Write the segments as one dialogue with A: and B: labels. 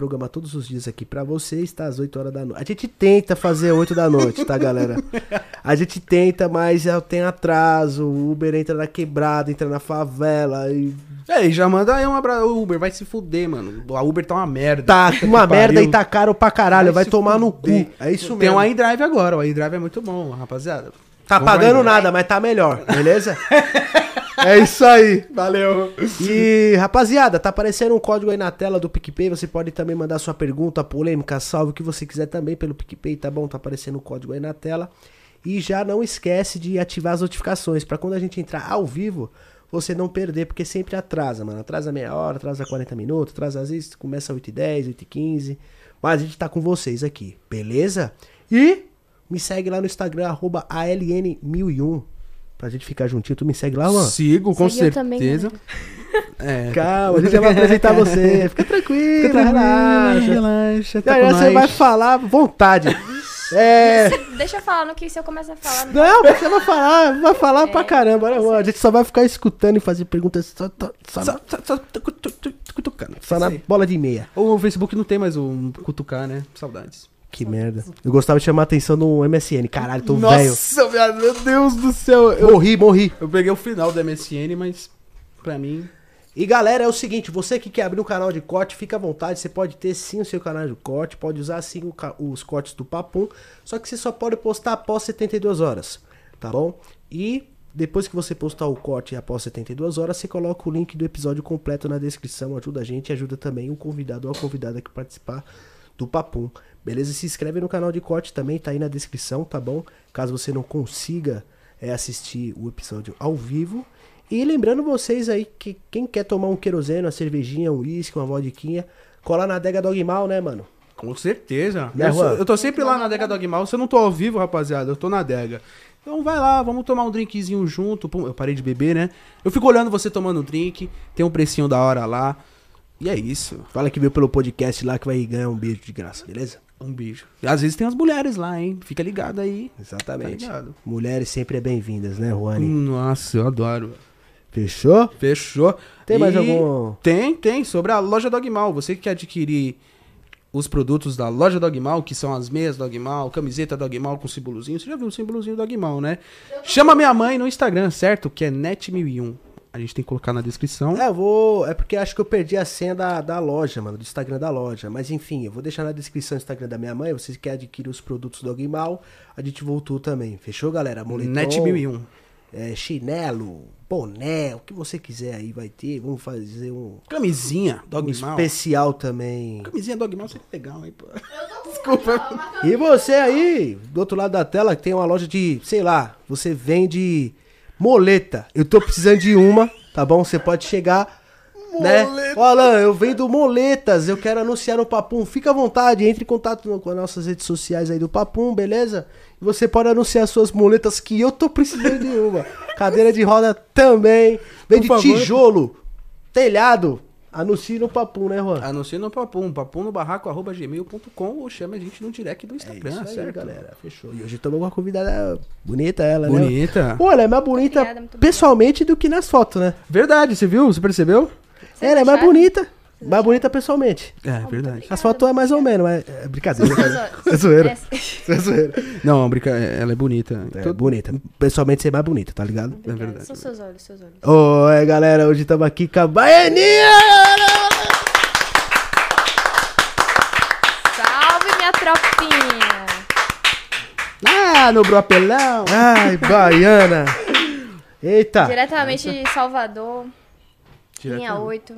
A: programar todos os dias aqui pra vocês, tá? Às 8 horas da noite. A gente tenta fazer 8 da noite, tá, galera? A gente tenta, mas é, tem atraso. O Uber entra na quebrada, entra na favela e.
B: É, e já manda aí um abraço. Ô, Uber, vai se fuder, mano. A Uber tá uma merda.
A: Tá uma
B: que
A: merda
B: pariu.
A: e tá caro pra caralho. Vai
B: se
A: tomar no
B: fuder.
A: cu. É isso
B: Tem
A: mesmo.
B: um iDrive agora. O iDrive é muito bom, rapaziada.
A: Tá
B: Vamos
A: pagando
B: aí.
A: nada, mas tá melhor, beleza? é isso aí.
B: Valeu.
A: E, rapaziada, tá aparecendo um código aí na tela do PicPay. Você pode também mandar sua pergunta, polêmica, salve, o que você quiser também pelo PicPay, tá bom? Tá aparecendo o código aí na tela. E já não esquece de ativar as notificações pra quando a gente entrar ao vivo, você não perder, porque sempre atrasa, mano. Atrasa meia hora, atrasa 40 minutos, atrasa às vezes, começa 8h10, 8h15. Mas a gente tá com vocês aqui, beleza? E me segue lá no Instagram, arroba ALN1001. Pra gente ficar juntinho, tu me segue lá, Ah, mano?
B: Sigo, com
C: Segue eu também,
B: certeza. é.
A: Calma, a gente já vai apresentar você. Fica tranquilo, relaxa.
B: relaxa. tá
A: Já, já você vai falar à vontade. É.
C: Deixa eu falar no que se eu começar a falar. no-
A: Não, você vai falar, vai falar pra
C: É,
A: caramba. olha, mano, a gente só vai ficar escutando e fazer perguntas só, só- só na,
B: cutucando.
A: só na bola de meia.
B: O Facebook não tem mais o cutucar, né? Saudades.
A: Que merda. Eu gostava de chamar a atenção no MSN. Caralho, tô velho.
B: Nossa, viado, meu Deus do céu. Eu,
A: Morri, morri.
B: eu peguei o final do MSN, mas pra mim.
A: E galera, é o seguinte, você que quer abrir um canal de corte, fica à vontade, você pode ter sim o seu canal de corte, pode usar sim o ca- os cortes do Papum, só que você só pode postar após 72 horas, tá bom? E depois que você postar o corte após 72 horas, você coloca o link do episódio completo na descrição, ajuda a gente, e ajuda também o convidado ou a convidada que participar do Papum, beleza? Se inscreve no canal de corte também, tá aí na descrição, tá bom? Caso você não consiga é, assistir o episódio ao vivo. E lembrando vocês aí que quem quer tomar um querosene, uma cervejinha, um uísque, uma vodquinha, cola na adega Dogmal, né, mano?
B: Com certeza.
A: Né,
B: eu, sou-
A: Juan?
B: eu tô sempre lá na adega do Agmal. Se eu não tô ao vivo, rapaziada, eu tô na adega. Então vai lá, vamos tomar um drinkzinho junto. Pum, Eu parei de beber, né? Eu fico olhando você tomando um drink, tem um precinho da hora lá. E é isso.
A: Fala que veio pelo podcast lá que vai ganhar um beijo de graça, beleza?
B: Um beijo. E às vezes tem as mulheres lá, hein? Fica ligado aí.
A: Exatamente.
B: Tá ligado.
A: Mulheres sempre é bem-vindas, né, Juani?
B: Nossa, eu adoro.
A: Fechou?
B: Fechou.
A: Tem mais
B: E
A: algum-
B: Tem, tem. Sobre a loja Dogmal. Você que quer adquirir os produtos da loja Dogmal, que são as meias Dogmal, camiseta Dogmal com símbolozinho. Você já viu um o símbolozinho Dogmal, né? Chama minha mãe no Instagram, certo? Que é net1001. A gente tem que colocar na descrição.
A: É, eu vou. É porque acho que eu perdi a senha da, da loja, mano, do Instagram da loja. Mas enfim, eu vou deixar na descrição o Instagram da minha mãe. Vocês querem adquirir os produtos do Mal, a gente voltou também. Fechou, galera? Moletom,
B: net1001.
A: é, chinelo, boné, o que você quiser aí vai ter. Vamos fazer um.
B: Camisinha
A: Um
B: Dogmal.
A: especial também.
B: Camisinha Dogmal seria legal, hein, pô.
A: E você aí, do outro lado da tela, que tem uma loja de, sei lá, você vende moleta. Eu tô precisando de uma, tá bom? Você pode chegar, né? Ó, Alan, eu vendo moletas, eu quero anunciar no Papum. Fica à vontade, entre em contato no- com as nossas redes sociais aí do Papum, beleza? E você pode anunciar suas moletas que eu tô precisando de uma. Cadeira de roda também. Vende
B: Por favor.
A: tijolo, telhado. Anuncie no Papum, né, Juan?
B: Anuncia no papum, papum no barraco, arroba gmail.com ou chama a gente no direct do Instagram,
A: É Isso aí,
B: certo?
A: galera. Fechou. E hoje estamos com uma convidada bonita, ela, né?
B: Bonita.
A: Pô, ela é mais bonita
C: Obrigada, muito
A: pessoalmente do que nas fotos, né?
B: Verdade, você viu? Você percebeu?
C: Vocês
A: Ela é mais
C: acharam?
A: bonita. Mais bonita pessoalmente.
B: É, verdade.
A: As fotos é mais ou menos, mas. É brincadeira.
C: Mas, ó,
A: É zoeira.
C: essa-
A: É zoeira.
B: Não, brinca... ela é bonita.
A: É
B: Todo-
A: bonita. Pessoalmente você é mais bonita, tá ligado?
C: Obrigada,
B: verdade.
C: São seus olhos, seus olhos.
A: Oi, galera. Hoje estamos aqui com a Baianinha!
C: Salve, minha tropinha!
B: Ah, no bropelão!
A: Ai, Baiana! Eita!
C: Diretamente
A: então.
C: de Salvador, linha 8.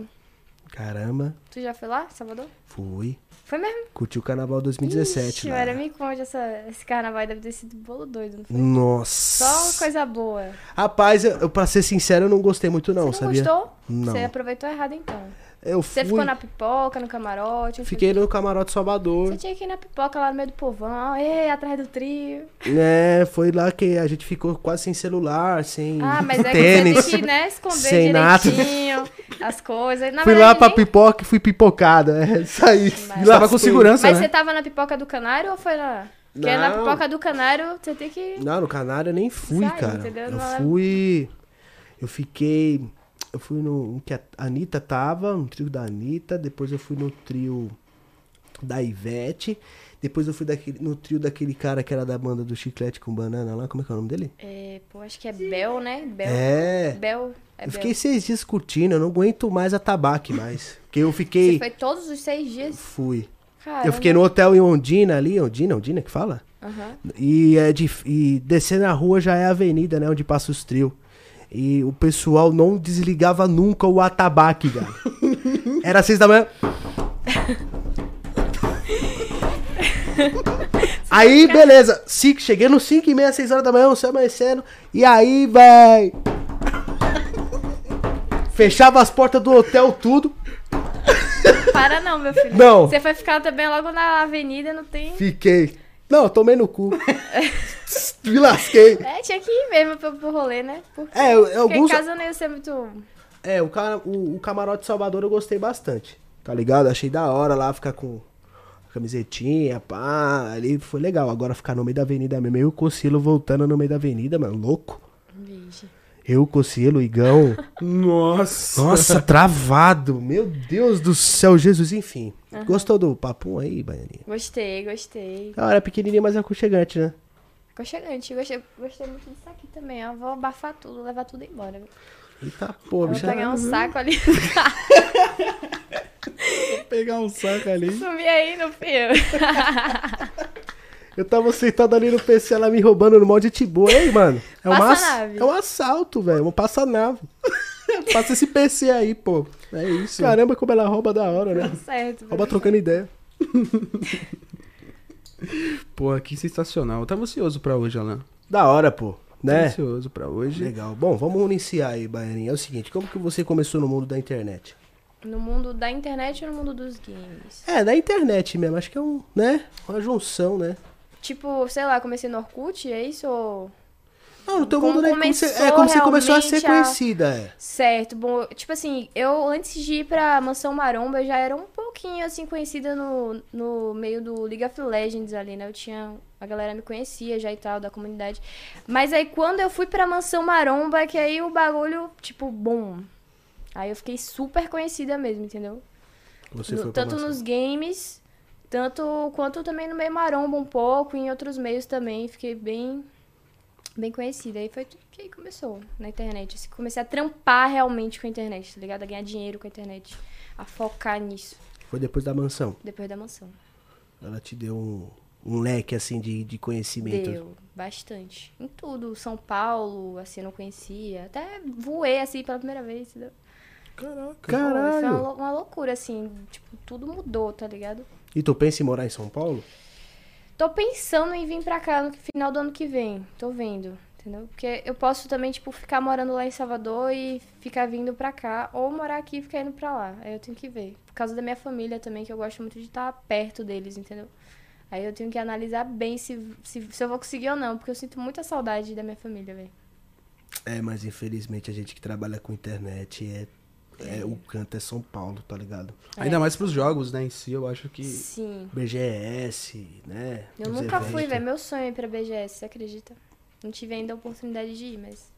A: Caramba,
C: Tu já foi lá, Salvador?
A: fui.
C: Foi mesmo?
A: Curti o carnaval 2017.
C: Ixi,
A: lá.
C: Vera, me conte, essa, esse carnaval deve ter sido bolo doido. não foi?
A: Nossa!
C: Só coisa boa.
A: Rapaz, eu, eu, pra ser sincero, eu não gostei muito não,
C: Você não
A: sabia?
C: gostou?
A: Não.
C: Você aproveitou errado, então.
A: Eu
C: Você
A: fui,
C: ficou na pipoca, no camarote? não sei
A: fiquei
C: o quê.
A: no Camarote Salvador,
C: Você tinha que ir na pipoca lá no meio do povão, "Ah, ei, atrás do trio.
A: né? Foi lá que a gente ficou quase sem celular, sem
C: Ah, mas é que
A: tênis.
C: você tem que, né, esconder
A: Sem nada.
C: direitinho as coisas. Na
A: Fui lá
C: verdade,
A: pra
C: nem-
A: pipoca e fui pipocada, é isso aí.
C: Mas-
A: E lá
B: Tava com
A: fui.
B: segurança,
C: Mas
B: né?
C: você tava na pipoca do canário ou foi na... Porque é na
A: Não.
C: pipoca do canário você tem que...
A: Não, no Canário eu nem fui,
C: Saiu,
A: cara.
C: entendeu?
A: Eu
C: Não é-
A: fui... Eu fiquei... Eu fui no um que a Anitta tava, no trio da Anitta. Depois eu fui no trio da Ivete. Depois eu fui daquele- no trio daquele cara que era da banda do Chiclete com Banana lá. Como é que é o nome dele?
C: É, pô, acho que é Bel, né? Bel.
A: É.
C: Bel. É
A: eu
C: Bel.
A: fiquei seis dias curtindo, eu não aguento mais a tabaque mais. Porque eu
C: Você
A: fiquei.
C: foi todos os seis dias?
A: Fui.
C: Cara.
A: Eu fiquei no hotel em Ondina ali, Ondina, Ondina que fala?
C: Aham.
A: E, é dif- e descer na rua já é a avenida, né? Onde passa os trio. E o pessoal não desligava nunca o atabaque, cara. Era seis da manhã. aí, beleza. Cinco, cheguei no 5 e meia, 6 horas da manhã, o céu amanhecendo. E aí, véi. Fechava as portas do hotel, tudo.
C: Para não, meu filho.
A: Não.
C: Você foi ficar também logo na avenida, não tem.
A: Fiquei. Não, eu tomei no cu. Me lasquei.
C: É, tinha que ir mesmo pro, pro rolê, né? Porque,
A: É, eu-
C: porque
A: alguns-
C: em casa eu não ia ser muito.
A: É, o, cara, o, o camarote Salvador eu gostei bastante. Tá ligado? Achei da hora lá ficar com a camisetinha, pá. Ali foi legal. Agora ficar no meio da avenida mesmo. Eu e o Cocilo voltando no meio da avenida, mano. Louco.
C: Vixe.
A: Eu, Cocilo, Igão.
B: Nossa.
A: Nossa, travado. Meu Deus do céu, Jesus. Enfim. Gostou do papum aí, Baianinha?
C: Gostei, gostei.
A: Da hora, é pequenininha, mas aconchegante, né?
C: Aconchegante. Gostei, gostei muito disso aqui também, ó. Vou abafar tudo, levar tudo embora. viu?
A: Eita, pô,
C: Vou
A: bicho.
C: pegar um saco ali.
B: Pegar um saco ali.
C: Sumir aí no fio.
A: Eu tava sentado ali no PC, ela me roubando no molde de boa. Ei, mano. É, um ass...
C: Passanave.
A: é um assalto, velho. Um passanave.
B: Passa esse PC aí, pô. É isso.
A: Caramba, como ela rouba da hora, né?
C: Certo.
A: Rouba trocando ideia.
B: Pô, que sensacional. Eu tava ansioso pra hoje, Alan.
A: Da hora, pô.
B: Tava
A: Né?
B: ansioso pra hoje.
A: Legal. Bom, vamos iniciar aí, Baianinha. É o seguinte, como que você começou no mundo da internet?
C: No mundo da internet ou no mundo dos games?
A: É, da internet mesmo. Acho que é um, né? Uma junção, né?
C: Tipo, sei lá, comecei no Orkut, é isso? Ou...
A: Não, no teu
C: Como
A: mundo né? Como você, é
C: começou
A: como você começou a ser
C: realmente a-
A: conhecida, é.
C: Certo, bom, tipo assim, eu antes de ir pra Mansão Maromba, eu já era um pouquinho assim conhecida no, no meio do League of Legends ali, né? Eu tinha. A galera me conhecia já e tal, da comunidade. Mas aí quando eu fui pra Mansão Maromba, que aí o bagulho, tipo, bom. Aí eu fiquei super conhecida mesmo, entendeu?
A: Você
C: No-
A: foi pra
C: tanto
A: mansão.
C: nos games, tanto quanto também no meio maromba um pouco, em outros meios também, fiquei bem bem conhecida. Aí foi tudo que aí começou na internet. assim, Comecei a trampar realmente com a internet, tá ligado? A ganhar dinheiro com a internet, a focar nisso
A: Foi depois da mansão.
C: depois da mansão.
A: Ela te deu um, um leque, assim, de, de conhecimento.
C: Deu bastante. Em tudo, São Paulo, assim, eu não conhecia. Até voei assim pela primeira vez, entendeu? Pô, Foi uma,
A: Caralho.
C: lou- uma loucura assim, tipo, tudo mudou, tá ligado?
A: E tu pensa em morar em São Paulo?
C: Tô pensando em vir pra cá no final do ano que vem. Tô vendo, entendeu? Porque eu posso também, tipo, ficar morando lá em Salvador e ficar vindo pra cá. Ou morar aqui e ficar indo pra lá. Aí eu tenho que ver. Por causa da minha família também, que eu gosto muito de estar perto deles, entendeu? Aí eu tenho que analisar bem se, se, se eu vou conseguir ou não. Porque eu sinto muita saudade da minha família, velho.
A: É, mas infelizmente a gente que trabalha com internet é... É, o canto é São Paulo, tá ligado?
B: Ainda mais pros jogos, né, em si, eu acho que.
C: Sim.
A: BGS, né?
C: Eu
A: Os
C: nunca fui,
A: eventos.
C: velho. Meu sonho é ir pra BGS, você acredita? Não tive ainda a oportunidade de ir, mas.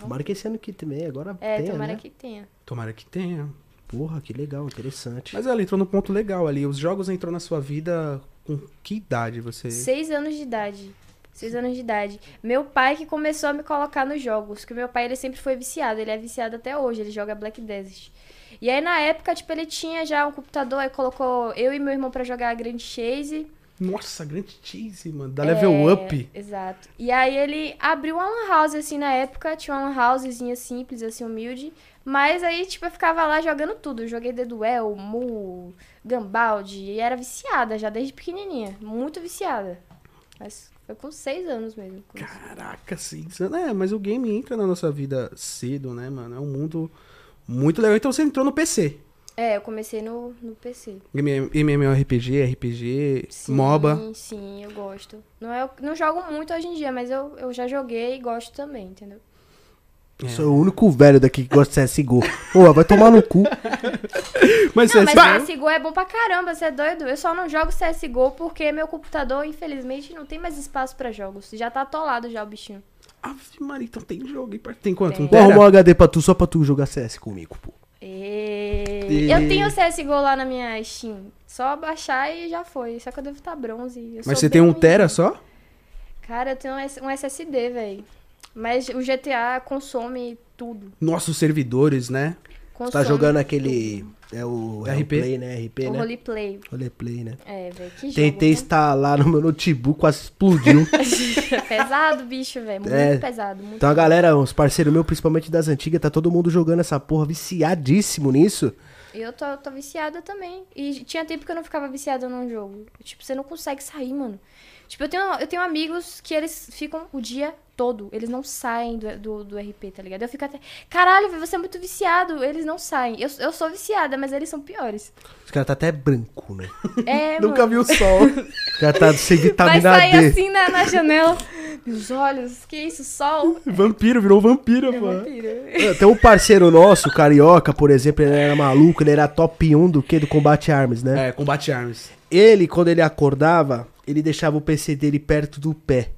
A: Tomara que esse ano que também, agora
C: É,
A: tenha,
C: tomara
A: né?
C: que tenha.
B: Tomara que tenha.
A: Porra, que legal, interessante.
B: Mas ela entrou no ponto legal ali. Os jogos entrou na sua vida com que idade você.
C: Seis anos de idade. Seis anos de idade. Meu pai que começou a me colocar nos jogos. Porque meu pai, ele sempre foi viciado. Ele é viciado até hoje. Ele joga Black Desert. E aí, na época, tipo, ele tinha já um computador. Aí colocou eu e meu irmão pra jogar Grand Chase.
B: Nossa, grande cheese, mano. Da level
C: É,
B: up.
C: Exato. E aí ele abriu uma lan house, assim, na época. Tinha uma lan housezinha simples, assim, humilde. Mas aí, tipo, eu ficava lá jogando tudo. Eu joguei The Duel, Mu, Gambaldi. E era viciada já desde pequenininha. Muito viciada. Mas foi com seis anos mesmo. que eu comecei.
B: Caraca, sim. É, mas o game entra na nossa vida cedo, né, mano? É um mundo muito legal. Então você entrou no PC.
C: É, eu comecei no, no PC.
B: MM- MMORPG, RPG,
C: Sim,
B: MOBA.
C: Sim, eu gosto. Não, é, não jogo muito hoje em dia, mas eu, eu já joguei e gosto também, entendeu?
A: Eu Sou o único velho daqui que gosta de CSGO. Porra, vai tomar no cu.
B: Mas
C: Não,
B: você
C: mas
B: Bah!
C: CSGO é bom pra caramba, você é doido? Eu só não jogo CSGO porque meu computador, infelizmente, não tem mais espaço pra jogos. Já tá atolado já o bichinho.
B: Ave Maria, então tem jogo aí. pra- Tem quanto? Um
A: Vou
B: tera?
A: arrumar um HD pra tu, só pra tu jogar CS comigo, pô.
C: E...
A: E-
C: Eu tenho CSGO lá na minha Steam. Só baixar e já foi. Só que eu devo estar bronze. Eu sou
B: Mas você
C: bem
B: tem um
C: ruim.
B: Tera só?
C: Cara, eu tenho um S- um SSD, velho. Mas o GTA consome tudo.
B: Nossos servidores, né?
A: Você
C: Consome
A: tá jogando aquele. É o
B: RP?
A: Play, né? RP,
C: o
A: né?
C: roleplay.
A: Roleplay, né?
C: É, velho, que jogo.
A: Tentei
C: né?
A: instalar no meu notebook, quase explodiu.
C: É pesado, bicho, velho. Muito
A: É.
C: pesado. Muito
A: Então a galera, os parceiros meus, principalmente das antigas, tá todo mundo jogando essa porra, viciadíssimo nisso.
C: Eu tô, tô viciada também. E tinha tempo que eu não ficava viciada num jogo. Tipo, você não consegue sair, mano. Tipo, eu tenho, eu tenho amigos que eles ficam o dia todo. Eles não saem do, do, do RP, tá ligado? Eu fico até. Caralho, velho, você é muito viciado. Eles não saem. Eu, eu sou viciada, mas eles são piores.
A: Os caras tá até branco, né?
C: É,
B: Nunca
C: mano.
B: vi o sol.
A: Os caras tá sem
C: Vai
A: vitamina
C: sair
A: D.
C: assim na, na janela. Meus olhos, que isso, sol.
B: vampiro, virou vampiro, mano.
C: Mentira.
A: Tem um parceiro nosso, o Carioca, por exemplo, ele era maluco, ele era top 1 do que? Do combate armas, né?
B: É, combate arms.
A: Ele, quando ele acordava, ele deixava o PC dele perto do pé.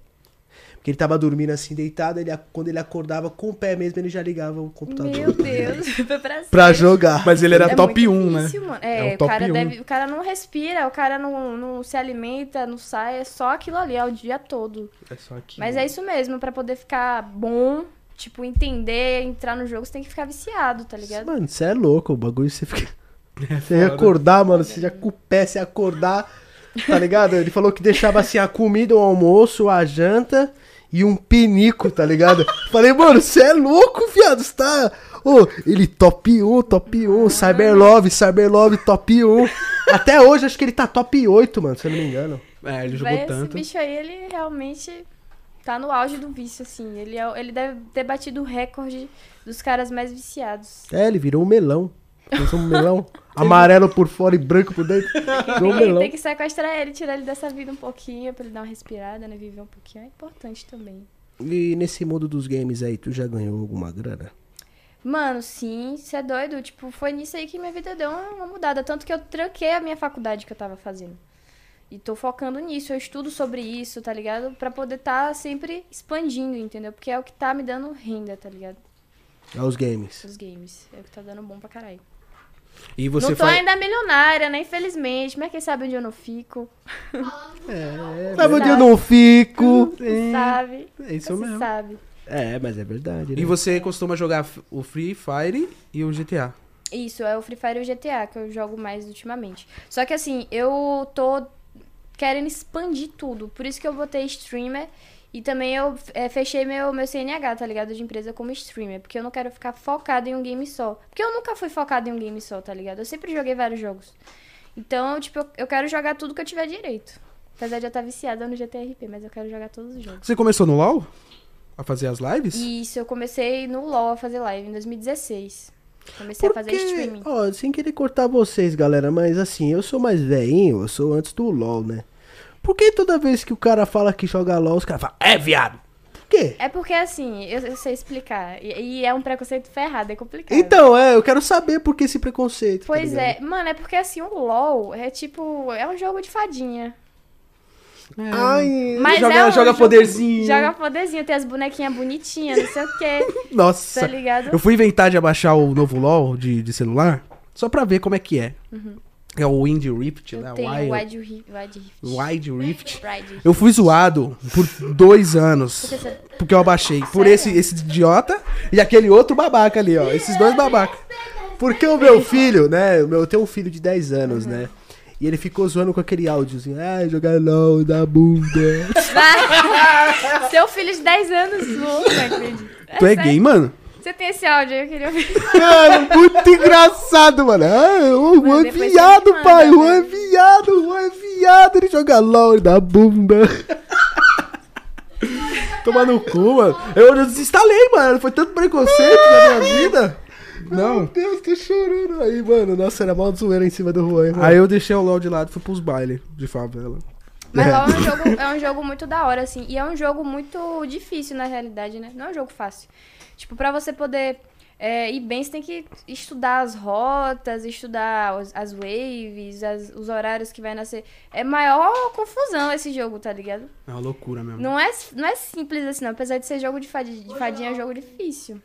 A: Porque ele tava dormindo assim, deitado, ele, quando ele acordava com o pé mesmo, ele já ligava o computador.
C: Meu Deus, foi pra cima.
A: Tá Pra jogar.
B: Mas ele era
C: É
B: top
C: muito
B: 1, né?
C: difícil, mano. É,
B: um
C: o
B: top
C: cara
B: 1.
C: deve- o cara não respira, o cara não, não se alimenta, não sai, é só aquilo ali, é o dia todo.
B: É só que-
C: Mas é isso mesmo, pra poder ficar bom, tipo, entender, entrar no jogo, você tem que ficar viciado, tá ligado?
A: Mano, você é louco, o bagulho você fica. Você ia acordar, mano, você já com o pé, você ia acordar, tá ligado? Ele falou que deixava assim a comida, o almoço, a janta e um pinico, tá ligado? Falei, mano, você é louco, viado, você tá. Ô, ele top 1, top 1, Cyberlove, Cyberlove, top 1. Até hoje acho que ele tá top 8, mano, se eu não me engano.
B: É, ele
C: Véi,
B: jogou
C: esse
B: tanto.
C: bicho aí, ele realmente tá no auge do vício, assim. Ele, é o- ele deve ter batido o recorde dos caras mais viciados.
A: É, ele virou um melão. Pensou um melão. Amarelo por fora e branco por dentro. Virou um
C: Tem, que-
A: melão.
C: tem que sequestrar ele, tirar ele dessa vida um pouquinho, pra ele dar uma respirada, né? Viver um pouquinho. É importante também.
A: E nesse mundo dos games aí, tu já ganhou alguma grana?
C: Mano, sim, você é doido. Tipo, foi nisso aí que minha vida deu uma uma mudada. Tanto que eu tranquei a minha faculdade que eu tava fazendo. E tô focando nisso, eu estudo sobre isso, tá ligado? Pra poder tá sempre expandindo, entendeu? Porque é o que tá me dando renda, tá ligado?
A: É os games.
C: Os games. É o que tá dando bom pra caralho.
B: E você
C: não tô
B: faz.
C: ainda milionária, né? Infelizmente. Mas quem sabe onde eu não fico,
A: Sabe onde eu É não fico?
C: sabe?
B: É isso
C: Nunca se
B: mesmo.
C: sabe.
A: É, mas é verdade, né?
B: E você costuma jogar f- o Free Fire e o GTA.
C: Isso, é o Free Fire e o GTA que eu jogo mais ultimamente. Só que assim, eu tô querendo expandir tudo. Por isso que eu botei streamer e também eu eh, fechei meu, meu CNH, tá ligado? De empresa como streamer. Porque eu não quero ficar focado em um game só. Porque eu nunca fui focado em um game só, tá ligado? Eu sempre joguei vários jogos. Então, tipo, eu, eu quero jogar tudo que eu tiver direito. Apesar de eu estar viciada no GTRP, mas eu quero jogar todos os jogos.
B: Você começou no LoL? A fazer as lives?
C: Isso, eu comecei no LoL a fazer live em 2016. Comecei a fazer streaming.
A: Ó, sem querer cortar vocês, galera, mas assim, eu sou mais velhinho, eu sou antes do LoL, né? Por que toda vez que o cara fala que joga LoL, os caras falam, é viado? Por quê?
C: É porque assim, eu, eu sei explicar. E, e é um preconceito ferrado, é complicado.
A: Então, é, eu quero saber por que esse preconceito. tá
C: Pois
A: ligado?
C: é, mano, é porque assim, o LOL é tipo. É um jogo de fadinha. É.
B: Ah,
A: Ai,
C: Mas
B: Hum, joga-
C: é um
B: joga
C: jogo-
B: poderzinho.
C: Joga poderzinho, tem as bonequinhas bonitinhas, não sei o quê.
B: Nossa.
C: Tá ligado?
B: Eu fui inventar de abaixar o novo LoL de, de celular, só pra ver como é que é. É o Wind Rift,
C: Uhum. Eu
B: né?
C: tenho
B: Wild,
C: Wide, Ri- Wide é Rift.
B: Wide Rift.
C: Wide Rift.
B: Eu fui zoado por dois anos.
C: Porque você-
B: Porque eu abaixei. Por
C: Sério?
B: esse, esse idiota e aquele outro babaca ali, ó. Esses dois babacas.
C: é
A: Porque o meu filho, né? o meu- Eu tenho um filho de 10
C: Uhum.
A: anos, né? E ele ficou zoando com aquele áudiozinho, ah, jogar LOL da bunda.
C: Seu filho de 10 anos, louco, não acredito.
B: Tu é
C: sério?
B: gay, mano?
C: Você tem esse áudio aí, eu queria ouvir.
A: Cara, muito engraçado, mano. Ah, o Juan é
C: depois você
A: viado,
C: me manda,
A: pai. O Juan é
C: né?
A: viado, o Juan é viado. Ele joga LOL, ele dá bunda.
B: Toma no cu, mano. Eu já desinstalei, mano. Foi tanto preconceito na minha vida.
A: Meu
B: Não.
A: Deus, tô chorando aí, mano. Nossa, era mal zoeira em cima do Juan, mano.
B: Aí eu deixei o LOL de lado e fui pros bailes de favela.
C: Mas LOL é um, jogo, é um jogo muito da hora, assim. E é um jogo muito difícil, na realidade, né? Não é um jogo fácil. Tipo, pra você poder é, ir bem, você tem que estudar as rotas, estudar os- as waves, as- os horários que vai nascer. É maior confusão esse jogo, tá ligado?
B: É uma loucura mesmo.
C: Não é, não é simples assim, não. Apesar de ser jogo de, fadi- de fadinha, é um jogo difícil.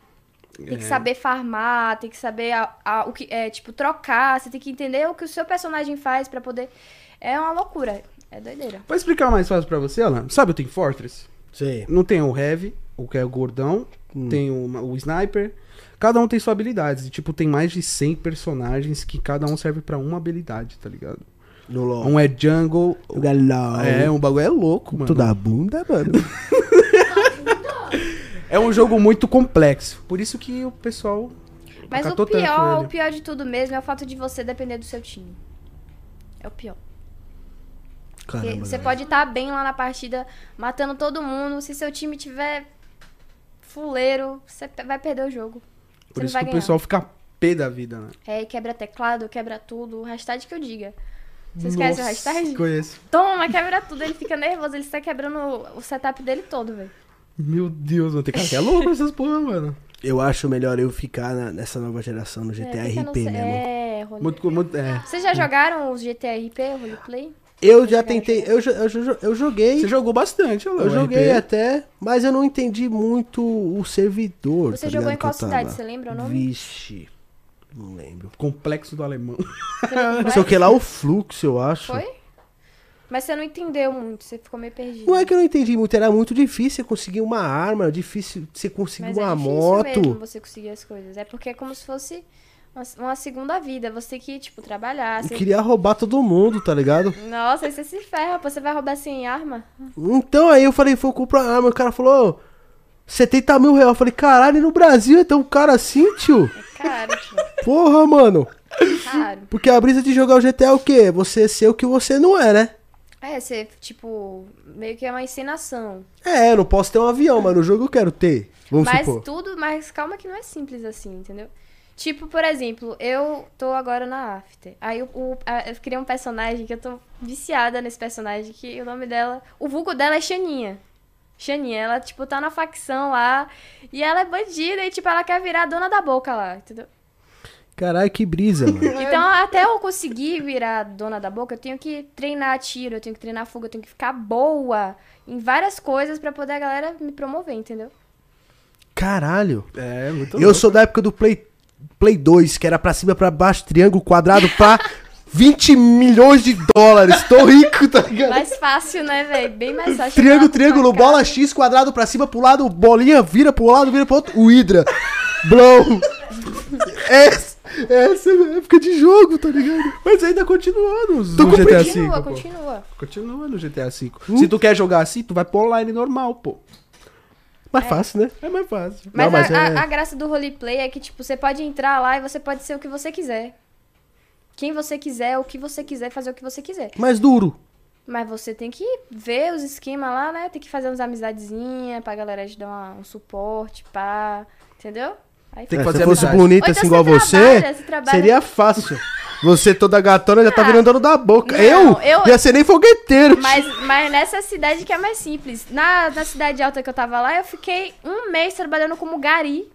C: Tem que saber farmar, tem que saber a- a- o que é, tipo, trocar, você tem que entender o que o seu personagem faz pra poder. É uma loucura. É doideira.
B: Pra explicar mais fácil pra você, Alan, sabe o Team Fortress?
A: Sei.
B: Não tem o Heavy, o que é o gordão,
A: Hum.
B: tem o, o Sniper. Cada um tem sua habilidade. E, tipo, tem mais de 100 personagens que cada um serve pra uma habilidade, tá ligado?
A: No LOL.
B: Um é jungle.
A: O galão.
B: É, um bagulho é louco, mano.
A: Tu dá bunda, mano.
B: É um jogo muito complexo. Por isso que o pessoal.
C: Mas o
B: acatou tanto
C: pior,
B: ele.
C: o pior de tudo mesmo é o fato de você depender do seu time. É o pior. Porque
A: Caramba.
C: você
A: velho.
B: né?
C: pode estar bem lá na partida, matando todo mundo. Se seu time tiver fuleiro, você pe- vai perder o jogo. Você
B: Por
C: não
B: isso
C: vai
B: que o
C: ganhar.
B: pessoal fica pé da vida, né?
C: É, quebra teclado, quebra tudo. O hashtag que eu diga. Vocês conhecem o
B: Nossa,
C: hashtag?
B: Conheço.
C: Toma, quebra tudo. Ele fica nervoso, ele está quebrando o- o setup dele todo, velho.
B: Meu Deus, mano. Tem cara que é louco essas porra, mano.
A: Eu acho melhor eu ficar na- nessa nova geração no
C: É,
A: GTA
C: fica no
A: RP
B: né,
C: ce-
A: mesmo.
C: É, role...
B: Muito, muito, é.
C: Vocês já jogaram os GTA RP, o roleplay?
A: Eu já tentei, eu, jo- eu, jo- eu joguei,
B: Você jogou bastante, Alan.
A: eu
B: o
A: joguei é.
B: RP.
A: até, mas eu não entendi muito o servidor.
C: Você
A: tá
C: jogou
A: ligado,
C: em qual
A: que eu tava.
C: cidade? Você lembra o nome?
A: Vixe, não lembro.
B: Complexo do alemão.
C: Você lembra
A: Não
C: qual
A: sei o
C: é?
A: que lá, o fluxo, eu acho.
C: Foi? Mas você não entendeu muito, você ficou meio perdido.
A: Não é que eu não entendi muito, era muito difícil você conseguir uma arma, difícil você conseguir
C: Mas é
A: uma
C: difícil
A: moto.
C: mesmo você conseguir as coisas. É porque é como se fosse uma, uma segunda vida. Você tem que, tipo, trabalhar.
A: Eu
C: Você...
A: queria roubar todo mundo, tá ligado?
C: Nossa, aí você se ferra, pô, você vai roubar sem arma?
A: Então aí eu falei, foi comprar arma. O cara falou, "Ô, 70 mil reais. Eu falei, caralho, e no Brasil é tão cara assim, tio?
C: É Caro, tio. é
A: Porra, mano.
C: Caro.
A: Porque a brisa de jogar o GTA é o quê? Você ser o que você não é, né?
C: É, você, tipo, meio que é uma encenação.
A: É, eu não posso ter um avião, mas no jogo eu quero ter. Vamos
C: mas
A: supor.
C: tudo, mas calma que não é simples assim, entendeu? Tipo, por exemplo, eu tô agora na After. Aí o- o- a- eu criei um personagem que eu tô viciada nesse personagem, que o nome dela. O vulgo dela é Xaninha. Xaninha, ela, tipo, tá na facção lá. E ela é bandida e, tipo, ela quer virar a dona da boca lá, entendeu?
A: Caralho, que brisa, mano.
C: Então, até eu conseguir virar dona da boca, eu tenho que treinar tiro, eu tenho que treinar fuga, eu tenho que ficar boa em várias coisas pra poder a galera me promover, entendeu?
A: Caralho.
B: É, muito
A: Eu sou da época do Play, Play 2, que era pra cima, pra baixo, triângulo, quadrado, pra 20 milhões de dólares. Tô rico, tá ligado?
C: Mais fácil, né, velho? Bem mais fácil.
A: Triângulo,
C: Pra-
A: triângulo,
C: pra
A: bola X, quadrado pra cima, pro lado, bolinha, vira pro lado, vira pro outro. O Hydra. Blow. Essa, essa é a época de jogo, tá ligado?
B: Mas ainda continua no,
A: Tô
B: no
A: com
B: GTA V.
A: assim, tipo.
C: Continua,
B: pô.
C: continua.
B: Continua no GTA V. Se tu quer jogar assim, tu vai pro online normal, pô.
A: Mais fácil, né?
B: É mais fácil.
C: Mas,
A: Não, mas
C: a,
A: é-
C: a- a graça do roleplay é que, tipo, você pode entrar lá e você pode ser o que você quiser. Quem você quiser, o que você quiser, fazer o que você quiser.
A: Mais duro.
C: Mas você tem que ver os esquemas lá, né? Tem que fazer umas amizadezinhas pra galera te dar uma- um suporte, pá. Entendeu? Aí
B: Tem que
A: É,
B: fazer
A: se eu fosse
B: amizade.
A: bonita
C: Ou
A: assim
C: então
A: igual você,
C: trabalha, você trabalha.
A: seria fácil. Você toda gatona já tá
C: Ah,
A: virando dono da boca.
C: não,
A: eu,
C: eu-
A: ia ser nem fogueteiro.
C: Mas, mas nessa cidade que é mais simples. Na, na cidade alta que eu tava lá, eu fiquei um mês trabalhando como gari,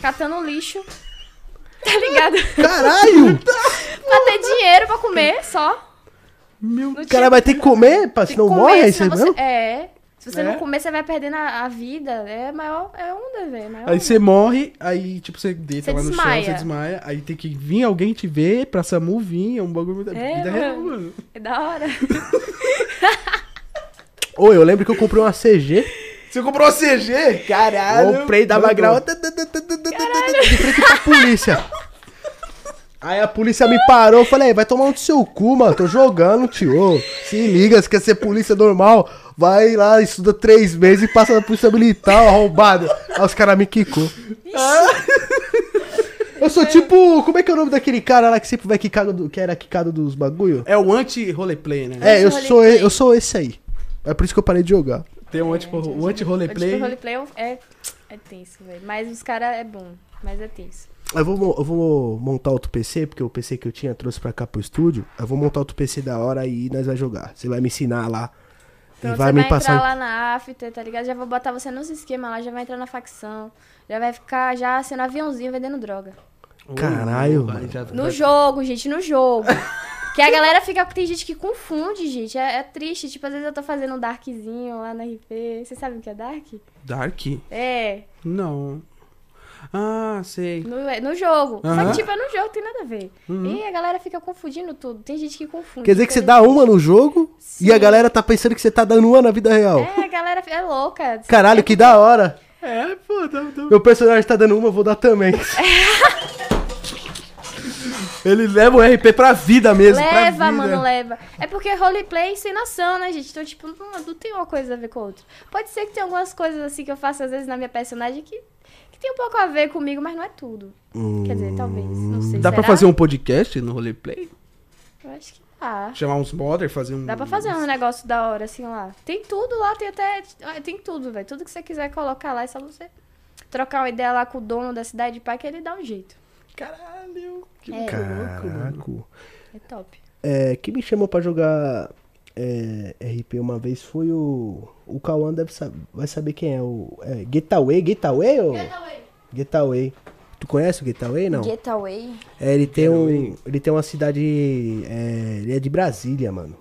C: catando lixo. Tá ligado?
A: Caralho!
C: pra ter dinheiro pra comer só.
B: Meu
C: Não
A: O cara vai ter que comer, pá,
C: Tem que
A: senão
C: comer,
A: morre, é isso aí
C: senão
A: mesmo?
C: você- É. Se você
B: É.
C: não comer, você vai perdendo a, a vida. É maior. É onda, velho. Maior
B: Aí
C: onda.
B: você morre, aí tipo, você deita
C: Você
B: lá no
C: desmaia.
B: chão, você desmaia, aí tem que vir alguém te ver, pra Samu vir, é um bagulho muito...
C: É,
B: vida
C: mano.
B: real, mano.
C: É da hora.
A: Ô, eu lembro que eu comprei uma CG.
B: Você comprou a CG? Caralho!
A: Comprei da Bagral. tã, tã, tã, tã, tã, tã, tã, tã, De frente pra polícia. Aí a polícia me parou, eu falei, "Ei, vai tomar um do seu cu, mano, tô jogando, tio. Ô, Se liga, se quer ser polícia normal, vai lá, estuda três meses e passa na polícia militar, ó, arrombado. Aí os caras me quicou. Eu sou tipo, como é que é o nome daquele cara lá que sempre vai quicado, do- que era quicado dos bagulho?
B: É o anti-roleplay, né?
A: É, eu sou, e- eu sou esse aí. É por isso que eu parei de jogar.
B: Tem um anti- o
C: É, O
B: anti-roleplay.
C: roleplay é, é tenso, velho. Mas os caras é bom. Mas é tenso.
A: Eu vou, mo- eu vou montar outro PC, porque o PC que eu tinha trouxe pra cá pro estúdio. Eu vou montar outro PC da hora e nós vai jogar. Você vai me ensinar lá.
C: Então
A: e vai
C: você
A: me
C: vai
A: passar. um
C: entrar lá na after, tá ligado? Já vou botar você nos esquemas lá, já vai entrar na facção. Já vai ficar já sendo aviãozinho vendendo droga.
A: É Caralho,
B: Ô,
A: mano.
B: já-
C: No jogo, gente, no jogo. que a galera fica. Tem gente que confunde, gente. É, é triste. Tipo, às vezes eu tô fazendo um darkzinho lá na RP. Vocês sabem o que é dark?
B: Dark?
C: É.
B: Não. Ah, sei.
C: No, no jogo. Só
B: Aham.
C: que, tipo, é no jogo, tem nada a ver. E a galera fica confundindo tudo. Tem gente que confunde.
A: Uhum. Quer dizer que você
C: tem-
A: dá uma no jogo e a
C: Sim.
A: galera tá pensando que você tá dando uma na vida real.
C: É, a galera é louca.
A: Caralho, que da hora.
B: É, pô, tá, tá-
A: Meu personagem tá dando uma, eu vou dar também. Ele leva o RP pra vida mesmo. pra vida.
C: Leva, mano, leva. É porque roleplay é encenação, né, gente? Então, tipo, não, não tem uma coisa a ver com a outra. Pode ser que tenha algumas coisas assim que eu faço às vezes na minha personagem que, que tem um pouco a ver comigo, mas não é tudo. Quer dizer, talvez. Não sei.
B: Dá pra
C: será?
B: fazer um podcast no roleplay?
A: um
C: Eu acho que dá.
B: Chamar uns modder, fazer um.
C: Dá pra fazer um negócio da hora, assim, lá. Tem tudo lá, tem até. ah, Tem tudo, velho. Tudo que você quiser colocar lá, é só você trocar uma ideia lá com o dono da cidade de pai que ele dá um jeito.
B: Caralho, que
C: É.
B: louco, mano.
A: Caraca.
C: É top.
A: É, quem me chamou pra jogar é, RP uma vez foi o. O Cauã deve saber, vai saber quem é. O, é Getaway, Getaway ou? Getaway. Tu conhece o Getaway? Não.
C: Getaway.
A: É, ele tem um. Ele tem uma cidade. é, ele é de Brasília, mano.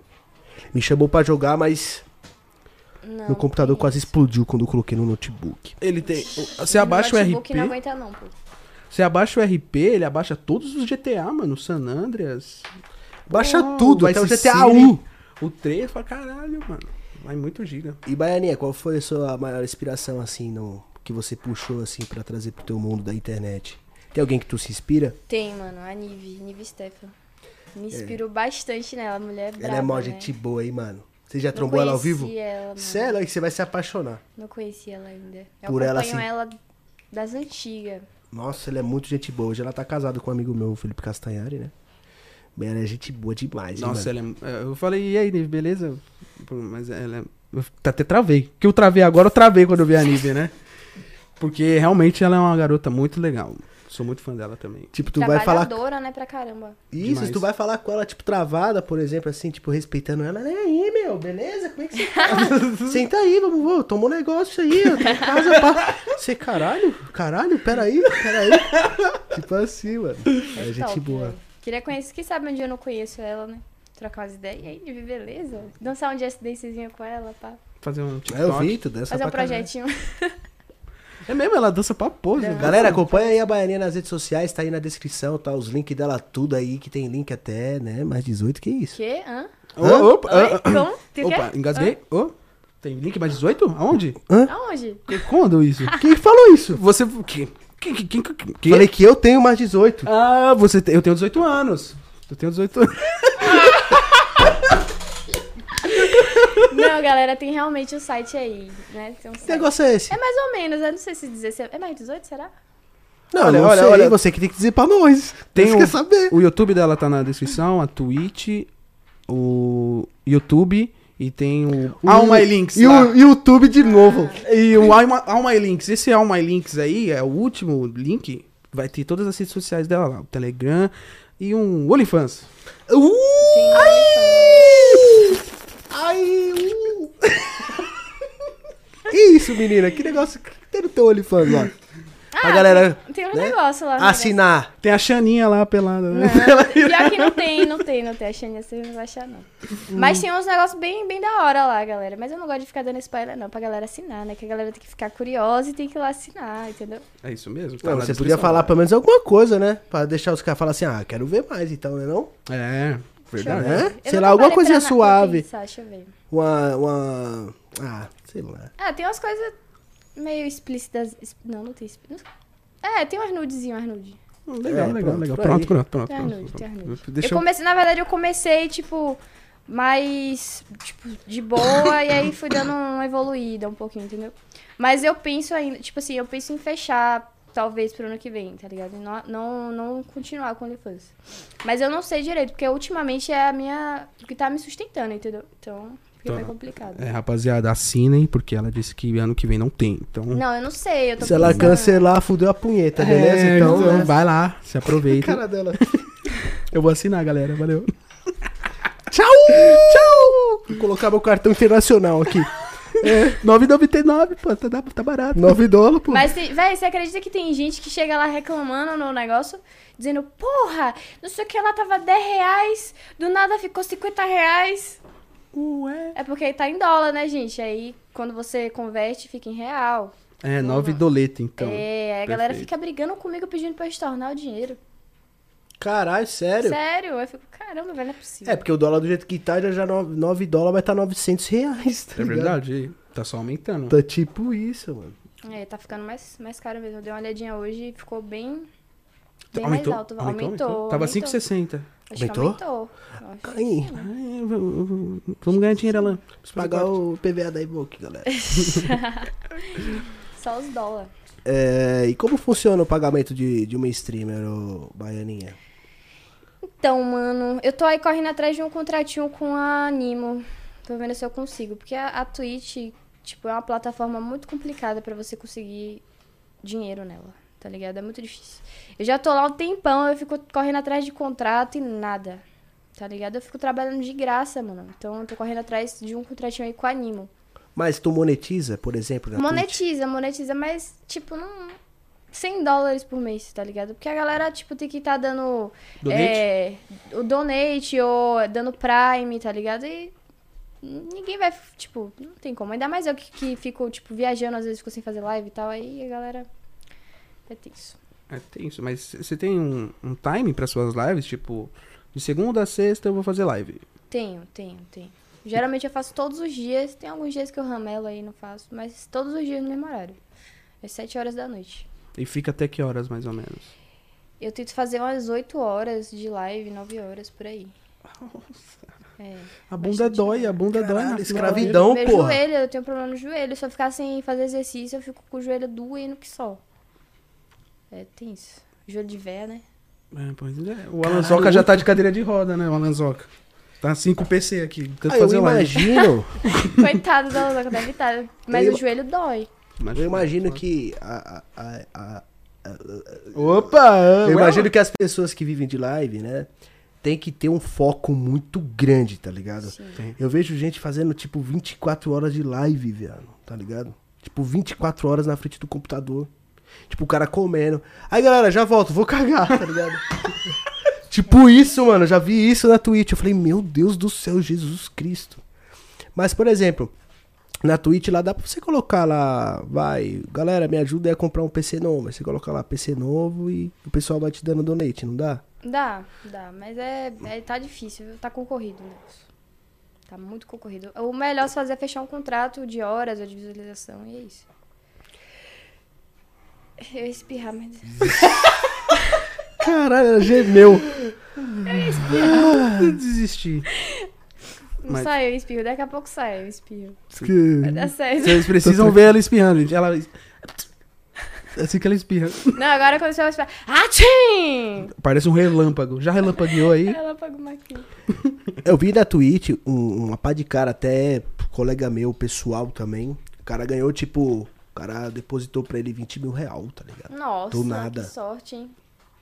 A: Me chamou pra jogar, mas
C: Não.
A: meu computador quase explodiu quando eu coloquei no notebook.
B: Ele tem. Você
A: Tá
B: abaixa o
C: notebook
B: RP.
C: não aguenta, não, pô.
B: Você abaixa o RP, ele abaixa todos os GTA, mano. San Andreas.
A: Baixa
B: Pô,
A: tudo,
B: Vice
A: até o GTA
B: City,
A: 1.
B: O 3, fala, caralho, mano. Vai muito gira.
A: E Baianinha, qual foi a sua maior inspiração, assim, no, que você puxou, assim, pra trazer pro teu mundo da internet? Tem alguém que tu se inspira?
C: Tem, mano, a Nive, Nive Stefan. Me inspirou bastante nela, a mulher é brava,
A: É. ela é mó
C: né?
A: gente boa, hein, mano? Você já
C: Não
A: trombou ela ao vivo?
C: conheci ela, mano.
A: Sério, aí você vai se apaixonar.
C: Não conheci ela ainda. Eu
A: Por ela,
C: acompanho
A: assim.
C: ela das antigas.
A: Nossa, ela é muito gente boa. Hoje ela tá casada com um amigo meu, o Felipe Castanhari, né? Mas Ela é gente boa demais, hein,
B: Nossa,
A: mano?
B: ela é. Eu falei, e aí, Nive, beleza? Pô, Mas ela é. Eu até travei. Que eu travei agora, eu travei quando eu vi a Nive, né? Porque realmente ela é uma garota muito legal. Sou muito fã dela também.
A: Tipo, tu vai falar...
C: Trabalhadora, né, pra caramba.
A: Isso,
B: é Demais.
A: tu vai falar com ela, tipo, travada, por exemplo, assim, tipo, respeitando ela. E aí, meu, beleza? Como é que você tá? Senta aí, vamos, vamos, toma um negócio aí, eu tô em casa, pá. Você, caralho, caralho, peraí, peraí. tipo assim, mano. É, gente
C: top,
A: boa.
C: velho. Então, Queria conhecer, quem sabe um dia eu não conheço ela, né? Trocar umas ideias. E aí, Nive, beleza? Dançar um jazz dancezinho com ela, pá.
B: Fazer um TikTok.
A: É, eu vi, tu dança
C: Fazer um
A: pra caralho.
C: projetinho.
B: É mesmo, ela dança pra pose. né?
A: Galera, acompanha aí a Baianinha nas redes sociais, tá aí na descrição, tá os links dela tudo aí, que tem link até, né, mais 18, que isso.
C: Quê? Hã?
B: Ô, Opa,
C: Oi?
B: ah,
C: Como? Tu
B: ah,
C: quer?
B: opa, engasguei. Ô, Tem link mais 18? Aonde?
C: Hã? Aonde?
B: E Quando isso?
A: Quem falou isso?
B: Você. Quem? Quem? Quem? quem, quem?
A: Falei que eu tenho mais 18.
B: Ah, você tem- eu tenho 18 anos. Eu tenho 18 anos.
C: Não, galera, tem realmente o site aí, né? Tem um
A: Que
C: site.
A: negócio é esse?
C: É mais ou menos, eu não sei se dizer. se é- É mais 18, será?
A: Não,
B: Olha,
A: olha,
B: olha,
A: olha,
B: olha.
A: você que tem que dizer pra nós.
B: Tem
A: Você
B: um-
A: quer saber.
B: O YouTube dela tá na descrição, a Twitch, o YouTube e tem o. All My Links.
A: E
B: lá.
A: o YouTube de novo.
B: E o All My, All My Links, esse All My Links aí é o último link, vai ter todas as redes sociais dela lá, o Telegram e um OnlyFans.
A: Uh!
C: Tem um
A: Ai! Ai! Uh! Que isso, menina? Que negócio que tem no teu OnlyFans lá? pra galera
C: Tem um
A: né?
C: negócio lá. né?
A: assinar.
B: Tem a Xaninha lá pelada, né?
C: Pior que não tem, não tem, não tem. A Xenia vocês não vão achar, não. Mas tem uns negócios bem, bem da hora lá, galera. Mas eu não gosto de ficar dando spoiler, não, pra galera assinar, né? Que a galera tem que ficar curiosa e tem que ir lá assinar, entendeu?
B: É isso mesmo. tá
A: Não,
B: na
A: você
B: descrição,
A: podia falar
B: né?
A: pelo menos alguma coisa, né? Pra deixar os caras falar assim, ah, quero ver mais então, né não?
B: É,
C: Deixa eu
B: verdade.
A: É?
C: ver. Eu
A: Sei
C: não
A: lá, alguma
C: preparei
A: coisinha
C: pra na- pra
A: suave.
C: pensar, deixa eu ver.
A: Uma, uma... Ah, sei lá.
C: Ah, tem umas coisas meio explícitas. es- Não, não tem explícito. É, tem umas nudezinhas, umas nude.
B: Hum, Legal,
A: É,
B: legal,
A: pronto,
B: legal.
A: por aí.
B: Pronto, pronto, pronto.
C: Tem umas nude, tem umas nude.
B: pronto. Deixa
C: eu
B: eu...
C: comecei, na verdade, eu comecei, tipo, mais, tipo, de boa, e aí fui dando uma evoluída um pouquinho, entendeu? Mas eu penso ainda, tipo assim, eu penso em fechar, talvez, pro ano que vem, tá ligado? E Não, não, não continuar com o OnlyFans. Mas eu não sei direito, porque ultimamente é a minha, o que tá me sustentando, entendeu? Então, fica
B: Tá.
C: meio complicado.
B: É, rapaziada, assinem, porque ela disse que ano que vem não tem. Então,
C: Não, eu não sei, eu tô
A: Se ela
C: pensando.
A: cancelar, fudeu a punheta, beleza?
B: É,
A: é. então, né?
B: vai lá, se aproveita.
A: Cara dela.
B: Eu vou assinar, galera. Valeu.
A: Tchau! Tchau! Vou colocar meu cartão internacional aqui.
B: 9,99, pô, tá, tá barato.
A: 9 dólares, pô.
C: Mas, tem- véi, você acredita que tem gente que chega lá reclamando no negócio, dizendo, porra, não sei o que, ela tava 10 reais, do nada ficou 50 reais.
B: Ué.
C: É porque tá em dólar, né, gente? Aí, quando você converte, fica em real.
B: É, nove doleta, então.
C: é, a galera
B: perfeito.
C: fica brigando comigo pedindo pra eu estornar o dinheiro.
A: Caralho, sério?
C: Sério? Eu fico, caramba, velho, não é possível.
A: É, porque o dólar do jeito que tá, já já 9 dólares vai estar tá 900 reais, tá
B: É
A: ligado?
B: verdade, tá só aumentando.
A: Tá tipo isso, mano.
C: É, tá ficando mais, mais caro mesmo. Eu dei uma olhadinha hoje e ficou bem, bem
B: Aumentou,
C: mais alto.
B: aumentou,
C: Aumentou. aumentou.
B: Tava 5,60.
C: Acho que
A: Aumentou?
C: aumentou. Acho que
A: Aí,
C: sim.
B: É, v- v- Vamos ganhar dinheiro, Alan.
A: preciso pagar o PVA da Ibook, galera.
C: Só os dólares.
A: É, e como funciona o pagamento de, de uma streamer, ô, Baianinha?
C: Então, mano, eu tô aí correndo atrás de um contratinho com a Animo. Tô vendo se eu consigo. Porque a, a Twitch, tipo, é uma plataforma muito complicada pra você conseguir dinheiro nela, tá ligado? É muito difícil. Eu já tô lá um tempão, eu fico correndo atrás de contrato e nada, tá ligado? Eu fico trabalhando de graça, mano. Então, eu tô correndo atrás de um contratinho aí com a Animo.
A: Mas tu monetiza, por exemplo, na Twitch?
C: Monetiza, monetiza, mas, tipo, não. 100 dólares por mês, tá ligado? Porque a galera, tipo, tem que estar dando.
B: Donate?
C: é, o donate ou dando Prime, tá ligado? E ninguém vai, tipo, não tem como. Ainda mais eu que, que fico, tipo, viajando, às vezes fico sem fazer live e tal. Aí a galera. É tenso.
B: É tenso, mas c- você tem um, um time para suas lives? Tipo, de segunda a sexta eu vou fazer live.
C: Tenho, tenho, tenho. Geralmente eu faço todos os dias. Tem alguns dias que eu ramelo aí, não faço. Mas todos os dias no mesmo horário. Às 7 horas da noite.
B: E fica até que horas, mais ou menos?
C: Eu tento fazer umas 8 horas de live, 9 horas por aí. É.
B: A bunda
C: Bastante
B: dói, a bunda dói.
A: Caralho,
B: na-
A: escravidão.
C: Meu
A: porra.
C: joelho, eu tenho problema no joelho. Se eu ficar sem fazer exercício, eu fico com o joelho doendo que só. É, tem isso. Joelho de véia, né?
B: É, pois é. O
A: Caralho,
B: Alanzoca já tá de cadeira de roda, né, o Alanzoca? Tá assim com o PC aqui, tentando
A: Ah, eu
B: fazer live.
A: imagino,
C: Coitado da Lanzoca, deve estar. Mas
A: Eu-
C: o joelho dói.
A: eu imagino que a- a- a- a-
B: Opa!
A: eu imagino que as pessoas que vivem de live, né, tem que ter um foco muito grande, tá ligado?
C: Sim.
A: Eu vejo gente fazendo tipo 24 horas de live, viado, tá ligado? Tipo 24 horas na frente do computador. Tipo, o cara comendo. Aí, galera, já volto, vou cagar, tá ligado? tipo isso, mano, eu já vi isso na Twitch. Eu falei, meu Deus do céu, Jesus Cristo. Mas, por exemplo, na Twitch lá dá pra você colocar lá, vai, galera, me ajuda aí a comprar um PC novo. Aí você coloca lá PC novo e o pessoal vai te dando donate, não dá?
C: Dá, dá. Mas é, é- Tá difícil, viu? Tá concorrido o negócio. Tá muito concorrido. O melhor a se fazer é fechar um contrato de horas ou de visualização, e é isso. Eu ia espirrar, mas.
A: Caralho, ela gemeu.
B: Eu desisti.
C: Não
B: Mas-
C: saiu, eu espirro. Daqui a pouco sai, eu espirro. Vai
A: Que-
C: dar certo.
B: Vocês precisam ver ela espirrando, gente. Ela... Assim que ela espirra.
C: Não, agora quando você vai esperar. Atchim!
B: Parece um relâmpago. Já relampagueou aí?
C: Ela apagou uma aqui.
A: Eu vi na Twitch um- uma pá de cara, até colega meu, pessoal também. O cara ganhou, tipo, o cara depositou pra ele 20 mil real, tá ligado?
C: Nossa,
A: Do nada.
C: que sorte, hein?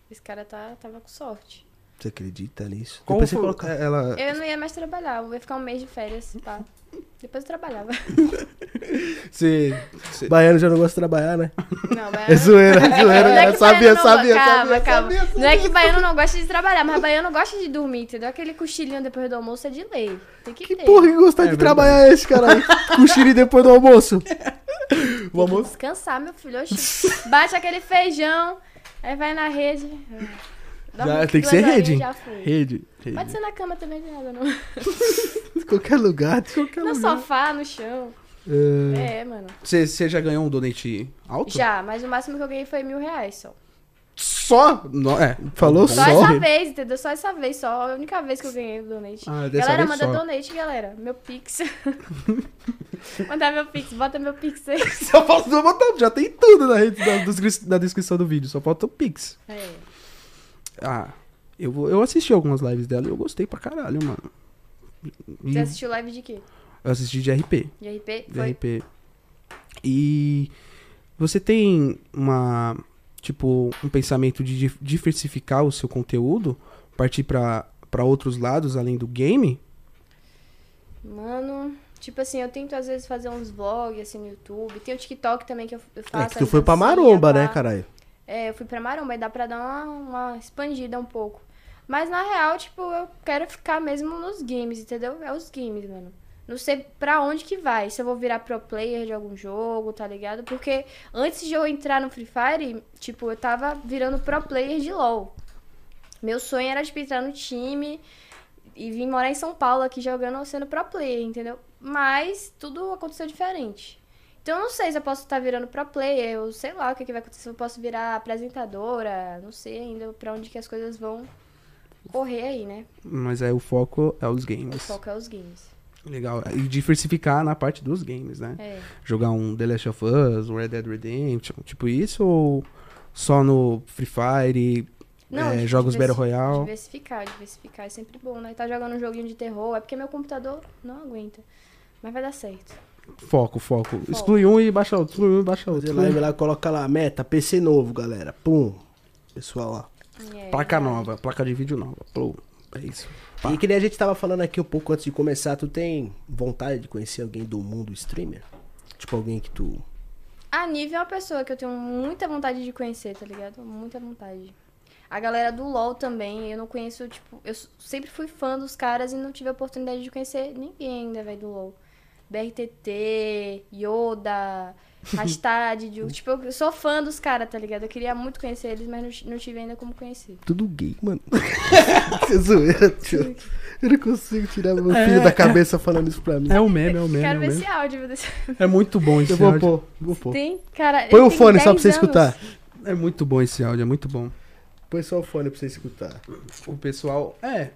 C: Esse cara tá, tava com sorte.
A: Você acredita nisso?
B: Qual
A: Depois você
B: foi-
A: coloca-
B: é, Ela...
C: Eu não ia mais trabalhar, eu ia ficar um mês de férias, pá. Depois eu trabalhava.
B: Você... você-
A: Baiano já não gosta de trabalhar, né?
C: Não, mas...
A: É zoeira, é zoeira.
C: Não é
A: Eu
C: que
A: sabia,
C: baiano não-
A: sabia,
C: calma,
A: sabia,
C: calma.
A: sabia.
C: Não é que baiano não gosta de trabalhar, mas baiano gosta de dormir, entendeu? Aquele cochilinho depois do almoço é de lei. Tem que,
A: Que
C: ter.
A: porra que gosta
B: É
A: de
B: verdade.
A: trabalhar é esse cara aí? Cochile depois do almoço.
C: Tem que descansar, meu filho. Oxi. Bate aquele feijão, aí vai na rede. Dá
B: Já-
C: umas
B: tem que
C: duas
B: ser
C: horinhas,
B: rede, hein?
C: já fui.
B: Rede. rede.
C: Pode ser na cama também, não tem nada não.
A: Em qualquer lugar.
C: No sofá, no chão.
A: Hum.
C: É, mano.
B: Você, você já ganhou um donate alto?
C: Já, mas o máximo que eu ganhei foi mil reais só.
B: Só? No- é.
A: Falou
C: Só
A: Só?
C: essa vez, entendeu? Só essa vez, só. A única vez que eu ganhei o donate.
B: Ah, dessa
C: galera,
B: vez
C: manda
B: só.
C: donate, galera. Meu pix. Mandar meu pix, bota meu pix aí.
B: Só falta o botão. Já tem tudo na, rede, na, descri- na descrição do vídeo. Só falta o Pix.
C: É.
B: Ah, eu, vou- eu assisti algumas lives dela e eu gostei pra caralho, mano. E
C: Você assistiu live de quê?
B: eu assisti de RP.
C: De RP?
B: De
C: Foi.
B: RP. E você tem uma. Tipo, um pensamento de dif- diversificar o seu conteúdo? Partir pra, pra outros lados além do game?
C: Mano, tipo assim, eu tento às vezes fazer uns vlogs assim no YouTube. Tem o TikTok também que eu eu faço.
A: É que tu
C: as
A: foi pra
C: dancinhas,
A: maromba, né,
C: pá.
A: caralho?
C: É, eu fui pra Maromba e dá pra dar uma, uma expandida um pouco. Mas na real, tipo, eu quero ficar mesmo nos games, entendeu? É os games, mano. Não sei pra onde que vai. Se eu vou virar pro player de algum jogo, tá ligado? Porque antes de eu entrar no Free Fire, tipo, eu tava virando pro player de LoL. Meu sonho era, tipo, entrar no time e vir morar em São Paulo aqui jogando sendo pro player, entendeu? Mas tudo aconteceu diferente. Então eu não sei se eu posso estar virando pro player, eu sei lá o que, que vai acontecer, se eu posso virar apresentadora, não sei ainda pra onde que as coisas vão correr aí, né?
B: Mas aí o foco é os
C: O
B: games.
C: foco é os games.
B: Legal. E diversificar na parte dos games, né?
C: É.
B: Jogar um The Last of Us, um Red Dead Redemption, tipo isso, ou só no Free Fire,
C: Não,
B: é,
C: de-
B: jogos
C: diversi-
B: Battle Royale?
C: Diversificar, diversificar é sempre bom, né? Tá jogando um joguinho de terror, é porque meu computador não aguenta. Mas vai dar certo.
B: Foco, foco. Exclui um e baixa outro, exclui um e baixa
A: Fazer
B: outro.
A: live lá, coloca lá, meta, PC novo, galera. Pum. Pessoal lá.
C: É,
B: Placa
C: verdade.
B: nova, placa de vídeo nova. Plou. É isso. Pá.
A: E que nem a gente tava falando aqui um pouco antes de começar, tu tem vontade de conhecer alguém do mundo streamer? Tipo alguém que tu.
C: A Nive é uma pessoa que eu tenho muita vontade de conhecer, tá ligado? Muita vontade. A galera do LoL também, eu não conheço, tipo, eu s- sempre fui fã dos caras e não tive a oportunidade de conhecer ninguém ainda, velho, do LoL. BRTT, Yoda, Hashtag, Ju- tipo, eu sou fã dos caras, tá ligado? Eu queria muito conhecer eles, mas não ti- não tive ainda como conhecer.
A: Tudo gay, mano. Você zoeira, tio. Eu não consigo tirar meu
C: É.
A: filho da cabeça falando isso pra mim.
B: É o meme, é o meme, é
C: Quero
B: o
C: ver
B: meme.
C: esse áudio, meu Deus.
B: É muito bom esse
A: Eu vou
B: áudio.
A: pôr, vou pôr.
C: Tem, cara.
A: Põe
C: ele
A: o
C: tem
A: fone só pra
C: 10
A: você
C: anos.
A: escutar.
B: É muito bom esse áudio, é muito bom.
A: Põe só o fone pra você escutar.
B: O pessoal. É.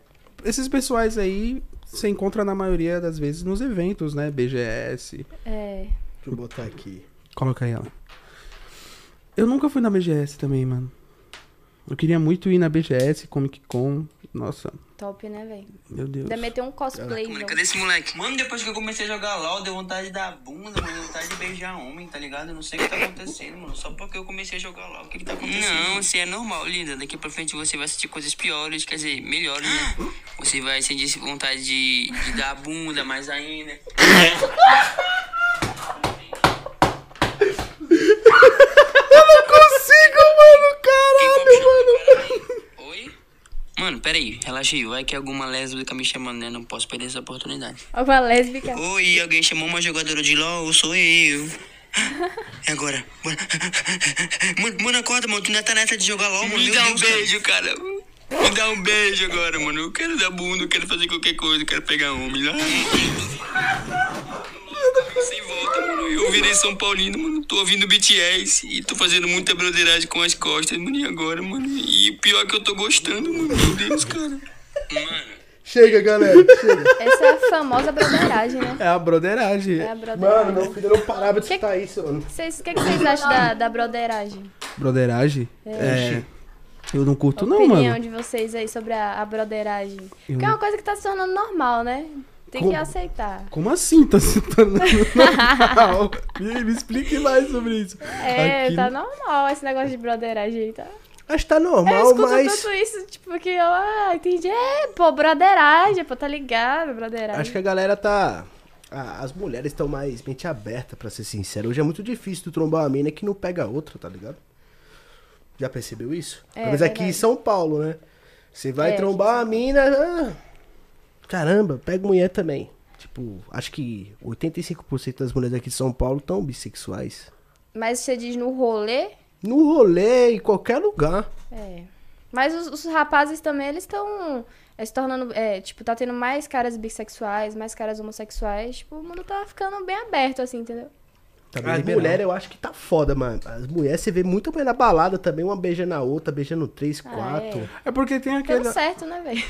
B: Esses pessoais aí você encontra na maioria das vezes nos eventos, né? BGS.
C: É.
A: Deixa eu botar aqui.
B: Coloca aí ela. Eu nunca fui na BGS também, mano. Eu queria muito ir na BGS, Comic Con. Nossa,
C: Top, né, velho?
B: meu Deus.
C: Ainda meteu um cosplay.
D: Mano,
C: velho.
D: cadê esse moleque? Mano, depois que eu comecei a jogar LOL, deu vontade de dar bunda, mano. Deu vontade de beijar homem, tá ligado? Eu não sei o que tá acontecendo, mano. Só porque eu comecei a jogar LOL, o que que tá acontecendo? Não, isso é normal, linda. Daqui pra frente você vai sentir coisas piores, quer dizer, melhores, né? Você vai sentir vontade de, de dar bunda mais ainda.
B: Consigo, mano,
D: Caralho, mano. Oi? Mano, peraí, relaxa aí. Vai que alguma lésbica me chamando, né? Não posso perder essa oportunidade.
C: Alguma lésbica.
D: Oi, alguém chamou uma jogadora de LOL, sou eu. É agora. Mano, mano, mano, acorda, mano. Tu ainda tá nessa de jogar LOL, mano. Me dá um beijo, cara. Me dá um beijo agora, mano. Eu quero dar bunda, eu quero fazer qualquer coisa, eu quero pegar homem. né? Sem volta, mano. Eu virei São Paulino, mano. Tô ouvindo BTS e tô fazendo muita broderagem com as costas, mano. E agora, mano? E o pior é que eu tô gostando, mano. Meu Deus, cara. Mano.
A: Chega, galera. Chega.
C: Essa é a famosa broderagem, né?
B: É a broderagem.
C: É a broderagem.
A: Mano, meu filho não parava de
C: Que-
A: escutar isso, mano.
C: Vocês- O que, que vocês acham da, da broderagem?
B: Broderagem? É. Eu não curto, não,
C: opinião
B: mano.
C: de vocês aí sobre a, a broderagem.
B: Eu
C: Porque é uma coisa que tá se tornando normal, né? Tem que
B: Como?
C: aceitar.
B: Como assim tá se tornando normal? me, me explique mais sobre isso.
C: É,
B: Aqui-
C: tá normal esse negócio de broderagem aí, tá?
A: Acho que tá
C: eu
A: normal,
C: escuto
A: mas.
C: tanto isso, tipo, que eu ah, entendi. É, pô, broderagem, pô, tá ligado, broderagem.
A: Acho que a galera tá. a- As mulheres estão mais mente aberta, pra ser sincero. Hoje é muito difícil tu trombar uma mina que não pega outra, tá ligado? Já percebeu isso?
C: É,
A: Mas aqui em
C: verdade.
A: São Paulo, né? Você vai
C: É,
A: trombar uma mina. ah, caramba, pega mulher também. Tipo, acho que 85% das mulheres aqui de São Paulo estão bissexuais.
C: Mas você diz no rolê,
A: No rolê, em qualquer lugar.
C: É. Mas os, os rapazes também, eles estão se tornando. É, tipo, tá tendo mais caras bissexuais, mais caras homossexuais. Tipo, o mundo tá ficando bem aberto, assim, entendeu?
B: Tá bem
A: As
B: liberal.
A: mulheres eu acho que tá foda, mano. As mulheres, você vê muita mulher na balada também, uma beijando a outra, beijando
C: Ah,
A: três, quatro.
B: É porque tem
C: Dando
B: aquele. É.
C: certo, né, velho?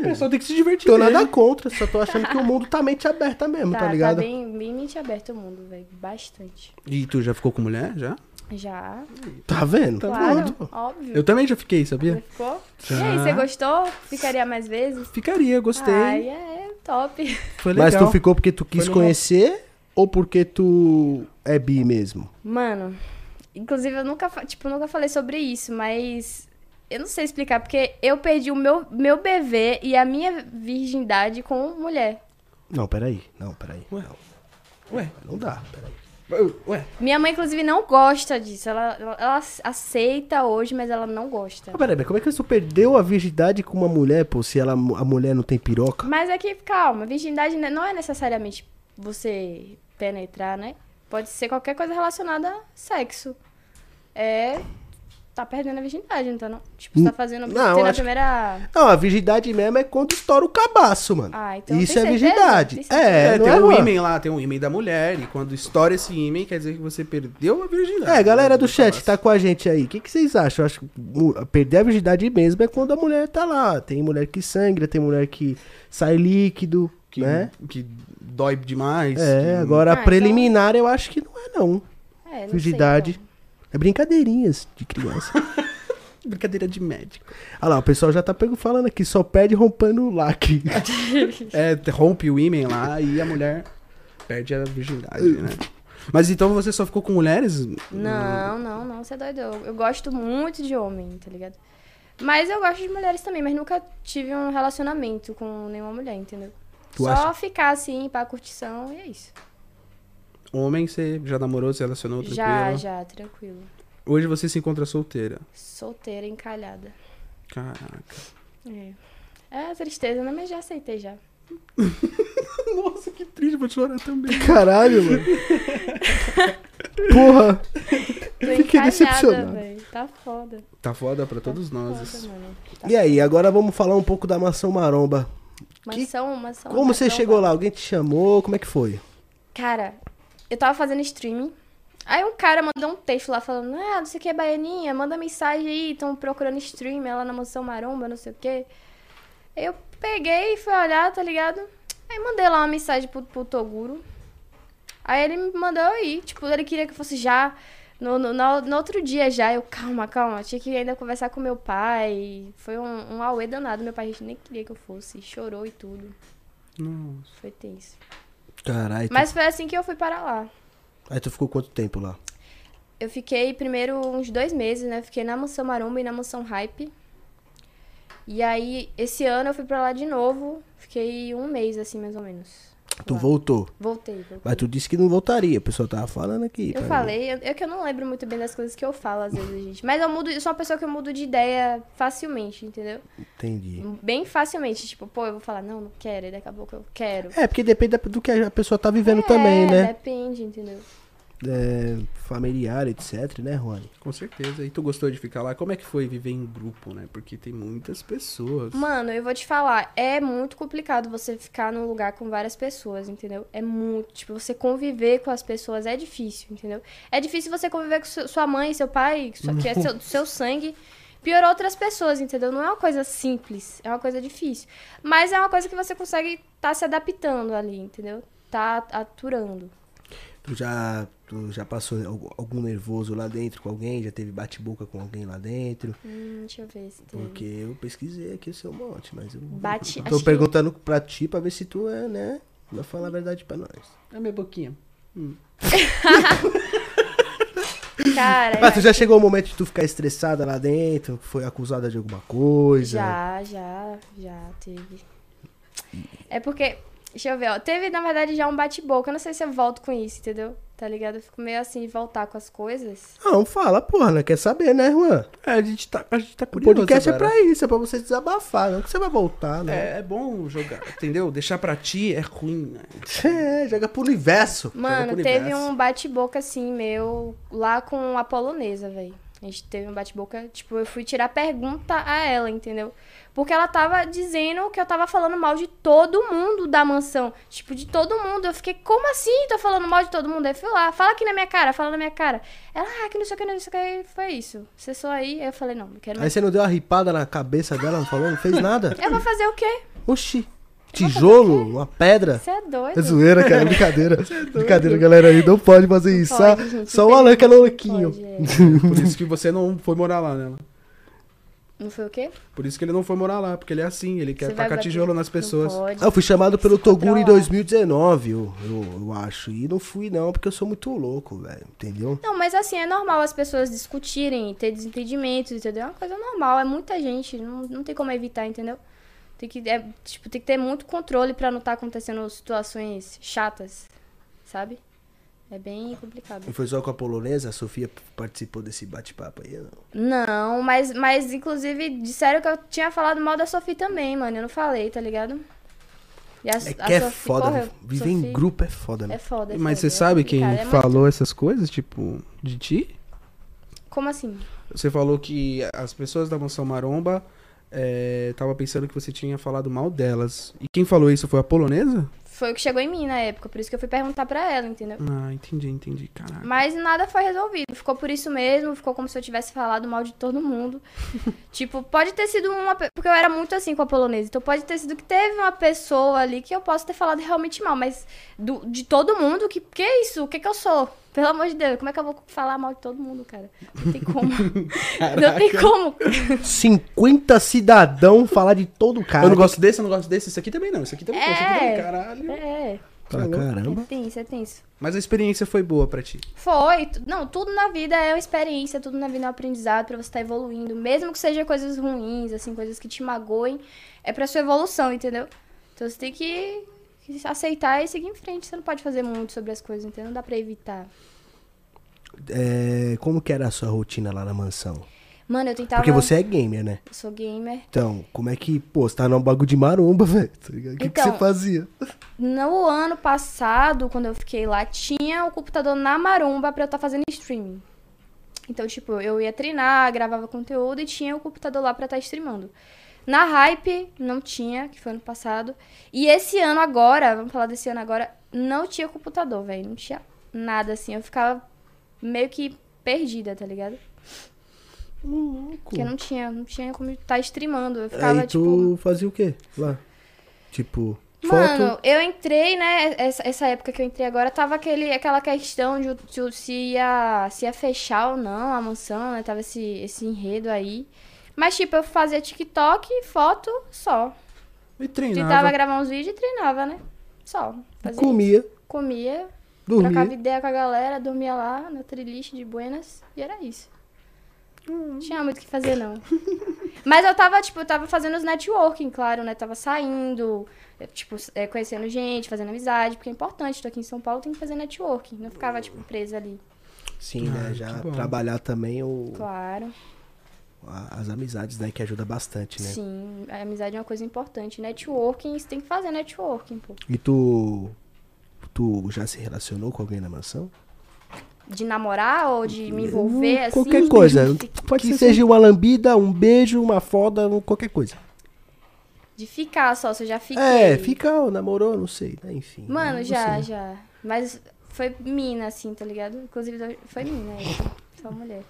B: O pessoal tem que se divertir.
A: Tô
B: mesmo.
A: nada contra, só tô achando que o mundo tá mente aberta mesmo, tá, ligado?
C: bem, bem mente aberta o mundo, velho. Bastante.
B: E tu já ficou com mulher? Já?
C: Hum. Já.
A: Tá vendo?
C: claro,
A: Pronto.
C: óbvio.
B: Eu também já fiquei,
C: Você
B: sabia?
C: ficou?
B: Já.
C: E aí, você gostou? Ficaria mais vezes?
B: Ficaria, gostei.
C: Ai, é, top.
B: Foi legal.
A: Mas tu ficou porque tu quis
B: Foi legal.
A: conhecer ou porque tu é bi mesmo?
C: Mano, inclusive eu nunca, fa- tipo, nunca falei sobre isso, mas eu não sei explicar, porque eu perdi o meu, meu bebê e a minha virgindade com mulher.
A: Não, peraí. Não, peraí.
B: Ué.
A: Não dá, peraí.
B: Ué,
C: Minha mãe, inclusive, não gosta disso. Ela, ela- ela aceita hoje, mas ela não gosta.
A: Ah, peraí, mas como é que tu perdeu a virgindade com uma mulher, pô, se ela, a mulher não tem piroca?
C: Mas é que, calma, virgindade ne- não é necessariamente você penetrar, né? Pode ser qualquer coisa relacionada a sexo. É. Tá perdendo a virgindade, então não. Tipo, você tá fazendo.
A: Não,
C: tendo a
A: acho-
C: primeira.
A: Não, a virgindade mesmo é quando estoura o cabaço, mano.
C: Ah, então
A: Isso
C: tem
A: é
C: certeza?
A: virgindade.
C: Tem certeza?
A: É,
B: É,
A: não
B: tem
A: é,
B: um
A: Juan?
B: ímen lá, tem um ímen da mulher, e quando estoura esse ímen, quer dizer que você perdeu a virgindade. assim,
A: É, galera do chat que tá com a gente aí, o que, que vocês acham? Eu acho que mu- perder a virgindade mesmo é quando a mulher tá lá. Tem mulher que sangra, tem mulher que sai líquido,
B: Que,
A: né?
B: que dói demais.
A: É,
B: que-
A: agora a
C: Ah, então-
A: preliminar eu acho que não é não.
C: É, não sei,
A: Virgindade.
C: então.
A: É brincadeirinhas de criança.
B: Brincadeira de médico.
A: Olha lá, o pessoal já tá pego falando aqui, só perde rompendo o lacre.
B: É, rompe o ímen lá e a mulher perde a virgindade, né? Mas então você só ficou com mulheres?
A: Hum.
C: Não, não, não, você é doido. Eu, eu gosto muito de homem, tá ligado? Mas eu gosto de mulheres também, mas nunca tive um relacionamento com nenhuma mulher, entendeu?
A: Tu
C: Só
A: acha?
C: ficar assim, pra curtição, e é isso.
B: Um Homem, você já namorou, se relacionou, tranquilo.
C: Já, já, tranquilo.
B: Hoje você se encontra solteira.
C: Solteira, encalhada.
B: Caraca.
C: É. É, tristeza, né? Mas já aceitei já.
B: Nossa, que triste, vou chorar também.
A: Caralho, mano. Porra.
C: Tô
A: Fiquei
C: encalhada,
A: decepcionado.
C: velho. Tá foda.
B: Tá foda pra todos
C: Foda, né?
B: nós.
C: mano.
A: E aí, agora vamos falar um pouco da maçã maromba.
C: Mansão, mansão.
A: Como você
C: mansão,
A: chegou
C: mano.
A: lá? Alguém te chamou? Como é que foi?
C: Cara, eu tava fazendo streaming. Aí um cara mandou um texto lá falando, ah, não sei o que, Baianinha, manda mensagem aí, estão procurando stream, ela na Mansão Maromba, não sei o que. Eu peguei e fui olhar, tá ligado? Aí mandei lá uma mensagem pro, pro Toguro. Aí ele me mandou aí, tipo, ele queria que eu fosse já, no, no, na- no outro dia já. Eu, calma, calma, tinha que ainda conversar com meu pai. Foi um, um auê danado, meu pai nem queria que eu fosse, chorou e tudo.
B: Nossa.
C: Foi tenso.
A: Caralho. tu-
C: Mas foi assim que eu fui para lá.
A: Aí tu ficou quanto tempo lá?
C: Eu fiquei primeiro uns dois meses, né? Fiquei na Mansão Maromba e na Mansão Hype. E aí, esse ano eu fui pra lá de novo. Fiquei um mês, assim, mais ou menos.
A: Tu
C: Lá.
A: voltou.
C: Voltei, voltei.
A: Mas tá tu disse que não voltaria. O pessoal tava falando aqui. pra
C: Eu
A: mim.
C: falei, eu- é que eu não lembro muito bem das coisas que eu falo às vezes, gente. Mas eu mudo, eu sou uma pessoa que eu mudo de ideia facilmente, entendeu?
A: Entendi.
C: Bem facilmente. Tipo, pô, eu vou falar, não, não quero, e daqui a pouco eu quero.
A: É, porque depende da- do que a pessoa tá vivendo também,
C: É,
A: né?
C: Depende, entendeu?
A: É, familiar, etc, né, Rony?
B: Com certeza. E tu gostou de ficar lá? Como é que foi viver em grupo, né? Porque tem muitas pessoas.
C: Mano, eu vou te falar, é muito complicado você ficar num lugar com várias pessoas, entendeu? É muito, tipo, você conviver com as pessoas é difícil, entendeu? É difícil você conviver com seu- sua mãe, seu pai, sua- que é seu, do seu sangue, pior outras pessoas, entendeu? Não é uma coisa simples, é uma coisa difícil. Mas é uma coisa que você consegue tá se adaptando ali, entendeu? Tá aturando.
A: Tu já, tu já passou algu- algum nervoso lá dentro com alguém? Já teve bate-boca com alguém lá dentro?
C: Hum, deixa eu ver se tem...
A: Porque eu pesquisei aqui o seu monte, mas eu
C: Bate-
A: tô
C: acho que-
A: perguntando pra ti pra ver se tu é, né? Vai falar a verdade pra nós.
B: É minha boquinha.
C: Cara, é
A: Mas tu já chegou o momento de tu ficar estressada lá dentro? Foi acusada de alguma coisa?
C: Já, já, já teve. É porque, deixa eu ver, ó. Teve, na verdade, já um bate-boca. Eu não sei se eu volto com isso, entendeu? Tá ligado? Eu fico meio assim, de voltar com as coisas.
A: Não, fala, porra, né? Quer saber, né, Juan?
B: É, a gente tá, a gente tá
A: O
B: curioso.
A: podcast é
B: agora.
A: pra isso, é pra você desabafar, não é que você vai voltar, né?
B: É, é bom jogar, entendeu? Deixar pra ti é ruim, né?
A: É, joga pro universo.
C: Mano,
B: pro
C: teve
B: universo.
C: um bate-boca assim, meu, lá com a polonesa, velho. A gente teve um bate-boca, tipo, eu fui tirar pergunta a ela, entendeu? Porque ela tava dizendo que eu tava falando mal de todo mundo da mansão. Tipo, de todo mundo. Eu fiquei, como assim? Tô falando mal de todo mundo? Aí fui lá, fala aqui na minha cara, fala na minha cara. Ela, ah, que não sei o que, não sei o que. Foi isso. Você só aí. Aí eu falei, não, não quero
A: Aí
C: mais.
A: você não deu uma ripada na cabeça dela, não falou, não fez nada?
C: Eu vou fazer o quê?
A: Oxi, tijolo, uma pedra.
C: é Você é doido.
A: É zoeira, cara, é brincadeira. brincadeira, galera, aí não pode fazer isso. só-
C: pode, gente,
A: só o Alan que é louquinho.
C: Pode, é.
B: Por isso que você não foi morar lá, né?
C: Não foi o quê?
B: Por isso que ele não foi morar lá, porque ele é assim, ele quer
C: Você vai
B: tacar
C: bater-
B: tijolo nas
C: Não
B: pessoas.
C: pode.
A: Ah, Eu fui chamado pelo
C: Se controlar.
A: Toguro em 2019, eu, eu- eu acho. E não fui, não, porque eu sou muito louco, velho. Entendeu?
C: Não, mas assim, é normal as pessoas discutirem, ter desentendimentos, entendeu? É uma coisa normal, é muita gente, não, não tem como evitar, entendeu? Tem que, é, tipo, tá tem que ter muito controle pra não estar acontecendo situações chatas, sabe? É bem complicado.
A: E foi só com a polonesa? A Sofia participou desse bate-papo aí? Não.
C: Não, mas, mas inclusive disseram que eu tinha falado mal da Sofia também, mano. Eu não falei, tá ligado? E a,
A: É
C: a
A: que é
C: Sophie
A: foda.
C: correu.
A: Viver em
C: Sophie
A: grupo é foda, né?
C: É foda. é
B: Mas você
C: foda, é
B: sabe quem
C: complicado, é muito-
B: falou essas coisas, tipo, de ti?
C: Como assim?
B: Você falou que as pessoas da Mansão Maromba estavam pensando que você tinha falado mal delas. E quem falou isso foi a polonesa?
C: Foi o que chegou em mim na época, por isso que eu fui perguntar pra ela, entendeu?
B: Ah, entendi, entendi. Caraca.
C: Mas nada foi resolvido. Ficou por isso mesmo, ficou como se eu tivesse falado mal de todo mundo. tipo, pode ter sido uma. pe- Porque eu era muito assim com a polonesa. Então pode ter sido que teve uma pessoa ali que eu posso ter falado realmente mal. Mas do- de todo mundo, que, que é isso? O que, que eu sou? Pelo amor de Deus, como é que eu vou falar mal de todo mundo, cara? Não tem como. Não tem como.
A: 50 cidadão falar de todo cara.
B: Eu não gosto desse, eu não gosto desse. Isso aqui também não. Isso aqui também não. Isso aqui também,
C: É.
B: caralho.
C: É,
A: Pra
C: é
A: caramba.
C: tenso, é tenso.
B: Mas a experiência foi boa pra ti.
C: Foi, tu- não, tudo na vida é uma experiência, tudo na vida é um aprendizado pra você estar evoluindo, mesmo que seja coisas ruins, assim, coisas que te magoem, é pra sua evolução, entendeu? Então você tem que que aceitar e seguir em frente, você não pode fazer muito sobre as coisas, entendeu? Não dá pra evitar.
A: É, como que era a sua rotina lá na mansão?
C: Mano, eu tentava,
A: Porque você é gamer, né?
C: eu sou gamer,
A: Então, como é que, pô, você tá num bagulho de maromba, velho? tá ligado? O que, que
C: Então,
A: você fazia?
C: No ano passado, quando eu fiquei lá, tinha o computador na maromba pra eu estar fazendo streaming. Então, tipo, eu ia treinar, gravava conteúdo e tinha o computador lá pra estar streamando. Na Hype, não tinha, que foi ano passado. E esse ano agora, vamos falar desse ano agora, não tinha computador, velho. Não tinha nada, assim. Eu ficava meio que perdida, tá ligado? Porque não tinha, não tinha como estar streamando. Eu ficava,
A: Aí
C: tipo,
A: tu fazia o quê lá? Tipo,
C: Mano,
A: foto?
C: eu entrei, né? Essa, essa época que eu entrei agora, tava aquele, aquela questão de, o- se o- se, ia, se ia fechar ou não a mansão, né? Tava esse, esse enredo aí. Mas, tipo, eu fazia TikTok e foto só.
B: E treinava.
C: Tentava gravar uns vídeos e treinava, né? Só. Fazia
A: Comia,
C: isso. Comia, trocava
A: dormia.
C: ideia com a galera, dormia lá na trilist de Buenas e era isso.
A: Hum.
C: Não tinha muito o que fazer, não. Mas eu tava, tipo, eu tava fazendo os networking, claro, né? Tava saindo, eh, tipo, s- eh, conhecendo gente, fazendo amizade, porque é importante. Tô aqui em São Paulo, tem que fazer networking. Não ficava, tipo, presa ali.
A: Sim,
B: Ah,
A: né? Já
B: que bom.
A: trabalhar também o,
C: Claro.
A: a- as amizades, né? Que ajuda bastante, né?
C: Sim, a amizade é uma coisa importante. Networking, você tem que fazer networking, pô.
A: E tu. Tu já se relacionou com alguém na mansão?
C: De namorar ou de me envolver, assim.
A: Hum, qualquer coisa.
C: de fi-
A: Pode assim. que seja uma lambida, um beijo, uma foda, um- qualquer coisa.
C: De ficar só, se eu já fiquei.
A: É, fica, ou namorou, não sei, né? Enfim. né?
C: Mano,
A: Não
C: já,
A: sei.
C: já. Mas foi mina, assim, tá ligado? Inclusive, foi mina essa. Só mulher.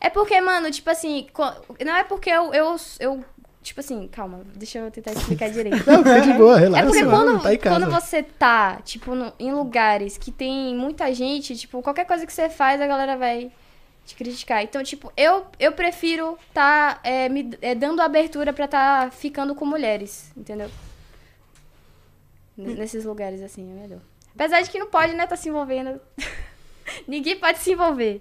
C: É porque, mano, tipo assim, co- não é porque eu, eu, eu- Tipo assim, calma, deixa eu tentar explicar direito.
A: Não, fica de boa, relaxa.
C: É porque
A: mano,
C: quando,
A: tá em casa.
C: quando você tá, tipo, no- em lugares que tem muita gente, tipo, qualquer coisa que você faz, a galera vai te criticar. Então, tipo, eu, eu prefiro tá é, me é, dando abertura pra tá ficando com mulheres, entendeu? N- Nesses lugares, assim, é melhor. Apesar de que não pode, né, tá se envolvendo. Ninguém pode se envolver.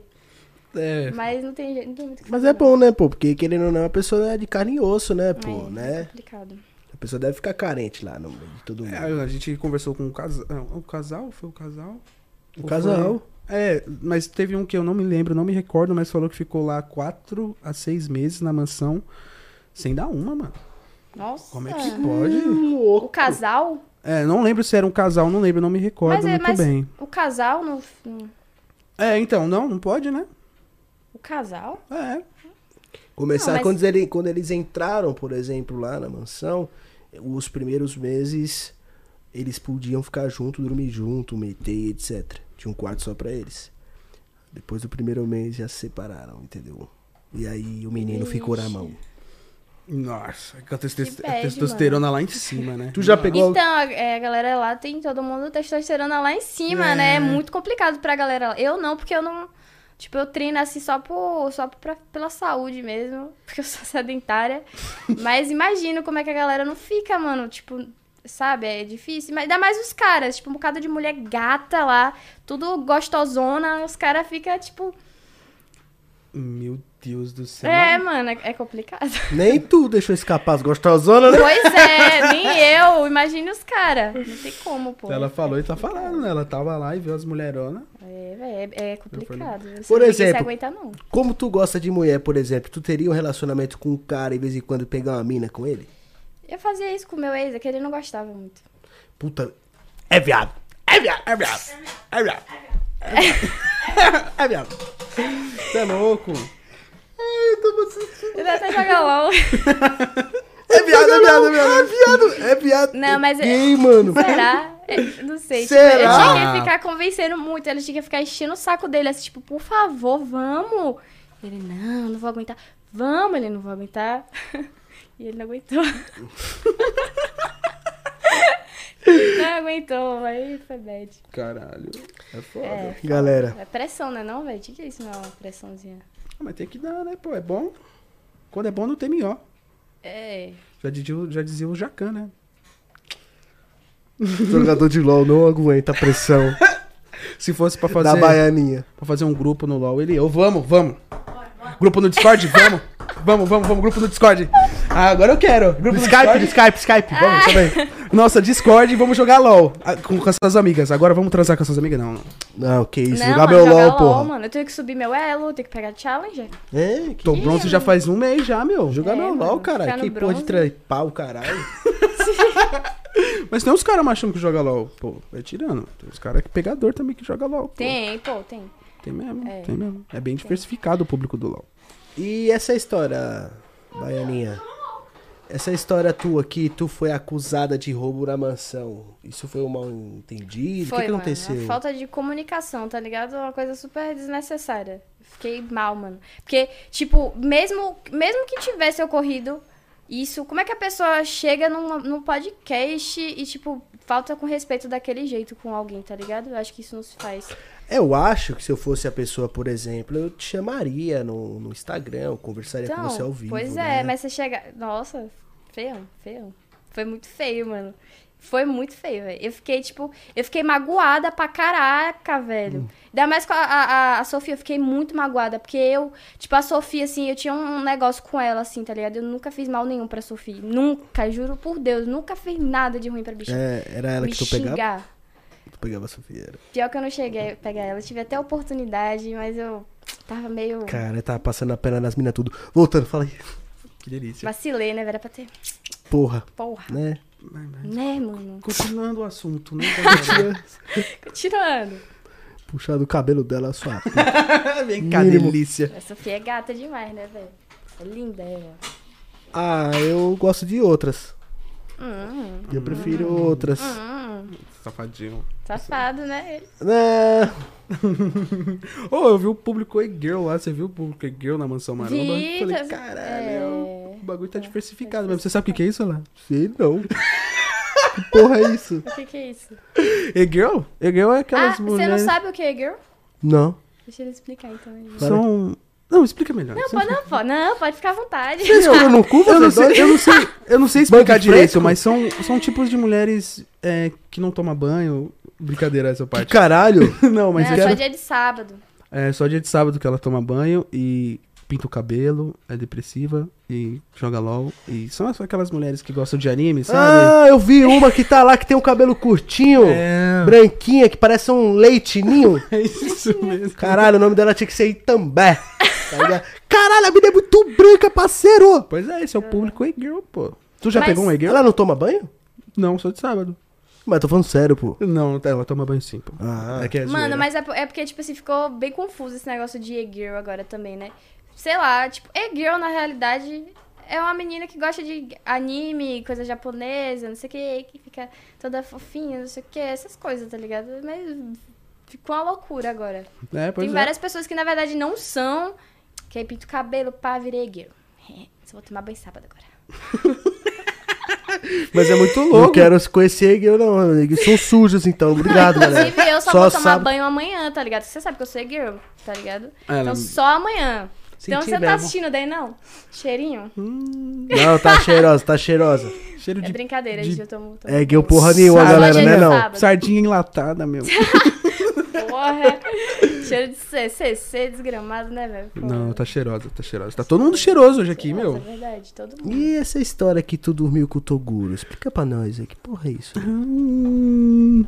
B: É.
C: Mas não tem jeito, não tem muito o que
A: Mas
C: fazer,
A: é bom, né, pô? Porque querendo ou não, a pessoa é de carne e osso, né,
C: não.
A: pô?
C: É, É
A: Né?
C: complicado.
A: A pessoa deve ficar carente lá no meio de todo mundo.
B: É, a gente conversou com o casal. O casal? Foi o casal? Tipo,
A: o Um casal.
B: É, mas teve um que eu não me lembro, não me recordo, mas falou que ficou lá quatro a seis meses na mansão sem dar uma, mano.
C: Nossa.
B: Como é que pode?
C: O casal
B: É, não lembro se era um casal, não lembro, não me recordo
C: Mas é-
B: muito
C: mas-
B: bem.
C: O casal não. não-
B: É, então, não, não pode, né?
C: O casal?
B: É.
A: Começar
C: Não, mas-
A: quando, ele, quando eles entraram, por exemplo, lá na mansão, os primeiros meses eles podiam ficar junto, dormir junto, meter, etc. Tinha um quarto só pra eles. Depois do primeiro mês já se separaram, entendeu? E aí o menino ficou na mão.
B: Nossa, com a testes-
C: Que bad,
B: testosterona lá em cima, né?
A: Tu já pegou
C: Então, a, é, a galera lá tem todo mundo testosterona lá em cima,
B: É.
C: né? É muito complicado pra galera. lá. Eu não, porque eu não. Tipo, eu treino assim só, por, só pra, pela saúde mesmo, porque eu sou sedentária. Mas imagino como é que a galera não fica, mano. Tipo, sabe? É difícil. Mas ainda mais os caras, tipo, um bocado de mulher gata lá, tudo gostosona, os caras ficam, tipo.
B: Meu Deus do céu.
C: É, mano, é é complicado.
A: Nem tu deixou escapar as gostosonas, né?
C: Pois é, nem eu. Imagine os caras. Não tem como, pô.
B: Ela falou e tá falando, né? Ela tava lá e viu as mulheronas.
C: É, véi, é, é complicado. Você
A: Por
C: não tem que
A: exemplo-
C: se aguentar, não.
A: Como tu gosta de mulher, por exemplo, tu teria um relacionamento com um cara e de vez em quando pegar uma mina com ele?
C: Eu fazia isso com o meu ex, é que ele não gostava muito.
A: Puta. É viado. É viado. É viado. É viado. É viado.
B: Você é louco?
C: Ele até joga LOL.
A: É viado, é viado, é viado. É viado. É viado.
C: Não, mas é-
A: Gay, mano.
C: Será? Eu Não sei. tipo,
A: Será?
C: eu tinha que ficar convencendo muito. Ele tinha que ficar enchendo o saco dele, assim, tipo, por favor, vamos. Ele, não, não vou aguentar. Vamos, ele não vou aguentar. E ele não aguentou. não aguentou, aí foi bad.
B: Caralho. É foda.
C: É.
A: Galera,
C: É pressão, né não, velho? O que que é isso, não? Pressãozinha.
B: Ah, mas tem que dar, né, pô? É bom. Quando é bom, não tem melhor.
C: É.
B: Já dizia, o- já dizia o Jacan, né?
A: jogador de LOL não aguenta a pressão
B: Se fosse pra
A: da
B: fazer,
A: baianinha.
B: pra fazer um grupo no LoL, ele... Eu, vamos, vamos. Grupo no Discord, vamos. Vamos, vamos, vamos. Grupo no Discord. Ah, agora eu quero. Grupo no
A: Skype,
B: Discord.
A: Skype, Skype.
B: Vamos também. Nossa, Discord, vamos jogar LoL. Ah, Com, com essas amigas. Agora vamos transar com essas amigas? Não, não.
A: Não, que isso.
C: não,
A: Jogar
C: mano,
A: meu
C: jogar
A: LOL, porra.
C: mano. Eu tenho que subir meu elo, tenho que pegar challenger.
A: É, que
B: Tô bronze já faz um mês já, meu.
A: Jogar
C: É,
A: meu LOL,
C: mano,
A: cara.
C: ficar no
A: Que porra de
C: bronze.
A: trepar o caralho.
B: Mas tem uns caras machando que joga LOL. Pô, é tirando. Tem uns caras que pegador também que joga LOL. pô.
C: Tem, pô, tem.
B: Tem mesmo,
C: É.
B: tem mesmo. É bem diversificado o público do LOL.
A: E essa é história, Baianinha? Essa é história tua que tu foi acusada de roubo na mansão. Isso foi um mal entendido? o que, que
C: mano,
A: aconteceu?
C: uma falta de comunicação, tá ligado? Uma coisa super desnecessária. Fiquei mal, mano. Porque, tipo, mesmo, mesmo que tivesse ocorrido isso, como é que a pessoa chega numa, num podcast e, tipo, falta com respeito daquele jeito com alguém, tá ligado? Eu acho que isso não se faz.
A: Eu acho que se eu fosse a pessoa, por exemplo, eu te chamaria no, no Instagram, eu conversaria
C: Então,
A: É com você ao vivo.
C: pois é,
A: né?
C: mas você chega. Nossa, feio, feio. Foi muito feio, mano. Foi muito feio, velho. Eu fiquei, tipo, eu fiquei magoada pra caraca, velho.
A: Hum.
C: Ainda mais com a, a, a- a Sofia, eu fiquei muito magoada. Porque eu, tipo, a Sofia, assim, eu tinha um negócio com ela, assim, tá ligado? Eu nunca fiz mal nenhum pra Sofia. Nunca, juro por Deus, nunca fiz nada de ruim pra bicha.
A: É, era ela
C: Me
A: que tu pegava?
C: xingar.
A: Tu pegava a Sofia. era.
C: Pior que eu não cheguei a pegar ela. Eu tive até oportunidade, mas eu tava meio.
A: Cara, eu tava passando a perna nas minas tudo. Voltando, fala aí.
B: Que delícia.
C: Vacilei, né? Era pra ter.
A: Porra,
C: Porra.
A: né?
C: Né, mano?
B: Continuando o assunto, né?
C: Tirando.
A: Puxar do cabelo dela a sua.
B: Vem cá,
A: Mínimo.
B: delícia.
C: A Sofia é gata demais, né, velho? É linda ela.
A: ah, eu gosto de outras.
C: Hum,
A: Eu prefiro outras.
C: hum,
B: Safadinho.
C: safado, né? ele?
A: Né?
B: Ô, eu vi o público e-girl lá. Você viu o público e-girl na Mansão Maromba?
C: Vi,
B: Eu Falei,
C: tá-
B: caralho,
C: é.
B: o bagulho tá diversificado mesmo. Você sabe o que que é isso, lá?
A: Sei não. que porra é isso?
C: O que que é isso?
B: E-girl? E-girl é aquelas
C: ah, você não
B: mulheres...
C: sabe o que é girl?
A: Não.
C: Deixa ele explicar então. Aí.
B: São... Não, explica melhor.
C: Não,
B: Você
C: pode, não, pode, não, pode ficar à vontade.
A: Segura no cu,
B: Eu
A: você
B: não, sei,
A: dói?
B: eu, não sei, eu não sei explicar
A: Banho de
B: direito,
A: fresco?
B: mas são, são tipos de mulheres é, que não tomam banho. Brincadeira essa
A: Que
B: parte.
A: caralho.
B: não, mas
C: não,
B: eu
C: só
B: quero-
C: dia de sábado.
B: é só dia de sábado que ela toma banho e pinta o cabelo, é depressiva e joga LOL. E são só aquelas mulheres que gostam de anime, sabe?
A: Ah, eu vi uma que tá lá que tem um cabelo curtinho,
B: É.
A: branquinha, que parece um leitinho.
B: É isso mesmo.
A: Caralho, o nome dela tinha que ser Itambé. Tá ligado? Caralho, a vida é muito branca, parceiro.
B: Pois é, esse é o público e-girl, pô. Tu já
C: Mas-
B: pegou um e-girl?
A: Ela não toma banho?
B: Não, só de sábado.
A: Mas tô falando sério, pô.
B: Não, ela toma banho sim, pô.
A: Ah,
B: É que é zoeira.
C: Mano, mas é, po- é porque, tipo assim, ficou bem confuso esse negócio de e-girl agora também, né? Sei lá, tipo, e-girl na realidade é uma menina que gosta de anime, coisa japonesa, não sei o que, que fica toda fofinha, não sei o que, essas coisas, tá ligado? Mas ficou uma loucura agora.
B: É, pois
C: Tem
B: é.
C: várias pessoas que na verdade não são, que aí pinta o cabelo, pá, virei e-girl. É, Só vou tomar banho sábado agora.
B: Mas é muito
A: não
B: louco.
A: quero se conhecer, eu não. Eu sou sujos, então. Obrigado, galera.
C: Inclusive, eu só,
A: Só
C: vou tomar
A: sábado.
C: banho amanhã, tá ligado? Você sabe que eu sou girl, tá ligado?
B: É,
C: então
B: não-
C: só amanhã. então
B: Senti
C: você não tá
B: mesmo.
C: assistindo daí, não? Cheirinho?
A: Não, tá cheirosa, tá cheirosa.
B: Hum, Cheiro
C: é
B: de
C: brincadeira,
B: de-
C: gente, eu tomo. tomo.
A: É que eu porra nenhuma,
C: Sábado,
A: galera, né
C: né?
A: não?
C: Sábado.
B: Sardinha enlatada, meu.
C: Porra. Cheiro de CCC desgramado, né, velho? Porra.
B: Não, tá cheirosa, tá cheirosa. Tá todo mundo cheiroso hoje aqui,
C: Nossa,
B: meu.
C: É verdade, todo mundo.
A: E essa história que tu dormiu com o Toguro? Explica pra nós aí, que porra é isso?
B: Hum,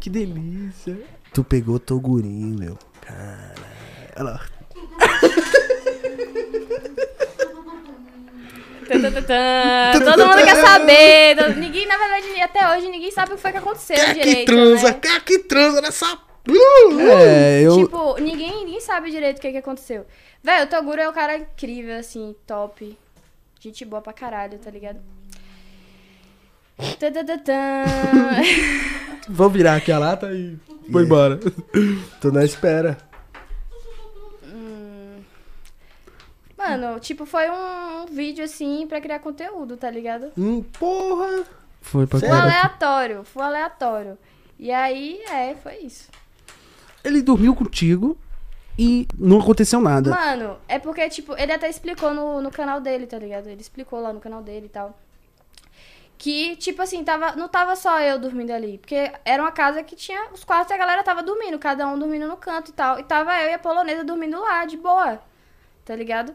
B: que delícia.
A: Tu pegou Togurinho, meu. Caralho. Olha lá.
C: Tantantantã. Todo mundo quer saber. todo- Ninguém, na verdade, até hoje ninguém sabe o que foi que aconteceu
A: Que
C: direito.
A: transa,
C: né?
A: cara, que transa nessa. Uh,
B: É, eu.
C: Tipo, ninguém, ninguém sabe direito o que, que aconteceu. Velho, o Toguro é um cara incrível, assim, top. Gente boa pra caralho, tá ligado? Tantantantã.
B: Vou virar aqui a lata e vou
A: É.
B: embora.
A: Tô na espera.
C: Mano, tipo, foi um, um vídeo assim pra criar conteúdo, tá ligado?
A: Hum, porra.
B: Foi pra
A: Sério?
C: Foi
A: Cara,
C: aleatório, foi aleatório. E aí, é, foi isso.
B: Ele dormiu contigo e não aconteceu nada.
C: Mano, é porque, tipo, ele até explicou no, no canal dele, tá ligado? Ele explicou lá no canal dele e tal. Que, tipo assim, tava, não tava só eu dormindo ali. Porque era uma casa que tinha os quartos e a galera tava dormindo, cada um dormindo no canto e tal. E tava eu e a polonesa dormindo lá, de boa. Tá ligado?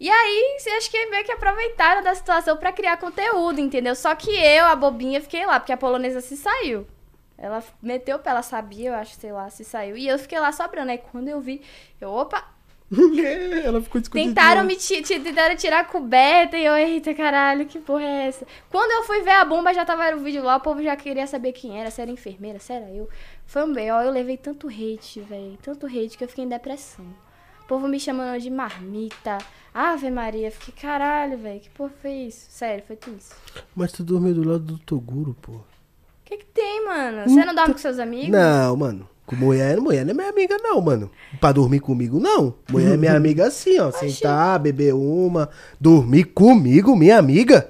C: E aí, cê- acho que é meio que aproveitaram da situação pra criar conteúdo, entendeu? Só que eu, a bobinha, fiquei lá, porque a polonesa se saiu. Ela f- meteu o pé, ela sabia, eu acho, sei lá, se saiu. E eu fiquei lá sobrando. Aí quando eu vi, eu, opa,
B: É, Ela ficou discutindo.
C: Tentaram me ti- ti- tentaram tirar a coberta e eu, eita caralho, que porra é essa? Quando eu fui ver a bomba, já tava o vídeo lá, o povo já queria saber quem era, se era enfermeira, se era eu. Foi um B.O., eu levei tanto hate, velho, tanto hate que eu fiquei em depressão. O povo me chamando de marmita, ave maria, fiquei caralho, velho, que porra foi isso? Sério, foi tudo isso.
A: Mas tu dormiu do lado do Toguro, pô.
C: O que que tem, mano? Você não dorme com seus amigos?
A: Não, mano. Com mulher, mulher não é minha amiga, não, mano. Pra dormir comigo, não. Mulher é minha amiga assim, ó. Sentar, beber uma. Dormir comigo, minha amiga?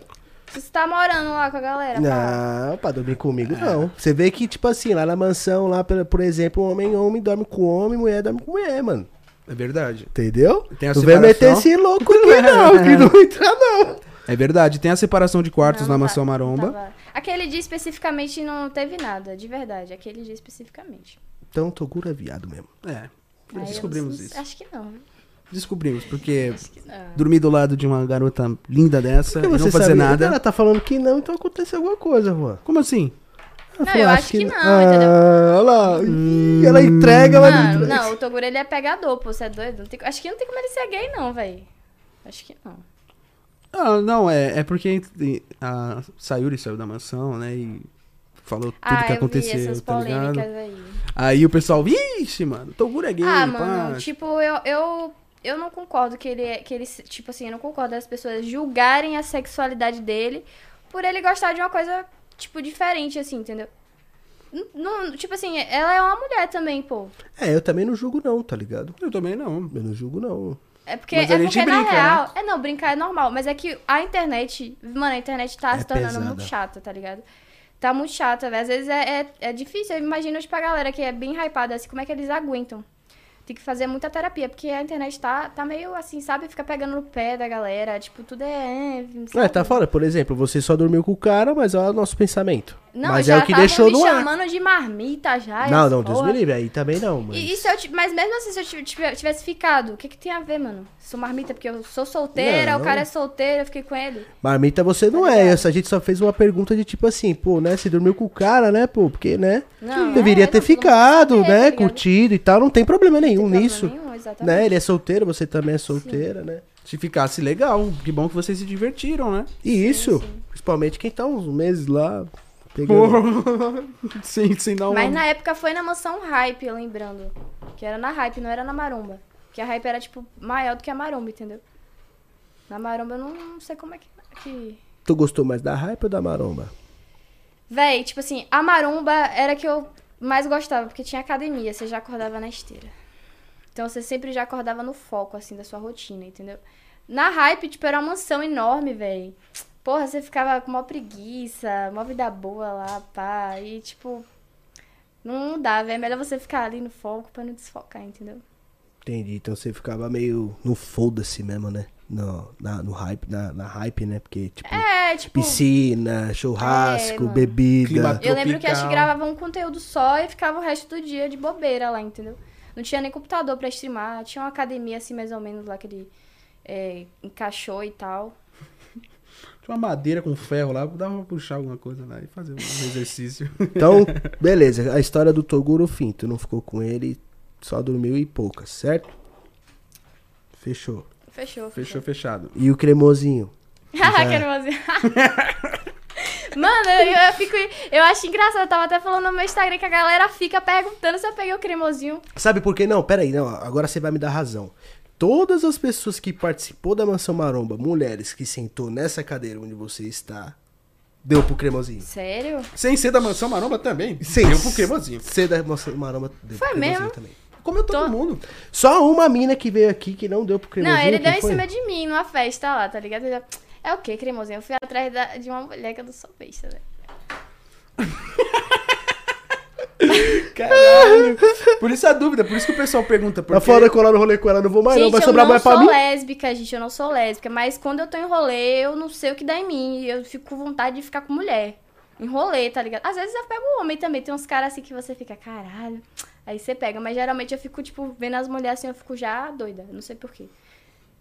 C: Você tá morando lá com a galera, Tá. pá.
A: Não, pra dormir comigo, não. Você vê que, tipo assim, lá na mansão, lá, por por exemplo, homem, homem dorme com homem, mulher dorme com mulher, mano.
B: É verdade.
A: Entendeu?
B: Tem a
A: não vem meter
B: separação.
A: esse louco aqui, não. Que não entra, não.
B: É verdade. Tem a separação de quartos
C: Não,
B: na
C: não
B: mansão
C: tá- não
B: maromba.
C: tava. Aquele dia especificamente não teve nada, de verdade. Aquele dia especificamente.
A: Então, Toguro é viado mesmo.
B: É.
C: Aí eu
B: Descobrimos
C: não-
B: isso.
C: Acho que não. né?
B: Descobrimos, porque
C: Acho que não.
B: dormir do lado de uma garota linda dessa
A: Por que
B: e
A: você
B: não fazer
A: sabe?
B: nada.
A: Ela tá falando que não, então aconteceu alguma coisa, Juan.
B: Como assim?
A: Ela
C: Não, eu acho que não, entendeu?
A: Ah, olha lá. Ih, Ela entrega, mas
C: Mano,
A: entrega.
C: não, o Toguro ele é pegador, pô, você é doido? Não tem- acho que não tem como ele ser gay, não, véi. Acho que não.
B: Ah, não, é, é porque a Sayuri saiu da mansão, né? E falou tudo
C: ah,
B: que
C: eu vi
B: aconteceu,
C: essas
B: tá ligado?
C: polêmicas aí.
B: Aí o pessoal, ixi, mano, Toguro é gay,
C: ah,
B: pá.
C: mano, tipo, eu, eu, eu não concordo que ele, é- que ele. se- Tipo assim, eu não concordo das pessoas julgarem a sexualidade dele por ele gostar de uma coisa, tipo, diferente, assim, entendeu? N- não- tipo assim, ela é uma mulher também, pô.
A: É, eu também não julgo não, tá ligado?
B: Eu também não.
A: Eu não julgo não.
C: É porque,
B: Mas a
C: é
B: gente
C: porque na
B: brinca, né?
C: real. É não, brincar é normal. Mas é que a internet. Mano, a internet tá
A: É
C: se tornando
A: pesada.
C: muito chata, tá ligado? Tá muito chata, velho. Às vezes é, é, é difícil. Eu imagino, tipo, a galera que é bem hypada, assim, como é que eles aguentam? Tem que fazer muita terapia, porque a internet tá, tá meio assim, sabe? Fica pegando no pé da galera. Tipo, tudo é.
A: É, tá
C: sabe?
A: fora, por exemplo, você só dormiu com o cara, mas olha o nosso pensamento.
C: Não,
A: mas
C: já
A: é o que
C: tavam
A: deixou
C: me
A: no ar.
C: chamando de marmita já.
A: não,
C: essa
A: não, Deus
C: porra.
A: me livre, aí também não, mano.
C: E, e se eu, ti- mas mesmo assim, se eu ti- tive- tivesse ficado, o que que tem a ver, mano? Sou marmita, porque eu sou solteira,
A: Não.
C: o cara é solteiro, eu fiquei com ele.
A: Marmita você não
C: Tá
A: é, essa a gente só fez uma pergunta de tipo assim, pô, né, você dormiu com o cara, né, pô, porque, né,
C: Não,
A: deveria
C: é,
A: ter
C: não,
A: ficado,
C: vamos saber, tá
A: né,
C: ligado?
A: curtido e tal, não tem problema nenhum
C: problema
A: nisso,
C: nenhum, tá exatamente.
A: né, ele é solteiro, você também é solteira, né.
B: Se ficasse legal, que bom que vocês se divertiram, né?
A: E isso, principalmente quem tá uns meses lá, pegando...
B: Porra. sem, sem dar uma...
C: Mas na época foi na mansão Hype, eu lembrando. Que era na Hype, não era na Maromba. Porque a Hype era, tipo, maior do que a Maromba, entendeu? Na Maromba eu não, não sei como é que... que...
A: Tu gostou mais da hype ou da maromba?
C: Véi, tipo assim, a Maromba era a que eu mais gostava, porque tinha academia, você já acordava na esteira. Então você sempre já acordava no foco, assim, da sua rotina, entendeu? Na Hype, tipo, era uma mansão enorme, véi. Porra, você ficava com uma preguiça, mó vida boa lá, pá. E, tipo, não dá, velho. É melhor você ficar ali no foco pra não desfocar, entendeu?
A: Entendi. Então você ficava meio no foda-se mesmo, né? No, na, no hype, na, na hype, né? Porque, tipo,
C: É, tipo. é,
A: piscina, churrasco,
C: mano.
A: bebida.
B: Clima-
C: Eu lembro que a gente
B: Tropical.
C: gravava um conteúdo só e ficava o resto do dia de bobeira lá, entendeu? Não tinha nem computador pra streamar, tinha uma academia assim mais ou menos lá que ele é, encaixou e tal.
B: Tinha uma madeira com ferro lá, dava pra puxar alguma coisa lá e fazer um exercício.
A: Então, beleza. A história do Toguro, fim. Tu não ficou com ele, só dormiu e poucas, certo? Fechou.
C: Fechou.
B: Fechou, fechado.
A: E o cremosinho?
C: Haha, quero fazer. Mano, eu, eu fico. Eu acho engraçado. Eu tava até falando no meu Instagram que a galera fica perguntando se eu peguei o cremosinho.
A: Sabe por quê? Não, peraí, não. Agora você vai me dar razão. Todas as pessoas que participou da Mansão Maromba, mulheres que sentou nessa cadeira onde você está, deu pro cremosinho.
C: Sério?
B: Sem ser da mansão maromba também.
A: Sem-
B: Deu pro cremosinho.
A: Você da Mansão Maromba deu
C: Foi
A: pro cremosinho
C: mesmo?
A: também.
B: Comeu todo
C: Tô-
B: mundo.
A: Só uma mina que veio aqui que não deu pro cremosinho.
C: Não, ele
A: quem
C: deu em
A: foi?
C: cima de mim numa festa lá, tá ligado? Ele já- É o que, cremosinho? Eu fui atrás da- de uma mulher que eu não sou besta, né?
B: Caralho. Por isso a dúvida, por isso que o pessoal pergunta. Porque...
A: Tá foda colar no rolê com ela, não vou mais não.
C: gente,
A: Vai
C: eu
A: sobrar
C: não
A: mais
C: sou
A: pra mim?
C: lésbica, gente, eu não sou lésbica, mas quando eu tô em rolê, eu não sei o que dá em mim. Eu fico com vontade de ficar com mulher. Em rolê, tá ligado? Às vezes eu pego homem também, tem uns caras assim que você fica, caralho. Aí você pega, mas geralmente eu fico, tipo, vendo as mulheres assim, eu fico já doida, não sei porquê.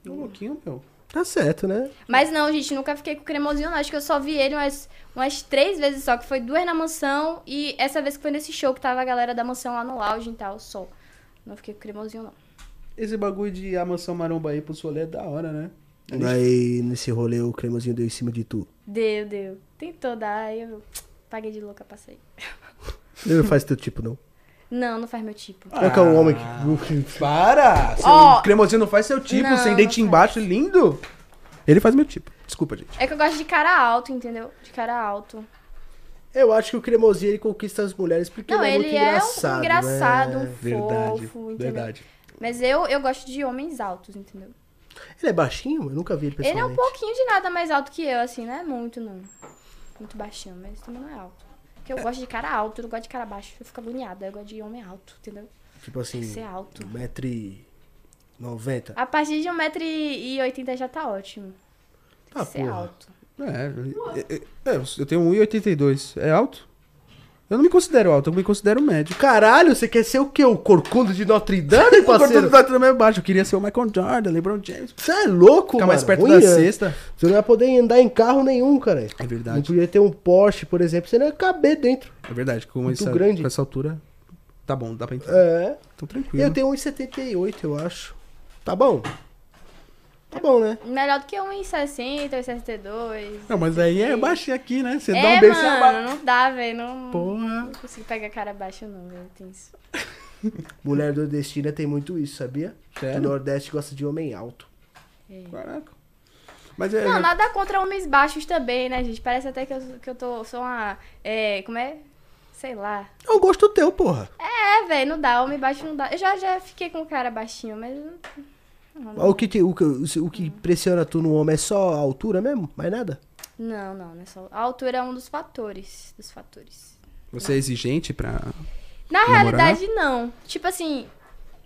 B: Ô, louquinho, Um meu.
A: Tá certo, né?
C: Mas não, gente, nunca fiquei com o cremosinho, não. Acho que eu só vi ele umas, umas três vezes só, que foi duas na mansão e essa vez que foi nesse show que tava a galera da mansão lá no lounge e tal, só. Não fiquei com o cremosinho, não.
B: Esse bagulho de a mansão maromba aí pro solé é da hora, né?
A: Aí nesse rolê o cremosinho deu em cima de tu.
C: Deu, deu. Tentou dar, aí eu paguei de louca, passei.
A: Ele não faz teu tipo, não.
C: Não, não faz meu tipo.
A: Olha que é um
B: Ah.
A: homem que.
B: Para! Seu
C: Ó.
B: cremosinho não faz seu tipo,
C: Não,
B: sem
C: não
B: dente
C: faz.
B: embaixo, lindo. Ele faz meu tipo. Desculpa, gente.
C: É que eu gosto de cara alto, entendeu? De cara alto.
A: Eu acho que o cremosinho ele conquista as mulheres porque
C: não,
A: ele é
C: ele
A: muito
C: é
A: engraçado.
C: um engraçado,
A: né?
C: um fofo, entendeu? Mas eu, eu gosto de homens altos, entendeu?
A: Ele é baixinho? Eu nunca vi ele
C: Ele é
A: pessoalmente.
C: um pouquinho de nada mais alto que eu, assim, não é muito, não. Muito baixinho, mas também não é alto. Porque eu gosto de cara alto, eu não gosto de cara baixo. Eu fico agoniada, eu gosto de homem alto, entendeu?
A: Tipo assim.
C: Tem que ser é alto.
A: 1,90m.
C: A partir de 1,80m já tá ótimo. Tem que
A: Ah,
C: ser
A: porra.
C: alto.
B: É, é, é, eu tenho 1,82. É alto? Eu não me considero alto, eu me considero médio.
A: Caralho, você quer ser o quê? O corcunda de Notre Dame,
B: O corpo
A: parceiro?
B: do também é baixo. Eu queria ser o Michael Jordan, LeBron James.
A: Você é louco,
B: Ficar
A: mano.
B: mais perto
A: Ruim,
B: da
A: né?
B: cesta.
A: Você não ia poder andar em carro nenhum, cara.
B: É
A: Não
B: verdade.
A: podia ter um Porsche, por exemplo. Você não ia caber dentro.
B: É verdade. Com,
A: Muito
B: essa,
A: grande.
B: com essa altura, tá bom, dá pra entrar.
A: É.
B: Então tranquilo.
A: Eu tenho 1,78, eu acho. Tá bom? Tá bom, né?
C: Melhor do que 1,60, 1,62.
B: Não, mas aí é baixinho aqui, né? Você dá
C: É,
B: um beijo, você abaixa.
C: mano, não dá, velho. Não,
B: Porra.
C: não consigo pegar cara baixa, não, velho. Tem isso.
A: Mulher nordestina tem muito isso, sabia?
B: Sério?
A: O Nordeste gosta de homem alto.
B: Caraca. Mas é.
C: Não, nada contra homens baixos também, né, gente? Parece até que eu, que eu tô, sou uma. É, como é? Sei lá.
A: É um gosto teu, porra.
C: É, velho, não dá. Homem baixo não dá. Eu já, já fiquei com cara baixinho, mas. não-
A: O que, te- o, que- o que pressiona tu no homem é só a altura mesmo? Mais nada?
C: Não, não, não é só. A altura é um dos fatores. Dos fatores.
B: Você é exigente pra.
C: Na
B: Namorar?
C: realidade, não. Tipo assim,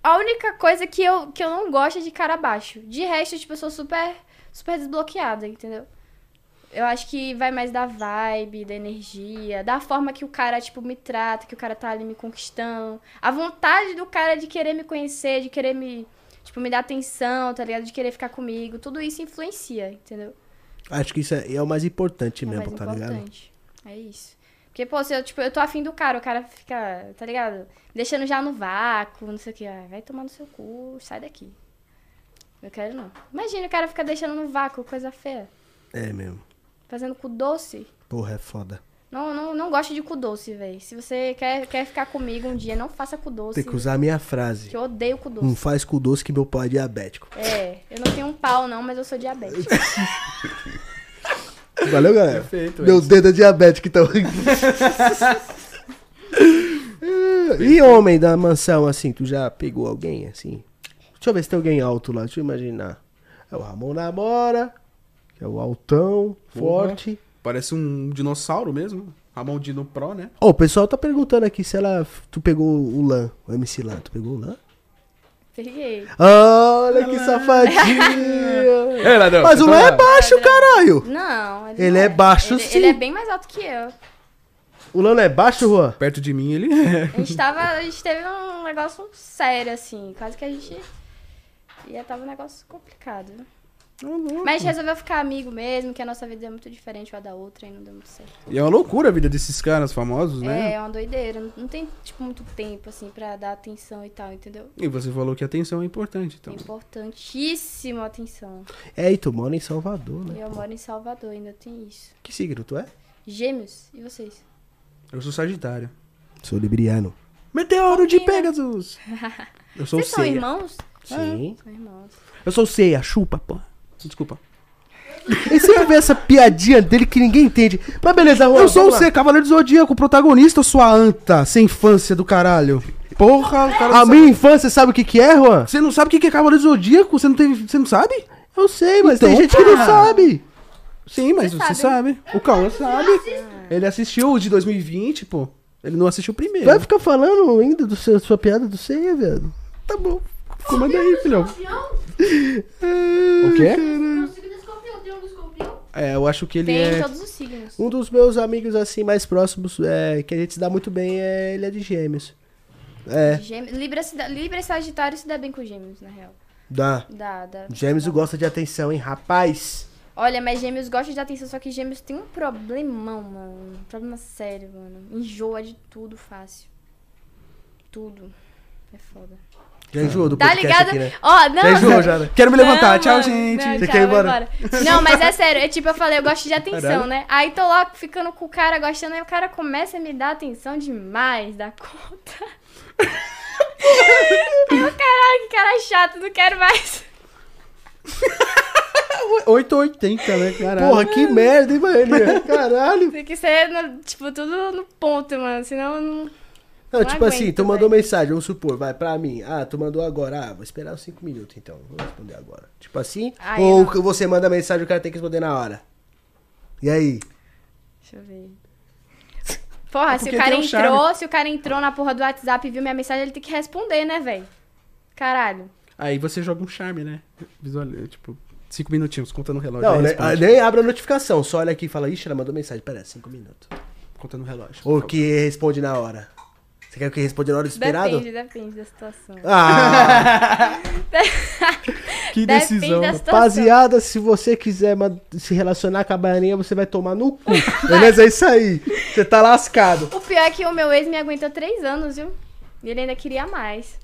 C: a única coisa que eu, que eu não gosto é de cara baixo. De resto, tipo, eu sou super, super desbloqueada, entendeu? Eu acho que vai mais da vibe, da energia, da forma que o cara, tipo, me trata, que o cara tá ali me conquistando. A vontade do cara de querer me conhecer, de querer me, tipo, me dar atenção, tá ligado? De querer ficar comigo. Tudo isso influencia, entendeu?
A: Acho que isso é, é o mais importante
C: é
A: mesmo,
C: mais
A: tá ligado?
C: importante. É isso. Porque, pô, se eu, tipo, eu tô afim do cara, o cara fica, tá ligado? Deixando já no vácuo, não sei o que. Ah, vai tomar no seu cu, sai daqui. Eu quero não. Imagina o cara ficar deixando no vácuo, coisa feia.
A: É mesmo.
C: Fazendo cu doce.
A: Porra, é foda.
C: Não, não, não gosto de cu doce, velho. Se você quer, quer ficar comigo um dia, não faça cu doce.
A: Tem que usar Um a minha frase.
C: Que eu odeio cu
A: Não
C: doce.
A: faz com doce que meu pai é diabético.
C: É, eu não tenho um pau, não, mas eu sou diabética.
A: Valeu, galera.
B: Perfeito,
A: Meu dedo é diabético, então. e homem da mansão, assim, tu já pegou alguém, assim? Deixa eu ver se tem alguém alto lá, deixa eu imaginar. É o Ramon Namora, que é o altão,
B: Porra.
A: forte.
B: Parece um dinossauro mesmo. Ramon Dino Pro, né?
A: Ó, o pessoal tá perguntando aqui se ela... Tu pegou o Lan, o MC Lan, tu pegou o Lan?
C: Peguei.
A: Olha que safadinho.
B: É, ladrão.
A: Mas o Léo é baixo, caralho.
C: Não, ele,
A: Ele
C: não
A: é baixo,
C: ele,
A: sim.
C: Ele é bem mais alto que eu.
A: O Léo não é baixo, Juan?
B: Perto de mim ele é.
C: A gente tava. A gente teve um negócio sério, assim. Quase que a gente. ia tava um negócio complicado. Mas a gente resolveu ficar amigo mesmo, que a nossa vida é muito diferente uma da outra e não deu muito certo.
B: E é uma loucura a vida desses caras famosos, né?
C: É, é uma doideira. Não, não tem, tipo, muito tempo, assim, pra dar atenção e tal, entendeu? É
B: E você falou que a atenção é importante, então.
C: Importantíssima atenção.
A: É, e tu mora em Salvador,
C: E
A: né?
C: eu moro em Salvador, ainda tem isso.
A: Que signo tu é?
C: Gêmeos, e vocês?
B: Eu sou Sagitário.
A: Sou libriano.
B: Meteoro de Pegasus! Eu sou o
C: Vocês são
B: Ceia.
C: irmãos? Ah,
A: Sim.
C: São irmãos.
B: Eu sou o Ceia, chupa, pô. Desculpa.
A: E sempre vê essa piadinha dele que ninguém entende. Mas beleza, Juan.
B: Eu sou o
A: vamos lá.
B: C, Cavaleiro do Zodíaco, protagonista, eu sou a anta, sem infância do caralho. Porra, o cara.
A: A minha infância sabe o que que é, Juan?
B: Você não sabe o que que é Cavaleiro do Zodíaco? Você não, teve... você não sabe?
A: Eu sei, mas
B: Então,
A: tem gente que não
B: porra.
A: sabe.
B: Sim, mas você,
C: Você
B: sabe. O Cauã sabe. Ele assistiu o de 2020, pô. Ele não assistiu o primeiro.
A: Vai ficar falando ainda do seu, sua piada do ceia, velho.
B: Tá bom. Comanda aí, filhão.
A: O quê?
B: É, eu acho que ele
C: Tem então em
B: é.
C: todos os signos.
A: Um dos meus amigos, assim, mais próximos, é, que a gente se dá muito bem, é ele é de gêmeos. É,
C: Gêmeos, Libra, se dá- Libra e Sagitário se dá bem com gêmeos, na real.
A: dá.
C: Dá, dá.
A: Gêmeos gosta de atenção, hein, rapaz?
C: Olha, mas gêmeos gostam de atenção, só que gêmeos tem um problemão, mano. Um problema sério, mano. Enjoa de tudo fácil. Tudo. É foda.
A: Já enjoou do
C: Tá
A: podcast
C: ligado?
A: aqui, né?
C: Ó, não.
A: Já enjoou, já, né?
B: Quero me
C: Não,
B: levantar. Tchau,
C: mano.
B: gente.
C: Não,
A: Você
C: tchau,
A: quer ir
C: vai
A: embora?
C: Não, mas é sério. É tipo, eu falei, eu gosto de atenção,
B: Caralho.
C: né? Aí tô lá ficando com o cara, gostando, aí o cara começa a me dar atenção demais da conta. Eu, caralho, que cara chato, não quero mais.
B: 880, né, caralho?
A: Porra, que merda, hein, mano? Caralho.
C: Tem que ser, no- tipo, tudo no ponto, mano. Senão eu não.
A: Não,
C: Não
A: tipo assim,
C: aguento,
A: tu mandou
C: velho.
A: mensagem, vamos supor, vai, pra mim. Ah, tu mandou agora. Ah, vou esperar uns 5 minutos, então. Vou responder agora. Tipo assim?
C: Ai,
A: ou
C: não.
A: que você manda mensagem, o cara tem que responder na hora. E aí?
C: Deixa eu ver. Porra, se
B: porque
C: o cara
B: tem um charme.
C: entrou, se o cara entrou na porra do WhatsApp e viu minha mensagem, ele tem que responder, né, velho? Caralho.
B: Aí você joga um charme, né? Visual, tipo, cinco minutinhos, contando o relógio.
A: Não,
B: aí
A: né,
B: responde.
A: nem abre a notificação, só olha aqui e fala, ixi, ela mandou mensagem, pera, 5 minutos.
B: Contando o relógio.
A: Ou que responde na hora. Você quer que responda na hora do esperado?
C: Depende, depende da situação.
A: Ah,
B: Que
C: Depende
B: decisão.
C: da situação.
A: rapaziada, se você quiser ma- se relacionar com a baianinha, você vai tomar no cu. Beleza? É isso aí. Você tá lascado.
C: O pior é que o meu ex me aguentou três anos, viu? E ele ainda queria mais.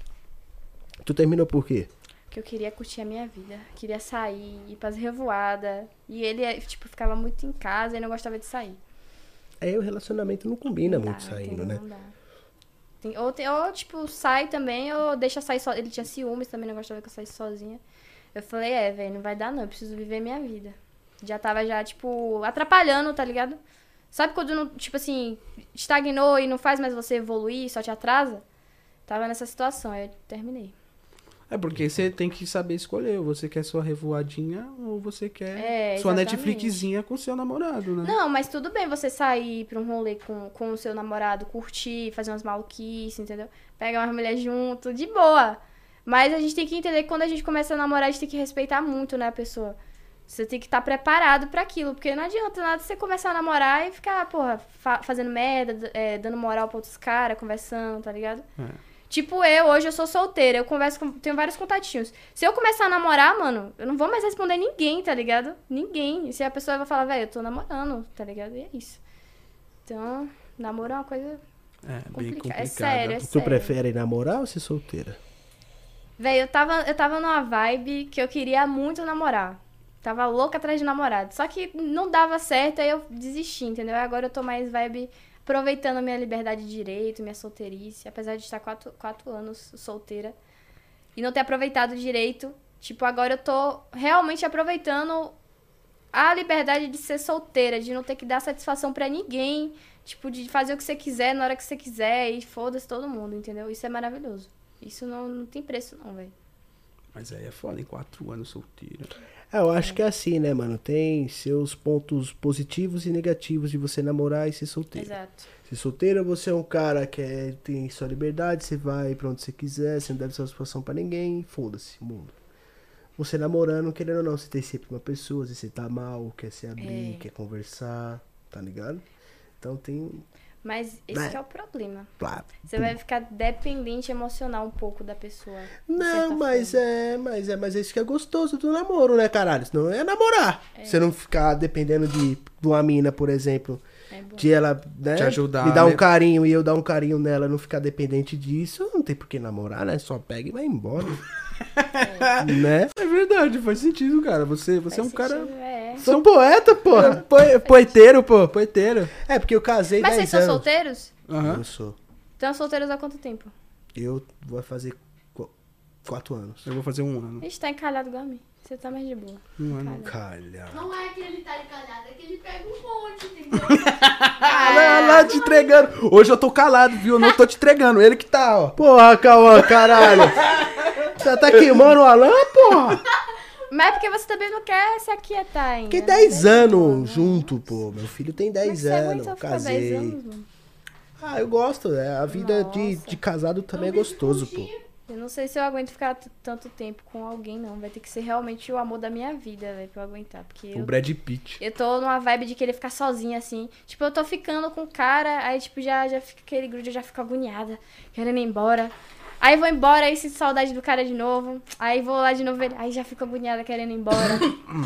A: Tu terminou por quê?
C: Porque eu queria curtir a minha vida. Queria sair, ir pras revoadas. E ele, eh, tipo, ficava muito em casa e não gostava de sair.
A: Aí É, o relacionamento não combina
C: Não dá,
A: muito saindo,
C: entendeu?
A: né?
C: Não dá. Tem- ou, tem- ou, tipo, sai também, ou deixa sair só. Ele tinha ciúmes também, não gostava que eu saísse sozinha. Eu falei, é, velho, não vai dar não, eu preciso viver minha vida. Já tava já, tipo, atrapalhando, tá ligado? Sabe quando, não, tipo assim, estagnou e não faz mais você evoluir, só te atrasa? Tava nessa situação, aí eu terminei.
B: É porque você tem que saber escolher. Você quer sua revoadinha ou você quer
C: É,
B: sua
C: exatamente.
B: Netflixzinha com seu namorado, né?
C: Não, mas tudo bem você sair pra um rolê com, com o seu namorado, curtir, fazer umas maluquices, entendeu? Pegar umas mulheres junto, de boa. Mas a gente tem que entender que quando a gente começa a namorar, a gente tem que respeitar muito, né, a pessoa. Você tem que estar preparado pra aquilo, porque não adianta nada você começar a namorar e ficar, porra, fa- fazendo merda, d- é, dando moral pra outros caras, conversando, tá ligado?
B: É.
C: Tipo, eu hoje eu sou solteira, eu converso com. tenho vários contatinhos. Se eu começar a namorar, mano, eu não vou mais responder ninguém, tá ligado? Ninguém. E se a pessoa vai falar, velho, eu tô namorando, tá ligado? E é isso. Então, namoro é uma coisa.
B: É, bem
C: Complica-
B: complicado.
C: é sério, é
A: Tu
C: sério.
A: prefere namorar ou ser solteira?
C: Véi, eu tava, eu tava numa vibe que eu queria muito namorar. Tava louca atrás de namorado. Só que não dava certo, aí eu desisti, entendeu? Aí Agora eu tô mais vibe aproveitando a minha liberdade de direito, minha solteirice. Apesar de estar quatro, quatro anos solteira e não ter aproveitado direito. Tipo, agora eu tô realmente aproveitando a liberdade de ser solteira, de não ter que dar satisfação pra ninguém. Tipo, de fazer o que você quiser na hora que você quiser e foda-se todo mundo, entendeu? Isso é maravilhoso. Isso não, não tem preço, não, velho.
B: Mas aí é foda, em quatro anos solteiro.
A: É, eu acho que é assim, né, mano? Tem seus pontos positivos e negativos de você namorar e ser solteiro.
C: Exato.
A: Se solteiro, você é um cara que é- tem sua liberdade, você vai pra onde você quiser, você não deve satisfação pra ninguém, foda-se, mundo. Você namorando, querendo ou não, você tem sempre uma pessoa, às vezes você tá mal, quer se abrir,
C: É.
A: quer conversar, tá ligado? Então tem.
C: Mas esse
A: Né?
C: que é o problema.
A: Plá,
C: Você vai ficar dependente emocional um pouco da pessoa. de certa
A: Não, mas
C: forma.
A: é, mas é, mas é isso que é gostoso do namoro, né, caralho? Senão é namorar. Você não ficar dependendo de, de uma mina, por exemplo,
C: É bom.
A: de ela, né,
B: Te ajudar,
A: me dar
B: né?
A: um carinho e eu dar um carinho nela, não ficar dependente disso, não tem por que namorar, né? Só pega e vai embora. né?
B: É verdade, faz sentido, cara. Você, você é um
C: Faz
B: cara.
C: sentido, é.
A: Sou um poeta, porra.
B: Poi- Poeteiro, pô, poeteiro.
A: É porque eu casei
C: Mas
A: 10
C: vocês são
A: anos.
C: solteiros?
B: Aham.
A: Eu sou.
C: Estão solteiros há quanto tempo?
A: Eu vou fazer 4 anos.
B: Eu vou fazer um ano.
C: A gente tá encalhado igual a mim. Você tá mais de boa.
B: Um ano.
A: Calha.
E: Não é que ele tá encalhado, é que ele pega um monte, entendeu?
B: Lá, Tá lá, te entregando. Hoje eu tô calado, viu? Eu não tô te entregando. Ele que tá, ó.
A: Porra, Cauã, caralho. Tá, tá queimando o Alan, porra.
C: Mas é porque você também não quer se aquietar ainda.
A: Fiquei
C: né?
A: 10
C: Né?
A: anos junto, pô. Meu filho tem
C: Como é que
A: 10
C: você
A: anos,
C: aguenta ficar 10
A: casei.
C: anos, mano?
A: Ah, eu gosto, né? A vida de,
C: Nossa.
A: de casado também é gostoso, pô.
C: Eu não sei se eu aguento ficar t- tanto tempo com alguém, não. Vai ter que ser realmente o amor da minha vida, velho, pra eu aguentar. Porque
B: O
C: eu,
B: Brad Pitt.
C: eu tô numa vibe de querer ficar sozinha, assim. Tipo, eu tô ficando com o cara, aí, tipo, já, já fica aquele grude, eu já fico agoniada, querendo ir embora. Aí vou embora, aí sinto saudade do cara de novo. Aí vou lá de novo, ele- aí já fico agoniada, querendo ir embora.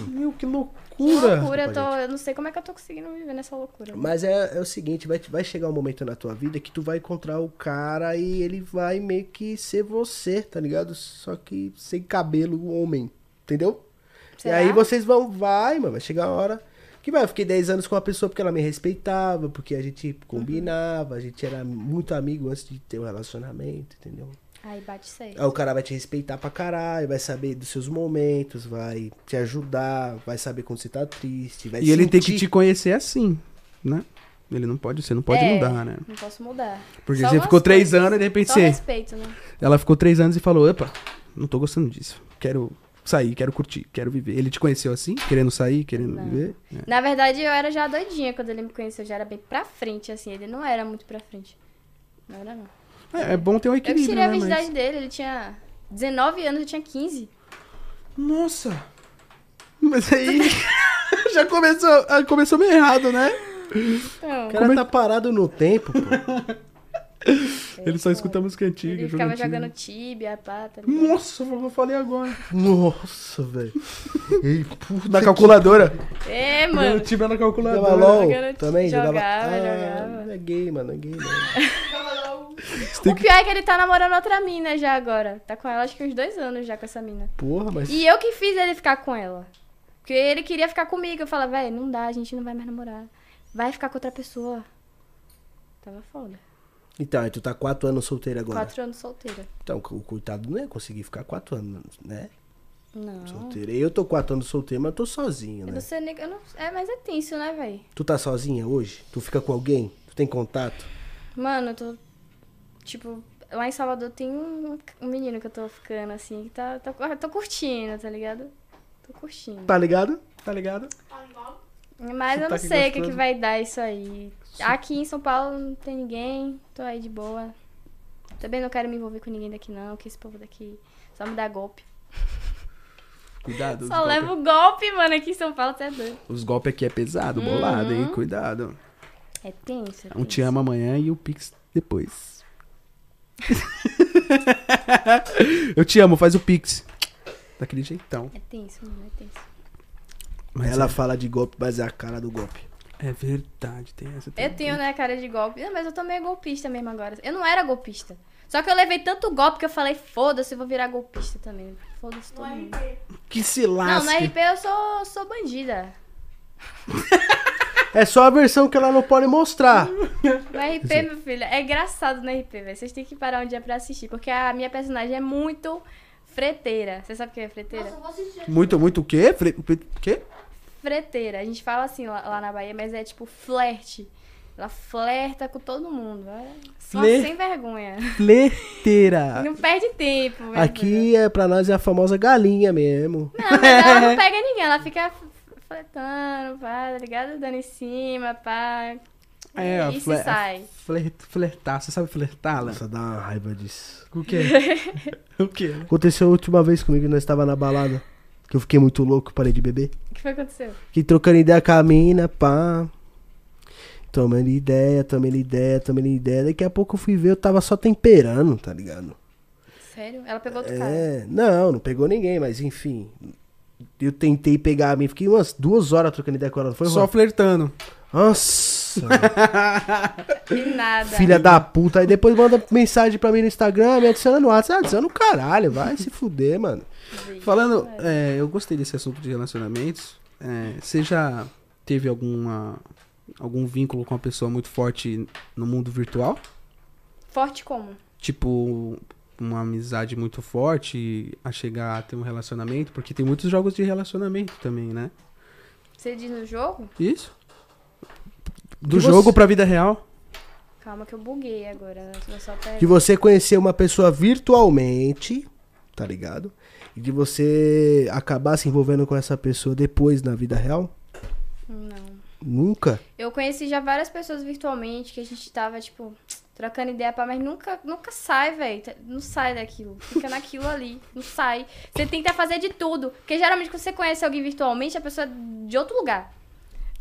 B: Meu, que
C: Que
B: loucura.
C: loucura, eu, tô, eu não sei como é que eu tô conseguindo viver nessa loucura.
A: Mas é, é o seguinte, vai, vai chegar um momento na tua vida que tu vai encontrar o cara e ele vai meio que ser você, tá ligado? Só que sem cabelo, homem, entendeu?
C: Será?
A: E aí vocês vão, vai, mano, vai chegar a hora que vai. Eu fiquei 10 anos com uma pessoa porque ela me respeitava, porque a gente combinava, a gente era muito amigo antes de ter um relacionamento, entendeu?
C: Aí bate isso aí.
B: É
A: Aí o cara vai te respeitar pra caralho, vai saber dos seus momentos, vai te ajudar, vai saber quando você tá triste, vai
B: E ele tem que
A: sentir.
B: te conhecer assim, né? Ele não pode, você não pode
C: É,
B: mudar, né?
C: Não posso mudar.
B: Porque
C: Só
B: você ficou
C: umas
B: três
C: coisas.
B: anos e de repente
C: Só
B: você.
C: respeito, né?
B: Ela ficou três anos e falou: opa, não tô gostando disso. Quero sair, quero curtir, quero viver. Ele te conheceu assim, querendo sair, querendo
C: Não.
B: viver. É.
C: Na verdade, eu era já doidinha quando ele me conheceu. Eu já era bem pra frente, assim. Ele não era muito pra frente. Não era, não.
B: É, é bom ter um
C: Eu que
B: equilíbrio,
C: tirei a
B: né?
C: virgindade
B: Mas...
C: dele. Ele tinha 19 anos, eu tinha 15.
B: Nossa! Mas aí. já começou, ah, começou meio errado, né?
C: Então,
A: O cara tá parado no tempo, pô.
B: Ele só escuta música antiga.
C: ele
B: jogo
C: ficava
B: antigo.
C: jogando tíbia, pá, tá ligado?
B: Nossa, eu falei agora.
A: Nossa, velho. Ei, puta
B: Na
A: que-
B: calculadora.
C: É,
B: Quando
C: mano.
B: tiver na
A: Jogava
B: calculadora.
A: LOL
C: jogando-
A: também? Jogava.
C: né? jogava,
A: Ah,
C: jogava.
A: É gay, mano, é gay, mano.
C: O pior é que ele tá namorando outra mina já agora. Tá com ela acho que uns dois anos já com essa mina.
A: Porra, mas.
C: E eu que fiz ele ficar com ela. Porque ele queria ficar comigo. Eu falava, velho, não dá, a gente não vai mais namorar. Vai ficar com outra pessoa. Tava foda.
A: Então, aí tu tá quatro anos solteiro agora.
C: Quatro anos solteira.
A: Então, o coitado não ia conseguir ficar quatro anos, né?
C: Não.
A: Solteiro. Eu tô quatro anos solteiro, mas eu tô sozinho,
C: Ah. Eu
A: né?
C: não sei nem. eu não- é, mas é tenso, né, velho?
A: Tu tá sozinha hoje? Tu fica com alguém? Tu tem contato?
C: Mano, eu tô. Tipo, lá em Salvador tem um, um menino que eu tô ficando assim, que tá. tá eu tô curtindo, tá ligado? Tô curtindo.
A: Tá ligado? Tá ligado?
C: Mas eu não
B: Sotaque
C: sei o que, que
B: gostoso.
C: vai dar isso aí. Aqui em São Paulo não tem ninguém, tô aí de boa. Também não quero me envolver com ninguém daqui, não, que esse povo daqui só me dá golpe.
B: Cuidado.
C: Só leva o golpe, mano, aqui em São Paulo, você é doido.
B: Os golpes aqui é pesado, bolado, hein?
C: Uhum.
B: Cuidado.
C: É tenso. É
B: Um
C: tenso.
B: te ama amanhã e o Pix depois. Eu te amo, faz o Pix. Daquele jeitão.
C: É tenso, mano, é tenso.
B: Mas
A: Ela fala de golpe, mas é a cara do golpe.
B: é, é verdade, tem essa. tem-
C: Eu tenho, né, cara de golpe. Não, mas eu tô meio golpista mesmo agora. Eu não era golpista. Só que eu levei tanto golpe que eu falei, foda-se, eu vou virar golpista também. Foda-se todo mundo.
B: Que se
C: Não, é
B: lasque.
C: no RP eu sou, sou bandida.
A: É só a versão que ela não pode mostrar.
C: é No RP, meu filho, é engraçado no RP, velho. Vocês têm que parar um dia pra assistir, porque a minha personagem é muito freteira. Você sabe o que é freteira?
E: Nossa, eu vou assistir.
B: Muito, muito o quê? Fre... O quê?
C: Freteira. A gente fala assim lá, lá na Bahia, mas é tipo flerte. Ela flerta com todo mundo. Ela só
A: Fler-
C: sem vergonha.
A: Fleteira.
C: Não perde tempo. mesmo.
A: Aqui é pra nós é a famosa galinha mesmo.
C: Não, mas ela não pega ninguém. Ela fica f- flertando, pá, tá ligado? Dando em cima, pá.
B: É,
C: e
B: fle-
C: se sai.
B: fler- flertar. Você sabe flertar, Alan?
A: Nossa, dá uma raiva disso.
B: O quê? o quê?
A: Aconteceu a última vez comigo, nós estava na balada, que eu fiquei muito louco, parei de beber.
C: O que foi que aconteceu?
A: Fiquei trocando ideia com a mina, pá. Tomando ideia, tomando ideia, tomando ideia. Daqui a pouco eu fui ver, eu tava só temperando, tá ligado?
C: Sério? Ela pegou outro cara.
A: É, não, não pegou ninguém, mas enfim. Eu tentei pegar a minha, fiquei umas duas horas trocando ideia com ela, não foi?
B: Só
A: Só...
B: flertando.
A: Nossa,
C: E nada.
A: filha da puta. Aí depois manda mensagem pra mim no Instagram, me adiciona no WhatsApp, Ah, adiciona no caralho, vai se fuder, mano.
B: Falando, é, eu gostei desse assunto de relacionamentos. É, você já teve alguma algum vínculo com uma pessoa muito forte no mundo virtual?
C: Forte como?
B: Tipo, uma amizade muito forte a chegar a ter um relacionamento? Porque tem muitos jogos de relacionamento também, né?
C: Você diz no jogo?
B: Isso? Do
A: Que você-
B: jogo pra vida real?
C: Calma que eu buguei agora. né? Eu só pego.
A: De você conhecer uma pessoa virtualmente, tá ligado? E de você acabar se envolvendo com essa pessoa depois na vida real?
C: Não.
A: Nunca.
C: Eu conheci já várias pessoas virtualmente que a gente tava, tipo, trocando ideia, pá, mas nunca, nunca sai, velho. Tá, Não sai daquilo. Fica naquilo ali. Não sai. Você tenta fazer de tudo. Porque geralmente quando você conhece alguém virtualmente, a pessoa é de outro lugar.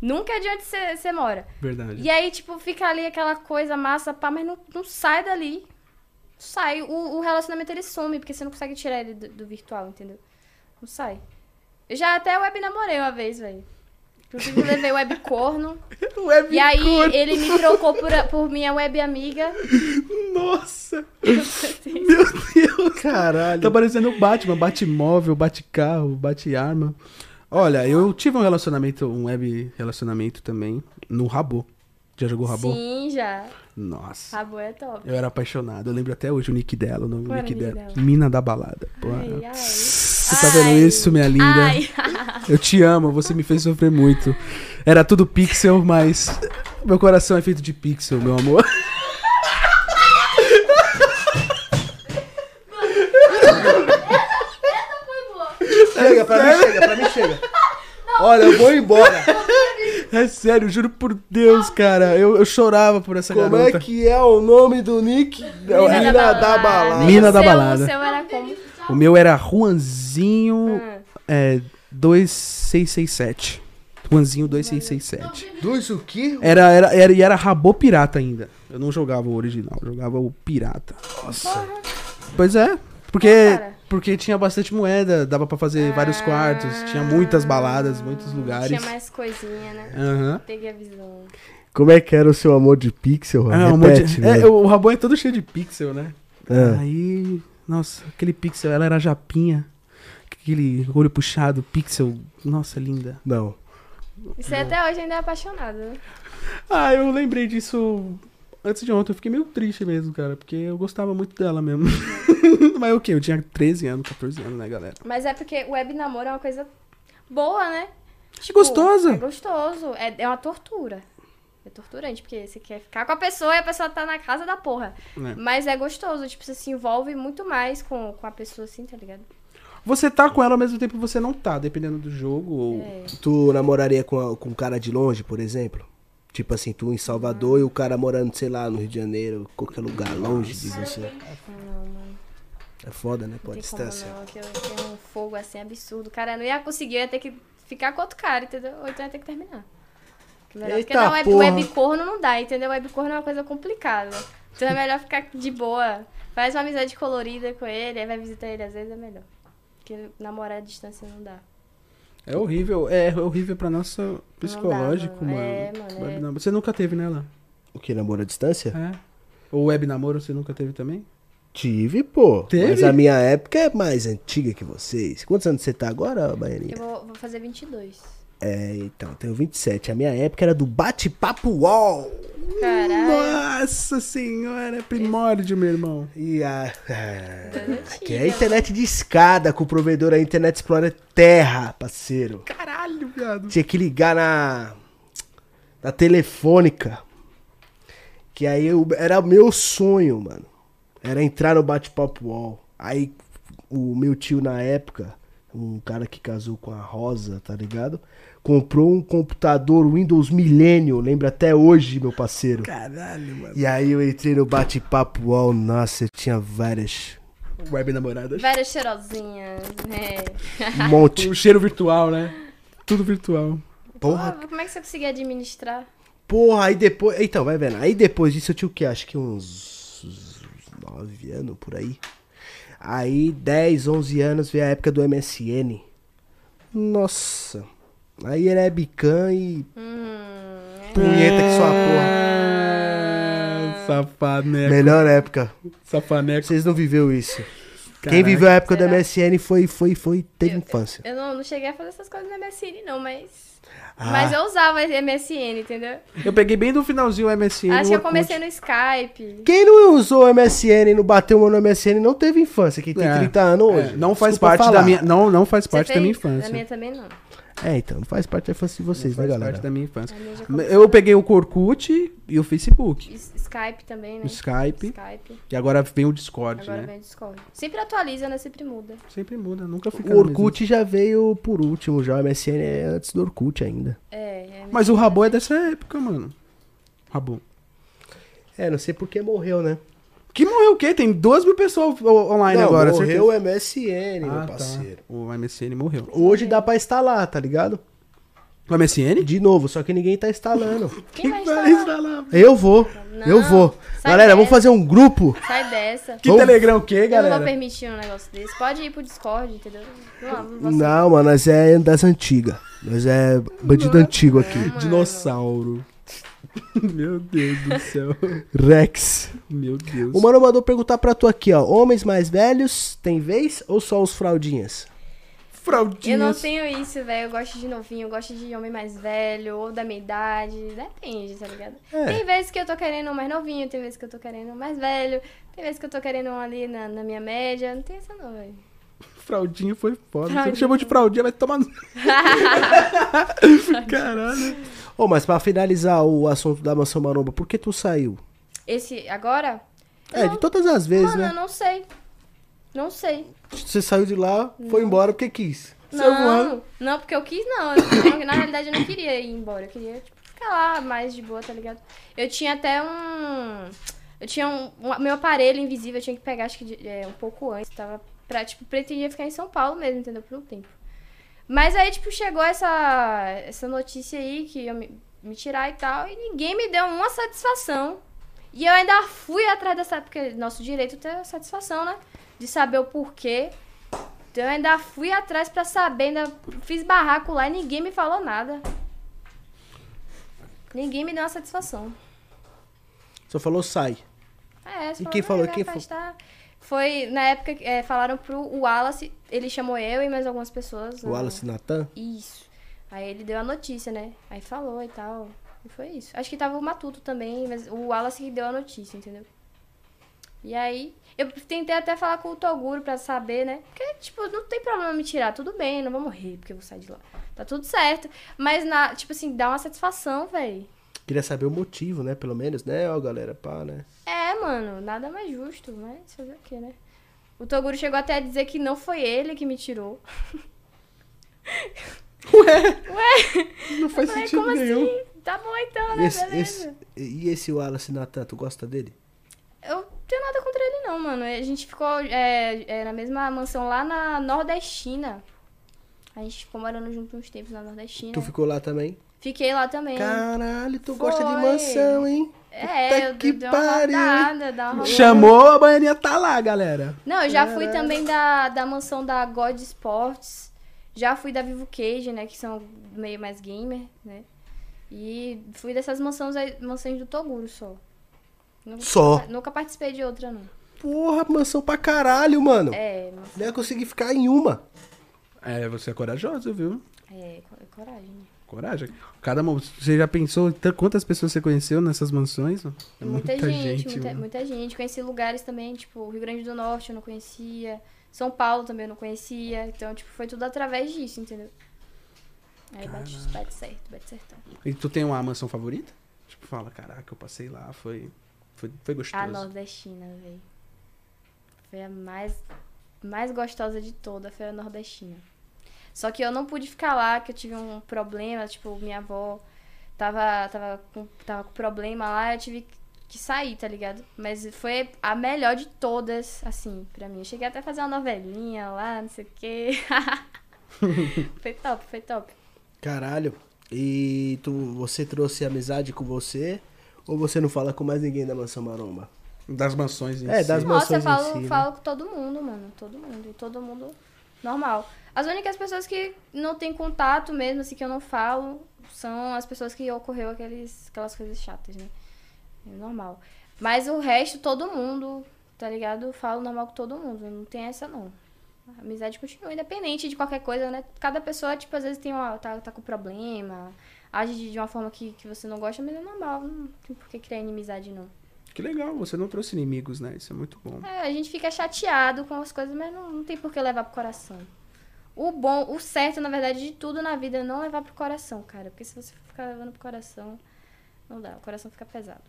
C: Nunca é de onde você você mora.
B: Verdade.
C: E aí, tipo, fica ali aquela coisa massa, pá, mas não, não sai dali. Sai. O, o relacionamento ele some, porque você não consegue tirar ele do, do virtual, entendeu? Não sai. Eu já até web namorei uma vez, velho. Inclusive, eu levei web corno.
B: é
C: E aí, ele me trocou por, a- por minha web amiga.
B: Nossa! Meu Deus!
A: Caralho.
B: Tá parecendo o Batman, bate móvel, bate carro, bate arma. Olha, eu tive um relacionamento, um web relacionamento também, no Rabo. Já jogou Rabo?
C: Sim, já.
B: Nossa.
C: Rabo é top.
B: Eu era apaixonado, eu lembro até hoje o nick dela, o nome do
C: Qual era
B: nick
C: o nick
B: dela.
C: dela?
B: Mina da Balada. Pô,
C: Ai, ai.
B: Você tá vendo
C: Ai.
B: isso, minha linda?
C: Ai,
B: Eu te amo, você me fez sofrer muito. Era tudo pixel, mas meu coração é feito de pixel, meu amor.
E: Essa foi boa.
A: Chega, Então pra mim chega, pra mim chega. Olha, eu vou embora.
B: É sério, juro por Deus, cara. Eu, eu chorava por essa
A: Como
B: garota.
A: é que é o nome do Nick? É
C: Mina da
A: da balada.
B: Mina
C: O
B: da
C: seu-
B: balada.
C: O seu era como?
B: O meu era Juanzinho
C: Ah.
B: é, 2667. Juanzinho 2667.
A: Do isso aqui?
B: Era, era, era, e era Rabo Pirata ainda. Eu não jogava o original, eu jogava o Pirata.
A: Nossa.
B: Pois é, porque,
C: Ah, cara. Ah.
B: porque tinha bastante moeda, dava pra fazer vários quartos, tinha muitas baladas, muitos lugares.
C: Tinha mais coisinha, né?
B: Aham.
C: Peguei a visão.
A: Como é que era o seu amor de pixel?
B: Ah, um monte de-
A: né?
B: é, o Rabo é todo cheio de pixel, né?
A: É.
B: Aí, nossa, aquele pixel, ela era japinha. Aquele olho puxado, pixel, nossa, linda.
A: Não.
C: E você até hoje ainda é apaixonado, né?
B: Ah, eu lembrei disso antes de ontem. Eu fiquei meio triste mesmo, cara, porque eu gostava muito dela mesmo. Mas o que? Eu tinha 13 anos, 14 anos, né, galera?
C: Mas é porque web namoro é uma coisa boa, né? Tipo,
B: gostosa.
C: É gostoso. É, é uma tortura. É torturante, porque você quer ficar com a pessoa e a pessoa tá na casa da porra.
B: É.
C: Mas é gostoso, tipo, você se envolve muito mais com, com a pessoa, assim, tá ligado?
B: Você tá com ela ao mesmo tempo que você não tá, dependendo do jogo ou.
C: É.
A: Tu namoraria com, a- com um cara de longe, por exemplo? Tipo assim, tu em Salvador e o cara morando, sei lá, no Rio de Janeiro, qualquer lugar longe de você. É foda, né? Pô, a
C: né? Tem
A: distância.
C: como não, que eu tenho um fogo assim absurdo. Cara, eu não ia conseguir, eu ia ter que ficar com outro cara, entendeu? Ou então eu ia ter que terminar. Que melhor, Porque
A: Eita
C: na web,
A: porra.
C: web corno não dá, entendeu? Web corno é uma coisa complicada. Então é melhor ficar de boa. Faz uma amizade colorida com ele, aí vai visitar ele às vezes é melhor. Porque namorar à distância não dá.
B: É horrível, é horrível pra nossa psicológico,
C: mano.
B: mano.
C: É, mano,
B: Web
C: é.
B: namoro. Você nunca teve nela?
A: O que, namoro à distância?
B: É. Ou web namoro você nunca teve também?
A: Tive, pô.
B: Teve?
A: Mas a minha época é mais antiga que vocês. Quantos anos você tá agora,
C: Eu
A: Baianinha?
C: vou, vou fazer 22.
A: É, então, eu tenho 27. A minha época era do bate-papo UOL.
C: Caralho.
B: Nossa senhora, é primórdio, meu irmão.
A: E a. Que é a internet de escada com o provedor a Internet Explorer Terra, parceiro.
B: Caralho, viado.
A: Tinha que ligar na. Na telefônica. Que aí eu, era meu sonho, mano. Era entrar no bate-papo wall. Aí o meu tio na época, um cara que casou com a Rosa, tá ligado? Comprou um computador Windows Millennium, lembra até hoje, meu parceiro.
B: Caralho, mano.
A: E aí eu entrei no bate-papo wall, nossa, eu tinha várias,
B: Web namoradas.
C: Várias cheirosinhas, né?
A: um monte.
B: O cheiro virtual, né? Tudo virtual.
A: Porra,
C: Ah, como é que você conseguia administrar?
A: porra, aí depois. Então, vai vendo. Aí depois disso eu tinha o quê? Acho que uns 9 anos por aí. Aí, 10, 11 anos, veio a época do MSN. Nossa. Aí era bican e
C: Hum, é.
A: punheta que só a porra.
B: Ah, safaneco.
A: Melhor época.
B: Safaneco.
A: Vocês não viveu isso. Quem
B: Caraca.
A: viveu a época do
C: Será?
A: MSN foi, foi, foi, teve infância.
C: Eu não, não cheguei a fazer essas coisas na MSN, não, mas.
A: Ah.
C: Mas eu usava MSN, entendeu?
B: Eu peguei bem do finalzinho o MSN. o
C: Acho que eu
B: Orkut.
C: comecei no Skype.
A: Quem não usou MSN e não bateu o ano no MSN não teve infância. Quem tem
B: É,
A: 30 anos
B: é,
A: hoje.
B: não faz
A: Desculpa
B: parte
A: falar.
B: da minha, não, não faz
C: Você
B: parte da minha
C: fez?
B: infância.
C: Da minha também não.
A: É, então, não faz parte da infância de
B: Não
A: vocês, né,
B: faz
A: galera?
B: parte da minha infância.
C: A minha já
B: Eu peguei o Orkut e o Facebook,
C: S- Skype também, né?
B: o Skype
C: Skype.
B: e agora vem o Discord,
C: Agora
B: né?
C: vem o Discord. Sempre atualiza, né? Sempre muda.
B: Sempre muda, nunca fica
A: O Orkut já veio por último, já o MSN é antes do Orkut ainda.
C: É, é
B: Mas o Rabo é dessa época, mano. Rabo.
A: É, não sei por que morreu, né?
B: Que morreu o quê? Tem duas mil pessoas o- online
A: não,
B: agora.
A: morreu
B: certeza.
A: o MSN,
B: Ah,
A: meu
B: tá.
A: parceiro.
B: O MSN morreu.
A: Hoje dá pra instalar, tá ligado?
B: O MSN?
A: De novo, só que ninguém tá instalando.
C: Quem tá? vai
B: vai
C: instalar?
B: instalar?
A: Eu vou,
C: Não,
A: eu vou.
C: sai
A: Galera, vamos
C: dessa.
A: fazer um grupo?
C: Sai dessa.
B: Que
A: Vamos-
B: Telegram o quê,
C: Eu não vou
B: galera?
C: permitir um negócio desse. Pode ir pro Discord, entendeu? Não, não, não.
A: Não, mano, nós é das antigas. Nós é bandido antigo aqui.
B: Dinossauro. Meu Deus do céu.
A: Rex.
B: Meu Deus.
A: O mano mandou perguntar pra tu aqui, ó. Homens mais velhos têm vez ou só os fraldinhas?
C: Eu
B: Fraudinhas.
A: assim.
C: não tenho isso, velho. Eu gosto de novinho, eu gosto de homem mais velho, ou da minha idade. Depende, tá ligado?
A: É.
C: Tem vezes que eu tô querendo um mais novinho, tem vezes que eu tô querendo um mais velho, tem vezes que eu tô querendo um ali na, na minha média. Não tem essa não, velho.
B: Fraudinho foi foda. Você me
C: Fraudinho.
B: chamou de fraudinha, vai tomar no. Caralho.
A: Ô, mas pra finalizar o assunto da mansão maromba, por que tu saiu?
C: Esse agora?
A: É, de todas as vezes,
C: Mano,
A: né?
C: eu não sei. Não sei.
A: Você saiu de lá, foi embora porque quis.
C: Não, não, porque eu quis não. Eu não- na realidade, eu não queria ir embora. Eu queria tipo, ficar lá mais de boa, tá ligado? Eu tinha até um. Eu tinha um. um- meu aparelho invisível eu tinha que pegar, acho que de- é, um pouco antes. Tava pra, tipo, pretendia ficar em São Paulo mesmo, entendeu? Por um tempo. Mas aí, tipo, chegou essa, essa notícia aí que eu me, me tirar e tal. E ninguém me deu uma satisfação. E eu ainda fui atrás dessa. Porque nosso direito é ter a satisfação, né? De saber o porquê. Então eu ainda fui atrás pra saber, ainda fiz barraco lá e ninguém me falou nada. Ninguém me deu uma satisfação.
A: Só falou sai.
C: É, você
A: E quem falou?
C: "Ah,
A: Quem
C: vai
A: falou?"
C: afastar. Foi na época que é, falaram pro Wallace, ele chamou eu e mais algumas pessoas.
A: O
C: né?
A: Wallace Natan?
C: Isso. Aí ele deu a notícia, né? Aí falou e tal. E foi isso. Acho que tava o Matuto também, mas o Wallace que deu a notícia, entendeu? E aí, eu tentei até falar com o Toguro pra saber, né? Porque, tipo, não tem problema me tirar, tudo bem, não vou morrer porque eu vou sair de lá. Tá tudo certo. Mas, na, tipo assim, dá uma satisfação, véi.
A: Queria saber o motivo, né? Pelo menos, né? Ó, galera, pá, né?
C: É, mano, nada mais justo, mas fazer o quê, né? O Toguro chegou até a dizer que não foi ele que me tirou.
B: Não faz
C: Eu falei,
B: sentido
C: como
B: nenhum.
C: assim? Tá bom então,
A: E
C: né?
A: esse,
C: Beleza.
A: esse- e esse Wallace Natan, tu gosta dele?
C: Eu não tenho nada contra ele, não, mano. A gente ficou é, é, na mesma mansão lá na Nordestina. A gente ficou morando junto uns tempos na Nordestina.
A: Tu ficou lá também?
C: Fiquei lá também.
A: Caralho, tu gosta de
C: Foi.
A: mansão, hein? puta
C: é, eu
A: que
C: que dei
A: pariu.
C: uma rodada, dá uma rodada.
B: Chamou, a baianinha tá lá, galera.
C: Não, eu já fui também da, da mansão da God Sports. Já fui da Vivo Cage, né? Que são meio mais gamer, né? E fui dessas mansões, aí- mansões do Toguro só. Nunca-
A: Só.
C: Nunca participei de outra, não.
A: Porra, mansão pra caralho, mano.
C: É,
A: Não ia conseguir ficar em uma.
B: É, você é corajoso, viu?
C: é, co- é coragem, né?
B: Coragem. Cada mo- Você já pensou em t- quantas pessoas você conheceu nessas mansões? mano? É
C: Muita, gente, muita,
B: mano.
C: muita gente. Conheci lugares também, tipo, Rio Grande do Norte eu não conhecia, São Paulo também eu não conhecia. Então, tipo, foi tudo através disso, entendeu? Aí bate, bate certo, bate certão.
B: E tu tem uma mansão favorita? Tipo, fala, caraca, eu passei lá, foi Foi, foi
C: A
B: gostoso.
C: nordestina, velho. Foi a mais, mais gostosa de toda, foi a nordestina. Só que eu não pude ficar lá, que eu tive um problema, tipo, minha avó tava, tava, com, tava com problema lá, eu tive que- que sair, tá ligado? Mas foi a melhor de todas, assim, pra mim. Eu cheguei até a fazer uma novelinha lá, não sei o quê. foi top, foi top.
A: Caralho. E tu, você trouxe amizade com você? Ou você não fala com mais ninguém da Mansão Maromba?
B: Das mansões em
A: É,
B: si.
A: das- As
C: Nossa,
A: mansões em
C: eu falo,
A: si, né?
C: falo com todo mundo, mano. Todo mundo. E todo mundo normal. As únicas pessoas que não tem contato mesmo, assim, que eu não falo, são as pessoas que ocorreu aqueles, aquelas coisas chatas, né? É normal. Mas o resto, todo mundo, tá ligado? Falo normal com todo mundo. Não tem essa, não. A amizade continua, independente de qualquer coisa, né? Cada pessoa, tipo, às vezes tem uma, tá, tá com problema, age de- de uma forma que, que você não gosta, mas é normal. Não tem por que criar inimizade, não.
B: Que legal, você não trouxe inimigos, né? Isso é muito bom.
C: É, a gente fica chateado com as coisas, mas não, não tem por que levar pro coração. O bom, o certo, na verdade, de tudo na vida é não levar pro coração, cara. Porque se você ficar levando pro coração, não dá. O coração fica pesado.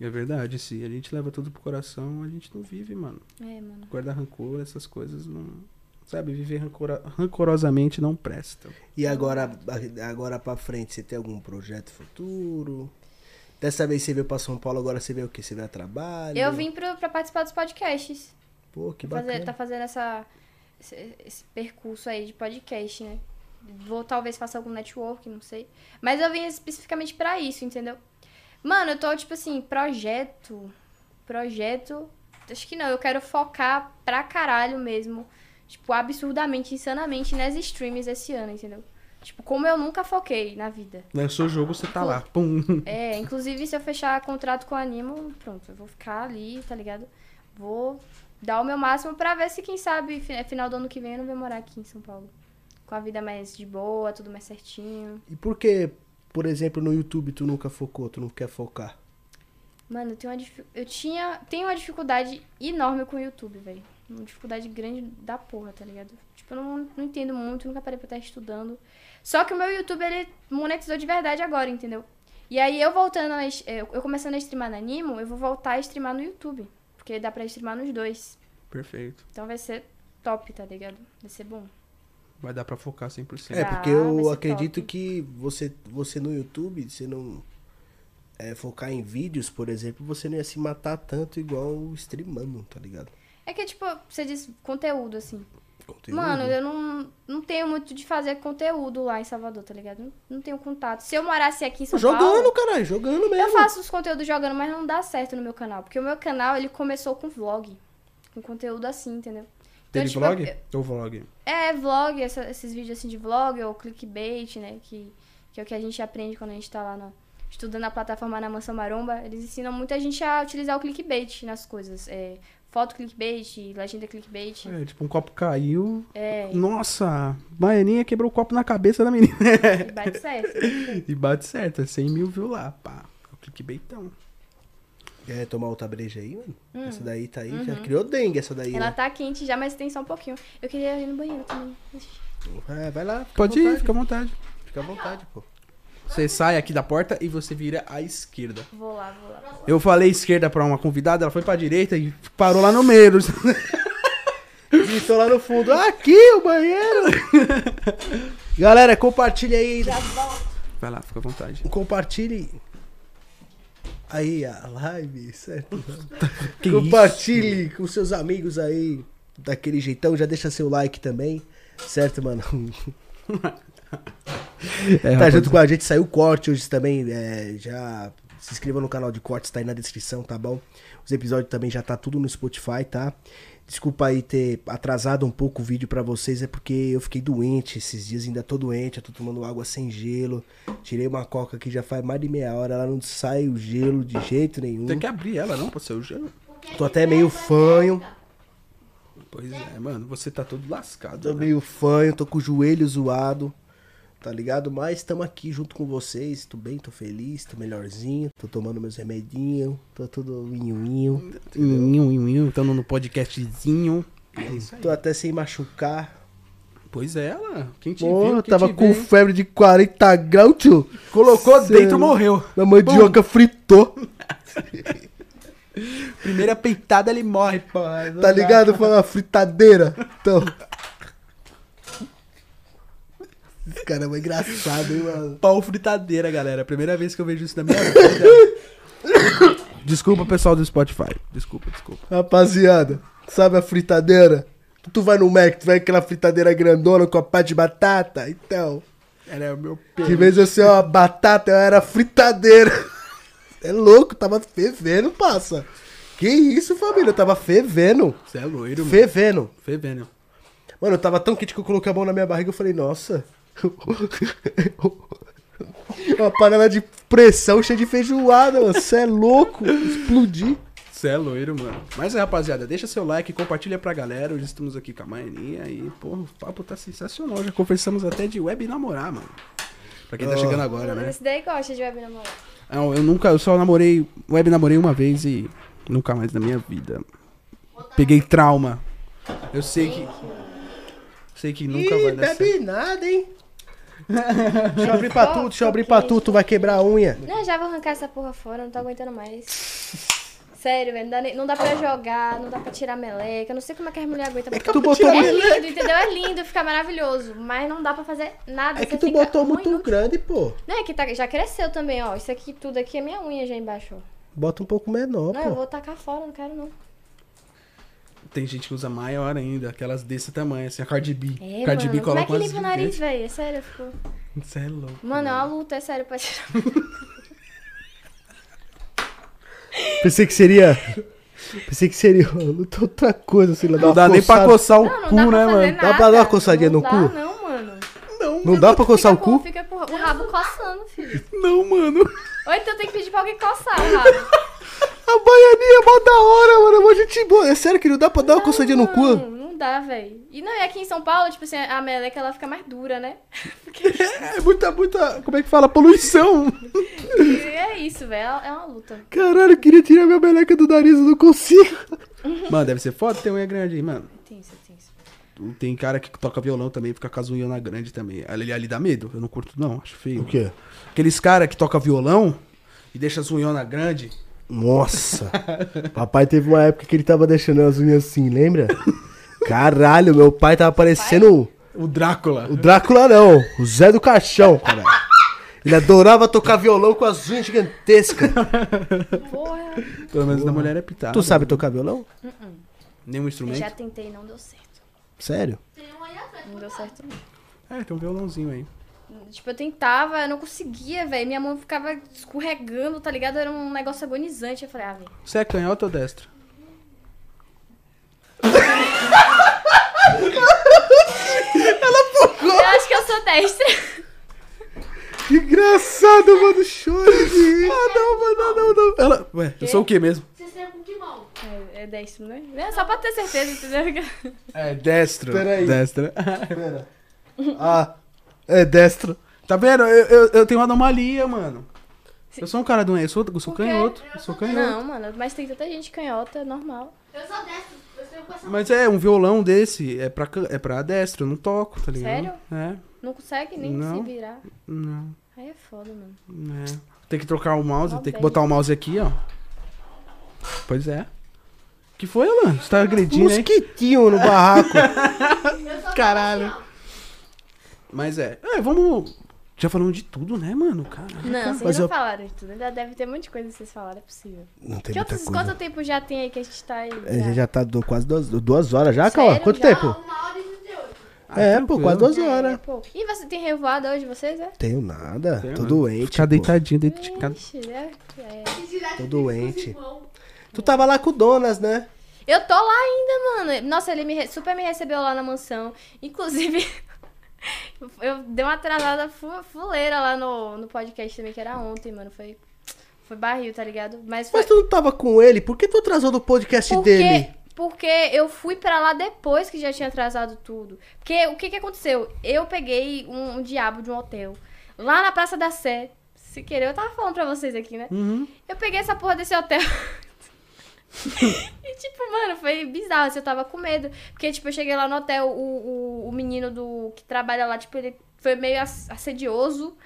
B: É verdade, se a gente leva tudo pro coração, a gente não vive, mano.
C: É, mano.
B: Guarda rancor, essas coisas não. Sabe, viver rancora- rancorosamente não presta.
A: E agora, agora pra frente, você tem algum projeto futuro? Dessa vez você veio pra São Paulo, agora você veio o quê? Você veio a trabalho?
C: Eu vim pro, pra participar dos podcasts.
A: Pô, que
C: Fazer-
A: bacana.
C: tá fazendo essa, esse, esse percurso aí de podcast, né? Vou talvez faça algum network, não sei. Mas eu vim especificamente pra isso, entendeu? Mano, eu tô tipo assim, projeto. Projeto. Acho que não, eu quero focar pra caralho mesmo. Tipo, absurdamente, insanamente nas streams esse ano, entendeu? Tipo, como eu nunca foquei na vida.
B: Lançou o jogo, você tá lá. Pum.
C: É, inclusive se eu fechar contrato com a Animo, pronto, eu vou ficar ali, tá ligado? Vou dar o meu máximo pra ver se, quem sabe, fi- é final do ano que vem eu não vou morar aqui em São Paulo. Com a vida mais de boa, tudo mais certinho.
A: E por que, por exemplo, no YouTube tu nunca focou, tu não quer focar?
C: Mano, eu, tenho uma difi- eu tinha, tenho uma dificuldade enorme com o YouTube, velho. Uma dificuldade grande da porra, tá ligado? Tipo, eu não, não entendo muito, nunca parei pra estar estudando. Só que o meu YouTube, ele monetizou de verdade agora, entendeu? E aí eu voltando, a es- é, eu eu começando a streamar na Animo, eu vou voltar a streamar no YouTube. Porque dá pra streamar nos dois.
B: Perfeito.
C: Então vai ser top, tá ligado? Vai ser bom.
B: Vai dar pra focar 100%.
A: É,
C: Tá,
A: porque
C: vai
A: eu
C: ser
A: acredito
C: top.
A: que você, você no YouTube, você não é, focar em vídeos, por exemplo, você não ia se matar tanto igual streamando, tá ligado?
C: É que, tipo, você diz conteúdo, assim.
A: Conteúdo.
C: Mano, eu não, não tenho muito de fazer conteúdo lá em Salvador, tá ligado? Não, não tenho contato. Se eu morasse aqui em São Paulo...
A: Jogando, caralho, jogando mesmo.
C: Eu faço os conteúdos jogando, mas não dá certo no meu canal. Porque o meu canal, ele começou com vlog. Com conteúdo assim, entendeu? Então,
B: Teve
C: tipo,
B: vlog?
C: eu-
B: Ou vlog?
C: É, vlog, essa- esses vídeos assim de vlog ou clickbait, né? Que, que é o que a gente aprende quando a gente tá lá na- estudando a plataforma na Mansão Maromba. Eles ensinam muita gente a utilizar o clickbait nas coisas. É, foto clickbait, legenda clickbait.
B: É, tipo, um copo caiu.
C: É,
B: Nossa, Baianinha quebrou o copo na cabeça da menina.
A: É.
C: e bate certo.
B: e bate certo, é 100 mil viu lá. Pá, É o clickbaitão.
A: Quer tomar outra breja aí, mano? Essa daí tá aí, já criou dengue essa daí,
C: Hum, uhum. Ela
A: né?
C: tá quente já, mas tem só um pouquinho. Eu queria ir no banheiro também. Ixi.
A: É, vai lá, fica
B: Pode
A: à
B: ir,
A: vontade,
B: fica à vontade.
A: fica à vontade, pô.
B: Você sai aqui da porta e você vira à esquerda.
C: Vou lá, vou lá.
B: Eu falei esquerda pra uma convidada, ela foi pra direita e parou lá no meio.
A: Gritou lá no fundo, aqui o banheiro! Galera, compartilha aí,
B: Vai lá, fica à vontade.
A: compartilhe aí a live, certo?
B: Que
A: Compartilhe com seus amigos aí daquele jeitão, já deixa seu like também, certo, mano?
B: É,
A: tá
B: rapaz,
A: junto com a gente, saiu corte hoje também, é, já se inscreva no canal de cortes, tá aí na descrição, tá bom? Os episódios também já tá tudo no Spotify, tá? Desculpa aí ter atrasado um pouco o vídeo pra vocês, é porque eu fiquei doente esses dias, ainda tô doente, eu tô tomando água sem gelo, tirei uma coca que já faz mais de meia hora, ela não sai o gelo de jeito nenhum.
B: Tem que abrir ela, não, pra ser o gelo.
E: Porque
A: Tô
E: ele
A: até meio
E: pega,
A: fanho.
E: pega.
B: Pois é, mano, você tá todo lascado.
A: Tô
B: né?
A: meio fanho, tô com o joelho zoado, tá ligado? Mas estamos aqui junto com vocês, tô bem, tô feliz, tô melhorzinho, tô tomando meus remedinhos, tô tudo vinhoinho,
B: Inhu, inhu, inhu, Tamo no podcastzinho. É isso aí.
A: tô até sem machucar.
B: Pois é, ela. Quem te
A: Pô,
B: viu,
A: eu
B: quem
A: tava
B: te
A: com
B: vê,
A: febre de 40 graus, tio.
B: Colocou
A: Cê- é
B: dentro, morreu.
A: Minha mandioca fritou.
B: Primeira peitada ele morre, pô. Não
A: Tá
B: dá.
A: ligado? Foi uma fritadeira. Então. Esse cara é um engraçado, hein, mano?
B: Pau fritadeira, galera. Primeira vez que eu vejo isso na minha vida. desculpa, pessoal do Spotify. Desculpa, desculpa.
A: Rapaziada, sabe a fritadeira? Tu vai no Mac, tu vai com aquela fritadeira grandona com a pá de batata. Então,
B: Era é o meu
A: que vez eu ser uma batata, eu era fritadeira. É louco, tava fervendo, passa. Que isso, família? Eu tava fervendo.
B: Você é loiro, mano.
A: Fervendo.
B: Fê Venom.
A: Mano, eu tava tão quente que eu coloquei a mão na minha barriga e falei, nossa. Uma panela de pressão cheia de feijoada, mano. Você é louco. Explodi.
B: Você é loiro, mano. Mas é, rapaziada, deixa seu like, compartilha pra galera. Hoje estamos aqui com a Maianinha e, pô, o papo tá sensacional. Já conversamos até de web namorar, mano. Pra quem tá chegando agora, né?
C: Esse daí gosta de web namorar.
B: Não, É, eu nunca, eu só namorei, web namorei uma vez e nunca mais na minha vida. Peguei trauma. Eu sei que. Sei que nunca vai dar certo.
A: nada, hein? deixa eu abrir pra tu, deixa eu abrir pra tu, tu vai quebrar a unha.
C: Não, já vou arrancar essa porra fora, não tô aguentando mais. Sério, velho, não dá, nem- não dá pra jogar, não dá pra tirar meleca, eu não sei como é que as mulheres aguentam.
A: É que tu botou,
C: É lindo, entendeu? É lindo, fica maravilhoso, mas não dá pra fazer nada.
A: é que
C: você
A: tu
C: fica
A: botou
C: ruim,
A: muito grande, pô.
C: Não, é que tá- já cresceu também, ó. Isso aqui tudo aqui é minha unha já embaixo. ó.
A: Bota um pouco menor,
C: Não, eu
A: pô.
C: vou tacar fora, não quero não.
B: Tem gente que usa maior ainda, aquelas desse tamanho, assim, a Cardi B.
C: É,
B: Cardi B
C: mano, como é
B: coloca
C: que limpa o nariz,
B: umas
C: velho? É sério, eu fico...
B: Você é louco.
C: Mano, é uma luta, é sério, pra tirar.
A: Pensei que seria. Pensei que seria. Luta outra coisa, sei lá.
B: Não dá nem pra coçar o
C: Não, não
B: cu, né,
C: dá pra fazer
B: mano?
C: nada.
A: Dá pra dar uma coçadinha
C: não
A: no
C: dá,
A: cu?
C: Não, mano.
B: Não,
A: Não dá pra coçar o
C: Fica com-
A: cu?
C: Fica com o rabo coçando, filho.
B: não, mano.
C: Ou então tem que pedir pra alguém coçar o rabo.
A: A baianinha é mó da hora, mano. É mó gente boa. É sério que não dá pra dar uma coçadinha no
C: Não,
A: cu?
C: não dá, velho. E não, e aqui em São Paulo, tipo assim, a meleca ela fica mais dura, né?
B: É muita, muita. Como é que fala? Poluição.
C: E é isso, velho. É uma luta.
A: Caralho, eu queria tirar minha meleca do nariz, eu não consigo.
B: Mano, deve ser foda ter unha grande aí, mano.
C: Tenso, é tenso.
B: Tem cara que toca violão também, fica com as unhona grande também. Ali, ali dá medo. Eu não curto, não. Acho feio.
A: O quê?
B: Aqueles cara que toca violão e deixa as unhona grande.
A: Nossa! Papai teve uma época que ele tava deixando as unhas assim, lembra? Caralho, meu pai tava parecendo
B: O Drácula.
A: o Drácula não, o Zé do Caixão, cara. Ele adorava tocar violão com as unhas gigantescas.
C: Porra.
B: Pelo menos da mulher é pitada.
A: Tu sabe tocar violão?
B: Nenhum
C: Eu
B: instrumento?
C: já tentei, não deu certo.
A: Sério?
E: Tem um aí atrás.
C: Não deu certo, não.
B: É, tem um violãozinho aí.
C: Tipo, eu tentava, eu não conseguia, velho. Minha mão ficava escorregando, tá ligado? Era um negócio agonizante. Eu falei, ah, velho.
B: Você é canhoto ou destro?
C: Eu acho que eu sou destra.
A: Que engraçado, mano, choro de Ah, não, mano, não, não.
B: Ela. Ué, eu sou o quê mesmo?
E: Você saiu com que mão?
C: É, é destro, né? É, só pra ter certeza, entendeu?
B: É, destro.
A: Peraí.
B: Destro.
A: Pera. Ah, é destro.
B: tá vendo? Eu, eu, eu tenho uma anomalia, mano. Eu sou um cara doente. Eu sou, eu sou
C: Por quê?
B: canhoto. Eu sou canhoto.
C: Não, mano, mas tem tanta gente canhota, normal.
E: Eu sou destro. Eu saiu com essa mão.
B: Mas é, um violão desse é pra, can- é pra destro. Eu não toco, tá ligado?
C: Sério?
B: É.
C: Não consegue nem se
B: Não.
C: virar.
B: Não.
C: Aí é foda, mano.
B: É. Tem que trocar o mouse,
C: Não
B: tem que
C: tem.
B: botar o mouse aqui, ó. Pois é. que foi, Alan? Você tá agredindo, hein?
A: Mosquitinho no barraco.
E: Eu sou
B: Caralho.
E: Sebastião.
B: Mas é. É, vamos. Já falamos de tudo, né, mano? Cara.
C: Não, vocês
A: Mas
C: não
A: eu-
C: falaram de tudo. Ainda deve ter um monte de coisa que vocês falaram, é possível.
A: Não tem
C: Que
A: muita
C: outros, quanto
A: coisa.
C: tempo já tem aí que a gente tá aí?
A: A gente já tá do- quase duas, duas horas já,
C: Sério?
A: Cauã? Quanto
C: Já?
A: tempo?
E: Tá uma hora e 38.
B: Ah,
A: É, pô, quase duas
C: É,
A: horas.
C: pô. E você tem revoada hoje, vocês, é?
A: Tenho nada.
B: Tenho
A: tô
B: nada.
A: doente.
B: Ficar
A: Cadê
B: deitadinho dentro de casa.
C: Ixi, né? É.
E: E direto
A: Tô
E: tem
A: doente.
E: com os irmãos.
A: Tu tava lá com o Donas, né?
C: Eu tô lá ainda, mano. Nossa, ele me re- super me recebeu lá na mansão. Inclusive, eu dei uma atrasada fu- fuleira lá no, no podcast também, que era ontem, mano. Foi, foi barril, tá ligado? Mas foi.
A: Mas tu não tava com ele? Por que tu atrasou do podcast dele?
C: Porque eu fui pra lá depois que já tinha atrasado tudo. Porque o que que aconteceu? Eu peguei um, um diabo de um hotel lá na Praça da Sé. Se querer, eu tava falando pra vocês aqui, né?
B: Uhum.
C: Eu peguei essa porra desse hotel. e, tipo, mano, foi bizarro. assim, eu tava com medo. Porque, tipo, eu cheguei lá no hotel, o, o, o menino do que trabalha lá, tipo, ele foi meio ass- assedioso.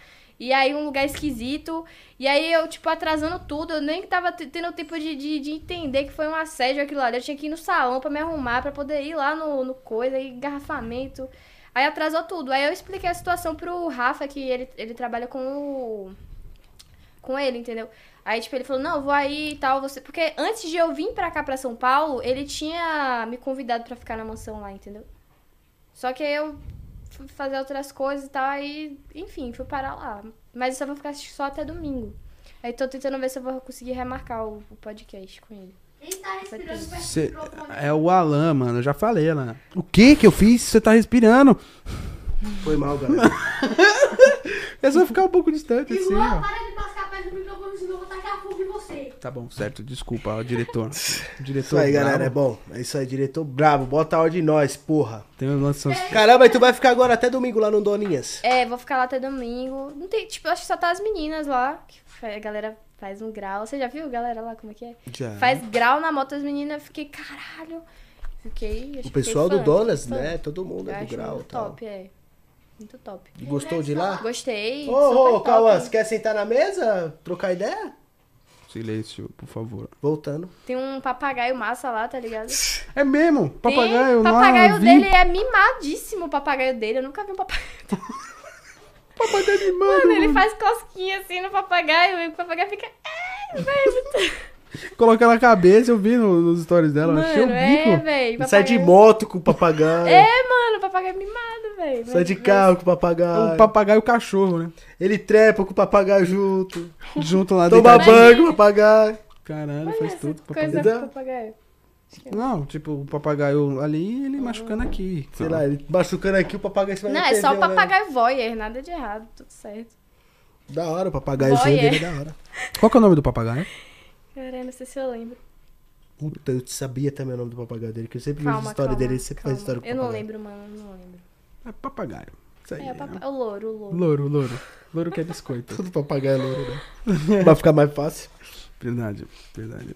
C: E aí um lugar esquisito. E aí eu, tipo, atrasando tudo. Eu nem tava te- tendo tempo de, de, de entender que foi um assédio aquilo lá. Eu tinha que ir no salão pra me arrumar, pra poder ir lá no, no coisa, aí engarrafamento. Aí atrasou tudo. Aí eu expliquei a situação pro Rafa, que ele, ele trabalha com o com ele, entendeu? Aí, tipo, ele falou, não, vou aí e tal, você... Porque antes de eu vir pra cá, pra São Paulo, ele tinha me convidado pra ficar na mansão lá, entendeu? Só que aí eu fui fazer outras coisas e tal, aí, enfim, fui parar lá. Mas eu só vou ficar só até domingo. Aí tô tentando ver se eu vou conseguir remarcar o, o podcast com ele.
E: Quem tá respirando perto
B: Cê-
E: do microfone?
B: é o Alan, mano. Eu já falei, Alan. O que que eu fiz? Você tá respirando.
A: Foi mal, galera.
B: É só ficar um pouco distante,
E: E
B: assim,
E: Luan,
B: ó.
E: para de mascar perto do microfone, senão eu vou tacar fogo em você.
B: Tá bom, certo. Desculpa, ó, diretor. diretor
A: Isso aí,
B: bravo.
A: galera, é bom. É isso aí, diretor brabo. Bota a ordem em nós, porra.
B: Tem um lance...
A: Caramba, e tu vai ficar agora até domingo lá no Doninhas.
C: É, vou ficar lá até domingo. Não tem, tipo, acho que só tá as meninas lá. que a galera faz um grau. Você já viu, galera, lá como é que é?
A: Já.
C: Faz grau na moto as meninas, eu fiquei, caralho. Fiquei.
A: O pessoal do Donas, né? Todo mundo é do grau e
C: Muito
A: tal.
C: top, é. Muito top.
A: Gostou de lá?
C: Gostei.
A: Ô,
C: super
A: ô,
C: top.
A: Cauã, você quer sentar na mesa? Trocar ideia?
B: Silêncio, por favor.
A: Voltando.
C: Tem um papagaio massa lá, tá ligado?
B: É mesmo? Papagaio,
C: Tem.
B: não
C: papagaio
B: vi.
C: dele é mimadíssimo, o papagaio dele. Eu nunca vi um papagaio dele.
B: Papagaio de
C: Mano,
B: mano.
C: ele faz cosquinha assim no papagaio e o papagaio fica. "Ai, velho."
B: Coloca na cabeça, eu vi no- nos stories dela. eu achei o
C: Mano, é,
B: bico.
C: velho.
A: Sai de
C: papagaio-
A: moto com o papagaio.
C: É, mano, o papagaio é mimado, velho.
A: Sai de carro com o
B: É
A: papagaio.
B: um papagaio cachorro, né?
A: Ele trepa com o papagaio junto.
B: Junto lá
A: Toma
B: deitado.
A: banho com o papagaio.
B: Caralho,
C: Olha
B: faz
C: essa
B: tudo.
C: Coisa
B: Papagaio.
A: papagaio.
C: pro papagaio.
B: Não, tipo, o papagaio ali, ele machucando aqui.
A: Sei lá, ele machucando aqui o papagaio. Você vai né?
C: Não,
A: na
C: é só
A: TV
C: o
A: olhando.
C: papagaio voyeur, nada de errado, tudo certo.
A: Da hora, o papagaio
C: Boy, é.
A: dele é da hora.
B: Qual que é o nome do papagaio?
C: Caralho, não sei se eu lembro.
A: Puta, eu sabia também o nome do papagaio dele, que eu sempre vi as
C: Calma,
A: histórias
C: calma,
A: dele, ele sempre faz
C: calma.
A: história com o
C: Eu não
A: papagaio.
C: lembro, mano, não lembro.
B: É papagaio. Isso aí.
C: É, o, papa... o louro, o louro.
B: Louro, louro. Louro que é biscoito.
A: Tudo papagaio é louro, né? Vai ficar mais fácil.
B: Verdade, verdade.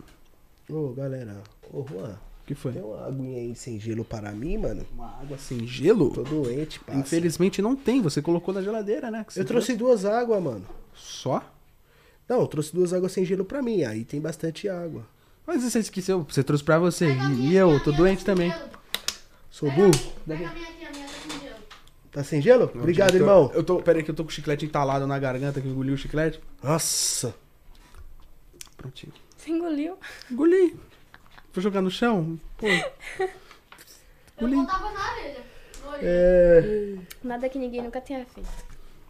A: Ô, galera. Ô, Juan,
B: O que foi?
A: tem uma aguinha aí sem gelo para mim, mano?
B: Uma água sem gelo?
A: Tô doente, passa.
B: Infelizmente não tem, você colocou na geladeira, né? Que você
A: Eu trouxe duas águas, mano.
B: deu. Só?
A: Não, eu trouxe duas águas sem gelo pra mim. Aí tem bastante água.
B: Mas você esqueceu, você trouxe pra você. E, e eu, tô doente também.
C: É.
A: Sou burro?
E: Pega a minha aqui, a minha tá com gelo.
A: Tá sem gelo? Obrigado,
B: Eu tô-
A: irmão.
B: Eu tô, pera aí que eu tô com o chiclete entalado na garganta, que eu engoli o chiclete.
A: Nossa.
B: Prontinho.
C: Você engoliu?
B: Engoli. Vou jogar no chão? Pô.
E: Eu
B: Olhei.
E: botava na orelha. No olho.
A: É...
C: Nada que ninguém nunca tenha feito.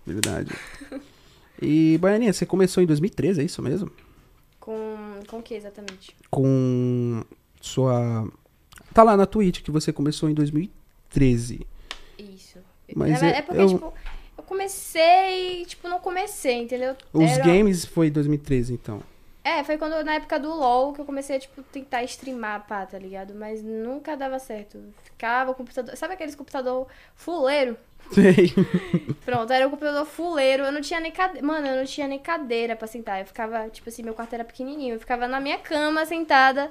B: Verdade. E, Baianinha, você começou em 2013, é isso mesmo?
C: Com, com o que exatamente?
B: Com sua... Tá lá na Twitch que você começou em 2013.
C: Isso.
B: Mas
C: Na verdade,
B: eu-
C: é porque,
B: eu-
C: tipo, eu comecei, tipo, não comecei, entendeu?
B: Os
C: Era-
B: games foi em 2013, então.
C: É, foi quando na época do LoL que eu comecei a, tipo, tentar streamar, pá, tá ligado? Mas nunca dava certo. Ficava o computador. Sabe aqueles computador fuleiro?
B: Sei.
C: Pronto, era um computador fuleiro, eu não tinha nem cadeira. Mano, eu não tinha nem cadeira pra sentar. Eu ficava, tipo assim, meu quarto era pequenininho. Eu ficava na minha cama sentada.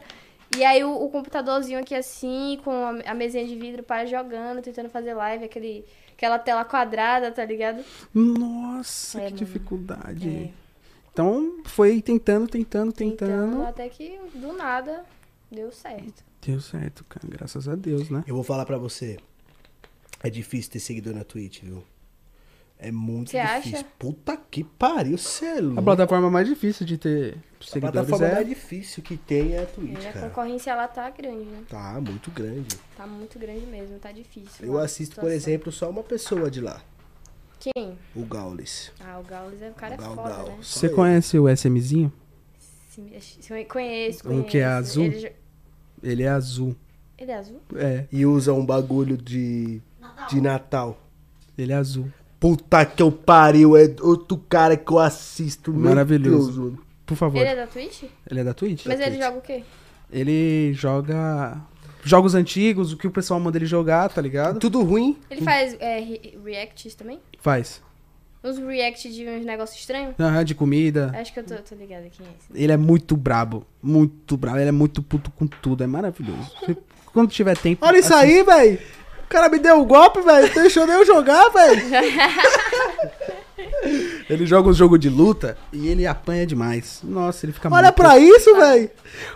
C: E aí o, o computadorzinho aqui assim, com a, a mesinha de vidro para jogando, tentando fazer live, aquele, aquela tela quadrada, tá ligado?
B: Nossa, que
C: É, mano.
B: dificuldade.
C: É.
B: Então, foi tentando, tentando, tentando.
C: Tentando, Então, até que do nada deu certo.
B: Deu certo, cara. Graças a Deus, né?
A: Eu vou falar pra você. É difícil ter seguidor na Twitch, viu? É muito
C: Você
A: difícil.
C: acha?
A: Puta que pariu, cê é
B: A
A: louco.
B: plataforma mais difícil de ter
A: A
B: seguidores
A: plataforma
B: é...
A: mais difícil que tem é a Twitch,
C: E a
A: cara.
C: concorrência lá tá grande, né?
A: Tá muito grande.
C: Tá muito grande mesmo, tá difícil.
A: Eu
C: lá a
A: assisto, por
C: situação.
A: exemplo, só uma pessoa de lá,
C: Quem?
A: o Gaules.
C: Ah, o Gaules é o cara é
A: Gal,
C: foda,
A: Gal.
C: né?
A: Só
B: Você
A: ele.
B: conhece o SMzinho?
C: Sim, eu conheço, conheço.
B: Um que é azul?
C: Ele, jo-
B: Ele é azul.
C: ele é azul?
B: É,
A: E usa um bagulho de, de Natal.
B: ele é azul.
A: Puta que eu pariu, é outro cara que eu assisto. meu
B: Maravilhoso.
A: Deus, mano.
B: Por favor.
C: Ele é da Twitch?
B: Ele é da Twitch?
C: Mas
B: Da
C: ele
B: Twitch.
C: joga o quê?
B: Ele joga jogos antigos, o que o pessoal manda ele jogar, tá ligado?
A: Tudo ruim?
C: Ele faz é, re- reacts também?
B: Faz.
C: Uns reacts de uns negócios estranhos?
B: Aham, de comida.
C: Acho que eu tô, tô ligada quem é esse.
B: Ele é muito brabo. Muito brabo. Ele é muito puto com tudo. É maravilhoso. Você- Quando tiver tempo.
A: Olha isso aí, velho. O cara me deu um golpe, velho. Deixou eu jogar, velho.
B: Ele joga um jogo de luta e ele apanha demais. Nossa, ele fica
A: Olha
B: muito-
A: é pra isso, velho.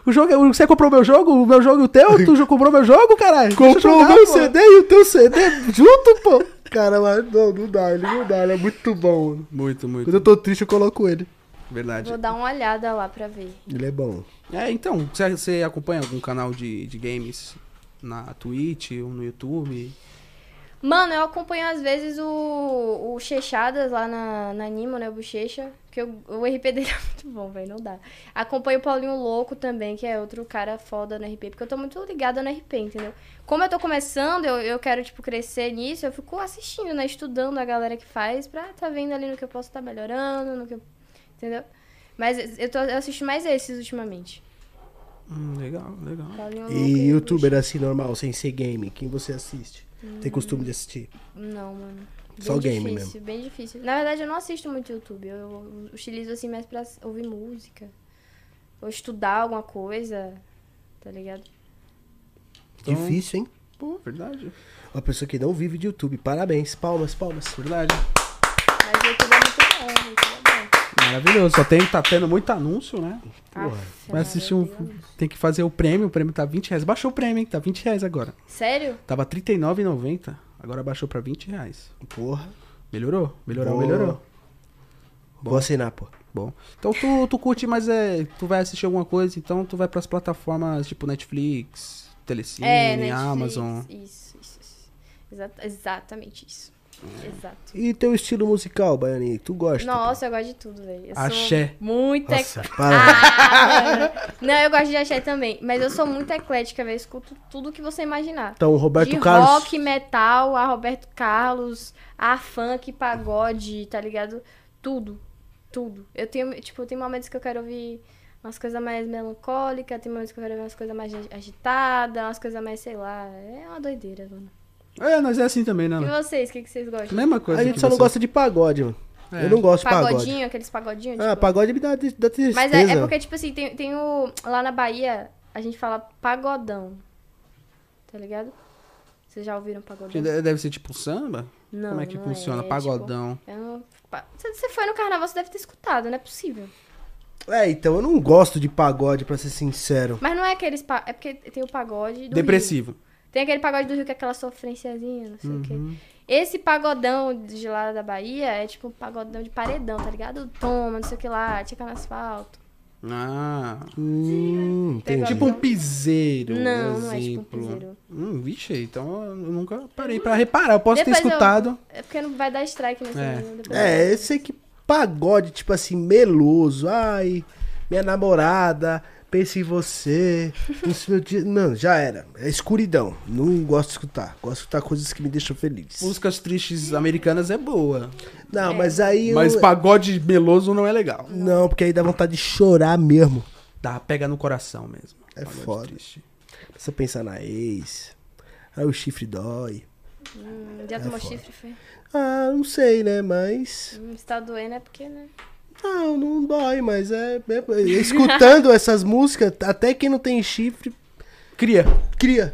A: O jogo, é- você comprou meu jogo, o meu jogo e o teu? Tu jo- comprou meu jogo, caralho? Deixa eu
B: Comprou o
A: jogar,
B: meu
A: pô.
B: CD e o teu CD junto, pô.
A: Cara, mas não, não dá, ele não dá, ele é muito bom.
B: Muito,
A: Quando eu
B: muito.
A: tô triste, eu coloco ele.
B: Verdade.
C: Vou dar uma olhada lá pra ver.
A: Ele é bom.
B: É, então, você, você acompanha algum canal de, de games na Twitch ou no YouTube?
C: Mano, eu acompanho às vezes o, o Chechadas lá na, na Animo, né? O Bochecha. Porque o, o RP dele é muito bom, velho. Não dá. Acompanho o Paulinho Louco também, que é outro cara foda no RP. Porque eu tô muito ligada no RP, entendeu? Como eu tô começando, eu, eu quero, tipo, crescer nisso. Eu fico assistindo, né? Estudando a galera que faz pra tá vendo ali no que eu posso tá melhorando, no que eu... Entendeu? Mas eu, tô, eu assisto mais esses ultimamente.
B: Hum, legal, legal.
C: Paulinho Louco
A: E
C: o
A: youtuber assim, normal, sem ser game, quem você assiste? Tem costume de assistir?
C: Não, mano. Bem
A: Só game
C: difícil, Bem difícil. Na verdade, eu não assisto muito YouTube. Eu, eu utilizo assim mais pra ouvir música. Ou estudar alguma coisa. Tá ligado?
B: Então-
A: Difícil, hein?
B: Pô, verdade.
A: Uma pessoa que não vive de YouTube. Parabéns, palmas, palmas.
B: Verdade.
C: Mas YouTube é muito bom, YouTube é bom.
B: Maravilhoso. Só tem, tá tendo muito anúncio, né?
A: Ah.
C: Aff,
B: Vai assistir um.
C: maravilhoso.
B: Tem que fazer o prêmio. O prêmio tá 20 reais. Baixou o prêmio, hein? Tá 20 reais agora.
C: Sério?
B: Tava R$39,90. Agora baixou pra 20 reais.
A: Porra.
B: Melhorou? Melhorou,
A: Boa.
B: melhorou.
A: Vou assinar, pô.
B: Bom. Então tu, tu curte, mas é. Tu vai assistir alguma coisa, então tu vai pras plataformas tipo Netflix, Telecine,
C: é, Netflix,
B: Amazon.
C: Isso, isso, isso. Exata- exatamente isso. Exato.
A: E teu estilo musical, Baianinho? Tu gosta?
C: Nossa, eu gosto de tudo, velho. Eu sou
B: Axé.
C: Muito
A: pô?
C: ex-
A: Nossa, para.
C: Ah, não, eu gosto de axé também. Mas eu sou muito eclética, velho. Escuto tudo que você imaginar.
A: Então, Roberto
C: de
A: Carlos.
C: rock, metal, a Roberto Carlos, a funk, pagode, tá ligado? Tudo. Tudo. Eu tenho, tipo, tem momentos que eu quero ouvir umas coisas mais melancólicas, tem momentos que eu quero ouvir umas coisas mais agi- agitadas, umas coisas mais, sei lá. É uma doideira, mano.
B: É, nós é assim também,
A: Ah.
B: né?
C: E
B: Ana?
C: vocês, o que, que vocês gostam?
B: Mesma coisa.
A: A gente
B: que
A: só não
B: você.
A: gosta de pagode, mano.
B: É.
A: Eu não gosto de pagode.
C: Pagodinho, aqueles pagodinhos?
A: Ah,
C: tipo?
A: pagode me dá, dá tristeza.
C: Mas é, é porque, tipo assim, tem, tem o. Lá na Bahia, a gente fala pagodão. Tá ligado? Vocês já ouviram pagodão?
B: De- Deve ser tipo samba?
C: Não.
B: Como é que
C: não
B: funciona?
C: tipo,
B: Pagodão.
C: é um pa- Você você foi no carnaval, você deve ter escutado, não é possível.
A: É, então, eu não gosto de pagode, pra ser sincero.
C: Mas não é aqueles. Pa... É porque tem o pagode. Do
B: Depressivo.
C: Rio. Tem aquele pagode do Rio que é aquela sofrênciazinha, não sei o quê.
B: Uhum.
C: Esse pagodão de lá da Bahia é tipo um pagodão de paredão, tá ligado? Toma, não sei o que lá, tchaca no asfalto.
B: Ah.
A: Hum, entendi.
C: Pegou.
B: Tipo um piseiro.
C: Não,
B: um
C: não é tipo um
B: exemplo.
C: piseiro.
B: Hum, vixe, então eu nunca parei pra reparar. Eu posso ter
C: Depois eu-
B: escutado.
C: É porque não vai dar strike nesse
B: É.
C: menino, depois-
A: É, eu sei que pagode, tipo assim, meloso. Ai, minha namorada, pense em você. no seu dia- Não, já era. É escuridão. Não gosto de escutar. Gosto de escutar coisas que me deixam feliz.
B: Músicas tristes americanas é boa.
C: É.
A: Não, mas aí. eu-
B: Mas pagode meloso não é legal.
A: Não, porque aí dá vontade de chorar mesmo.
B: Dá, pega no coração mesmo.
A: É
B: Pagode
A: foda.
B: triste.
A: Você pensar na ex. Aí o chifre dói.
C: Hum,
B: É
C: Já tomou chifre, foi?
A: Ah, não sei, né? Mas.
C: Hum, Se tá doendo é porque, né?
A: Não, não dói, mas é. é- escutando essas músicas, até quem não tem chifre,
B: Cria.
A: cria.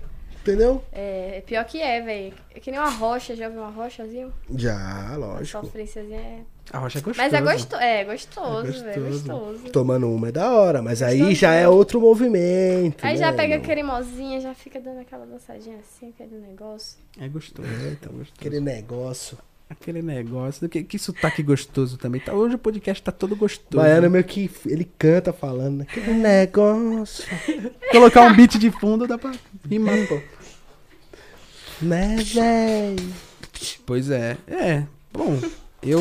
A: Entendeu?
C: É, é pior que é, velho. É que nem uma rocha, já ouviu uma rochazinha?
A: Já,
C: Uma
A: lógico.
C: sofrênciazinha é
B: A rocha é gostosa.
C: Mas é, gosto... é gostoso, velho. É
B: gostoso.
C: gostoso.
A: Tomando uma é da hora, mas aí
C: Gostosinho.
A: já é outro movimento.
C: Aí já
A: né?
C: pega a cremosinha, já fica dando aquela dançadinha assim, aquele negócio.
B: É gostoso. tá gostoso.
A: Aquele negócio.
B: Aquele negócio. do Que, que sotaque gostoso também. Tá, hoje o podcast tá todo gostoso.
A: Baiano meio que ele canta falando, né? aquele negócio,
B: Colocar um beat de fundo dá pra rimar, pô.
A: né, véi?
B: Pois é. É. Bom, eu.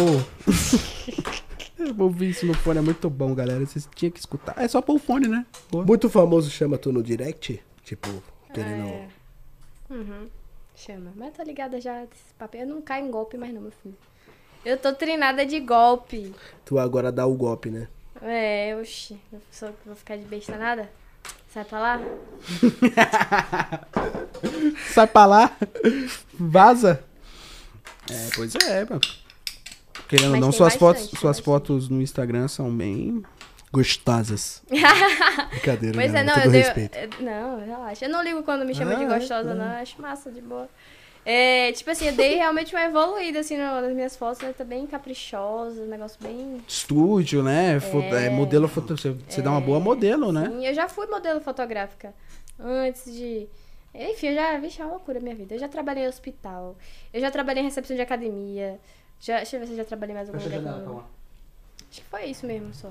B: eu ouvir isso no fone é muito bom, galera. Vocês tinham que escutar. É só pôr o fone, né? Boa.
A: Muito famoso chama tu no direct, tipo, querendo...
C: É. Uhum. Chama. Mas tá ligada já desse papel. Eu não caio em golpe mais não, meu filho. Eu tô treinada de golpe.
A: Tu agora dá o golpe, né?
C: É, oxi. Eu sou... vou ficar de besta nada? Sai pra lá?
B: Sai pra lá. Vaza. É, pois é, mano. Querendo ou
C: Mas
B: não,
C: tem
B: suas,
C: bastante,
B: fotos,
C: tem
B: suas
C: bastante.
B: fotos no Instagram são bem.
A: Gostosas. Brincadeira,
C: Pois é,
A: galera,
C: não,
A: todo
C: eu dei.
A: respeito.
C: eu- Não, relaxa. Eu não ligo quando me chamam de
B: Ah,
C: gostosa, não. Eu acho massa, de boa. É, tipo assim, eu dei realmente uma evoluída, assim, no- nas minhas fotos, né? Tá bem caprichosa, um negócio bem...
B: Estúdio, né? Fo- é, modelo, foto- você, você dá uma boa modelo, né?
C: É. Sim, eu já fui modelo fotográfica antes de. Enfim, eu já. Vixe, é uma loucura a minha vida. Eu já trabalhei em hospital. Eu já trabalhei em recepção de academia. Já, deixa eu ver se eu já trabalhei mais
A: Tá
C: alguma coisa. Acho que foi isso mesmo só.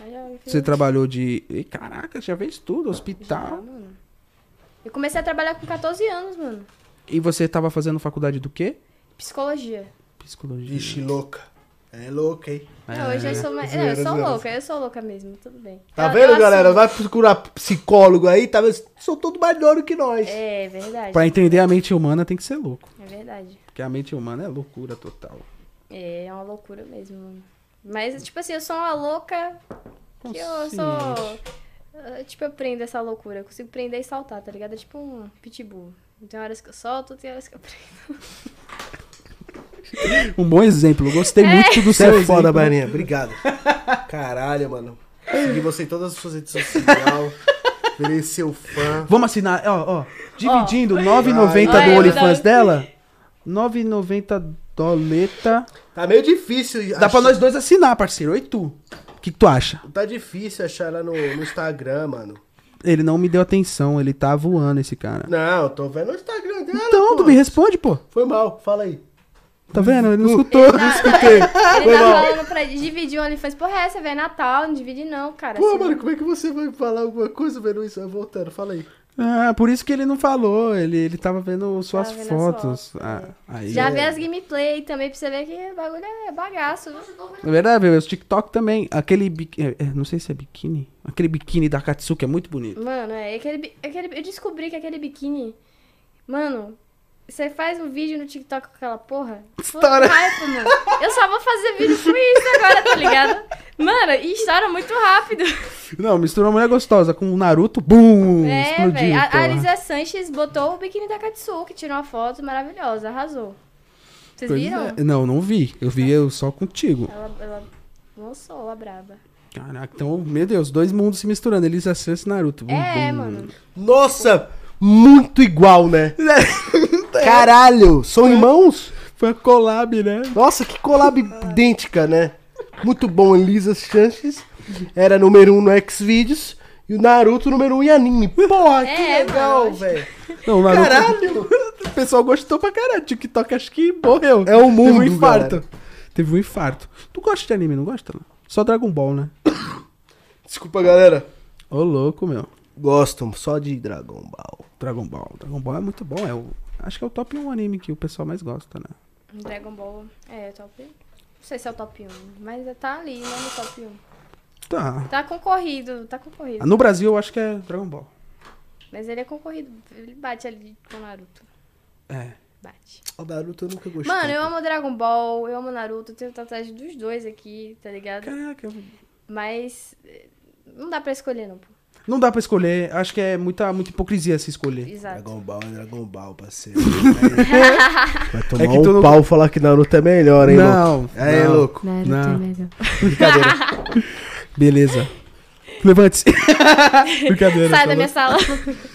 C: Mas já, enfim,
B: Você tá? trabalhou de. Ih, Caraca, já fez tudo,
C: já,
B: hospital.
C: mano. Eu comecei a trabalhar com 14 anos, mano.
B: E você tava fazendo faculdade do quê?
C: Psicologia.
B: Psicologia.
A: Vixe, louca. É louca, hein?
C: Não, hoje eu sou mais. Não, eu
A: Zoeira,
C: sou
A: zoeira.
C: louca, eu sou louca mesmo, tudo bem.
A: Tá
C: Eu-
A: vendo,
C: eu
A: galera?
C: assumo.
A: Vai procurar psicólogo aí, tá vendo? São todos mais doidos que nós.
C: É verdade.
B: Pra entender a mente humana tem que ser louco.
C: É verdade.
B: Porque a mente humana é loucura total.
C: É, é uma loucura mesmo, mano. Mas, tipo assim, eu sou uma louca que eu sou.
B: Consciente.
C: eu, Tipo, eu prendo essa loucura. Eu consigo prender e saltar, tá ligado? É tipo um pitbull. Tem horas que eu solto, tem horas que eu prendo.
B: Um bom exemplo. Gostei muito do
A: Você
B: seu
A: é foda,
B: exemplo.
A: Barinha. Obrigado. Caralho, mano. Segui você em todas as suas redes sociais. Virei seu fã.
B: Vamos assinar, ó, ó. Dividindo 9,90
C: Ai,
B: do
C: eu
B: OnlyFans
C: não-
B: dela. 9,90 doleta.
A: Tá meio difícil.
B: Dá pra
A: achar-
B: nós dois assinar, parceiro. E tu? O que, que tu acha?
A: Tá difícil achar ela no, no Instagram, mano.
B: Ele não me deu atenção, ele tá voando esse cara.
A: Não, eu tô vendo o Instagram dela.
B: Então,
A: pô.
B: tu me responde, pô.
A: Foi mal, fala aí.
B: Tá vendo? Ele não escutou.
A: Escutei.
C: Ele tá falando pra dividir o OnlyFans. Porra, essa, velho, é Natal, não divide não, cara.
A: Pô,
C: assim,
A: mano, como é que você vai falar alguma coisa vendo isso? Ah, Voltando, fala aí.
B: Ah, por isso que ele não falou. Ele, ele tava vendo suas
C: vendo as
B: fotos.
C: fotos,
B: Ah, aí.
C: Já
B: é.
C: vê as gameplay também pra você ver que o bagulho é bagaço. viu?
B: É verdade, os TikTok também. Aquele biqui- é, é, Não sei se é biquíni. Aquele biquíni da Katsuki é muito bonito.
C: Mano, é aquele, bi- aquele. Eu descobri que aquele biquíni. Mano, você faz um vídeo no TikTok com aquela porra. Estoura. Hype, mano. Eu só vou fazer vídeo com isso agora, tá ligado? Mano, e estoura muito rápido.
B: Não, misturou uma mulher gostosa com o Naruto. Bum!
C: É,
B: explodiu.
C: velho. A,
B: porra.
C: a Lisa Sanches botou o biquíni da Katsuki, tirou uma foto maravilhosa, arrasou. Vocês
B: Pois
C: viram?
B: é. Não, não vi. Eu vi eu só contigo.
C: Ela, ela lançou a braba.
B: Caraca, então, meu Deus, dois mundos se misturando. Elisa Santos e Naruto. Bum,
C: É,
B: bum.
C: mano.
A: Nossa, muito igual, né? então. Caralho, são irmãos?
B: Foi a collab, né?
A: Nossa, que collab idêntica, né? Muito bom, Elisa Chances. Era número 1 um no Xvideos. E o Naruto número 1 um em anime. Porra, que
C: É,
A: legal,
C: mano,
A: velho.
B: Não, o Naruto.
A: Caralho!
B: O pessoal gostou pra caralho. TikTok acho que morreu.
A: É o mundo,
B: Teve um infarto.
A: galera.
B: Teve um infarto. Tu gosta de anime, não gosta? Não? Só Dragon Ball, né?
A: Desculpa, galera.
B: Ô, louco, meu.
A: Gosto só de Dragon Ball.
B: Dragon Ball. Dragon Ball é muito bom. É o... Acho que é o top 1 anime que o pessoal mais gosta, né?
C: um Dragon Ball. É, top. Não sei se é o top 1, mas tá ali, né? No top 1.
B: Tá.
C: Tá concorrido, tá concorrido.
B: Ah, No Brasil, eu acho que é Dragon Ball.
C: Mas ele é concorrido. Ele bate ali com o Naruto.
B: É.
C: Bate.
A: O Naruto eu nunca gostei.
C: Mano, eu amo Dragon Ball, eu amo Naruto, eu tenho um tatuagem dos dois aqui, tá ligado?
B: Caraca.
C: Mas eh, não dá pra escolher, não, pô.
B: Não dá pra escolher. Acho que é muita, muita hipocrisia se escolher.
C: Exato.
A: Dragon Ball é Dragon Ball, parceiro. Vai tomar
B: É que
A: um
B: tu não-
A: pau falar que Naruto é melhor, hein,
B: Não,
A: louco? É,
B: não.
A: louco.
B: Naruto Não. é
C: melhor.
A: Brincadeira.
B: Beleza. Levante-se. Brincadeira.
C: Sai da
B: falou.
C: minha sala.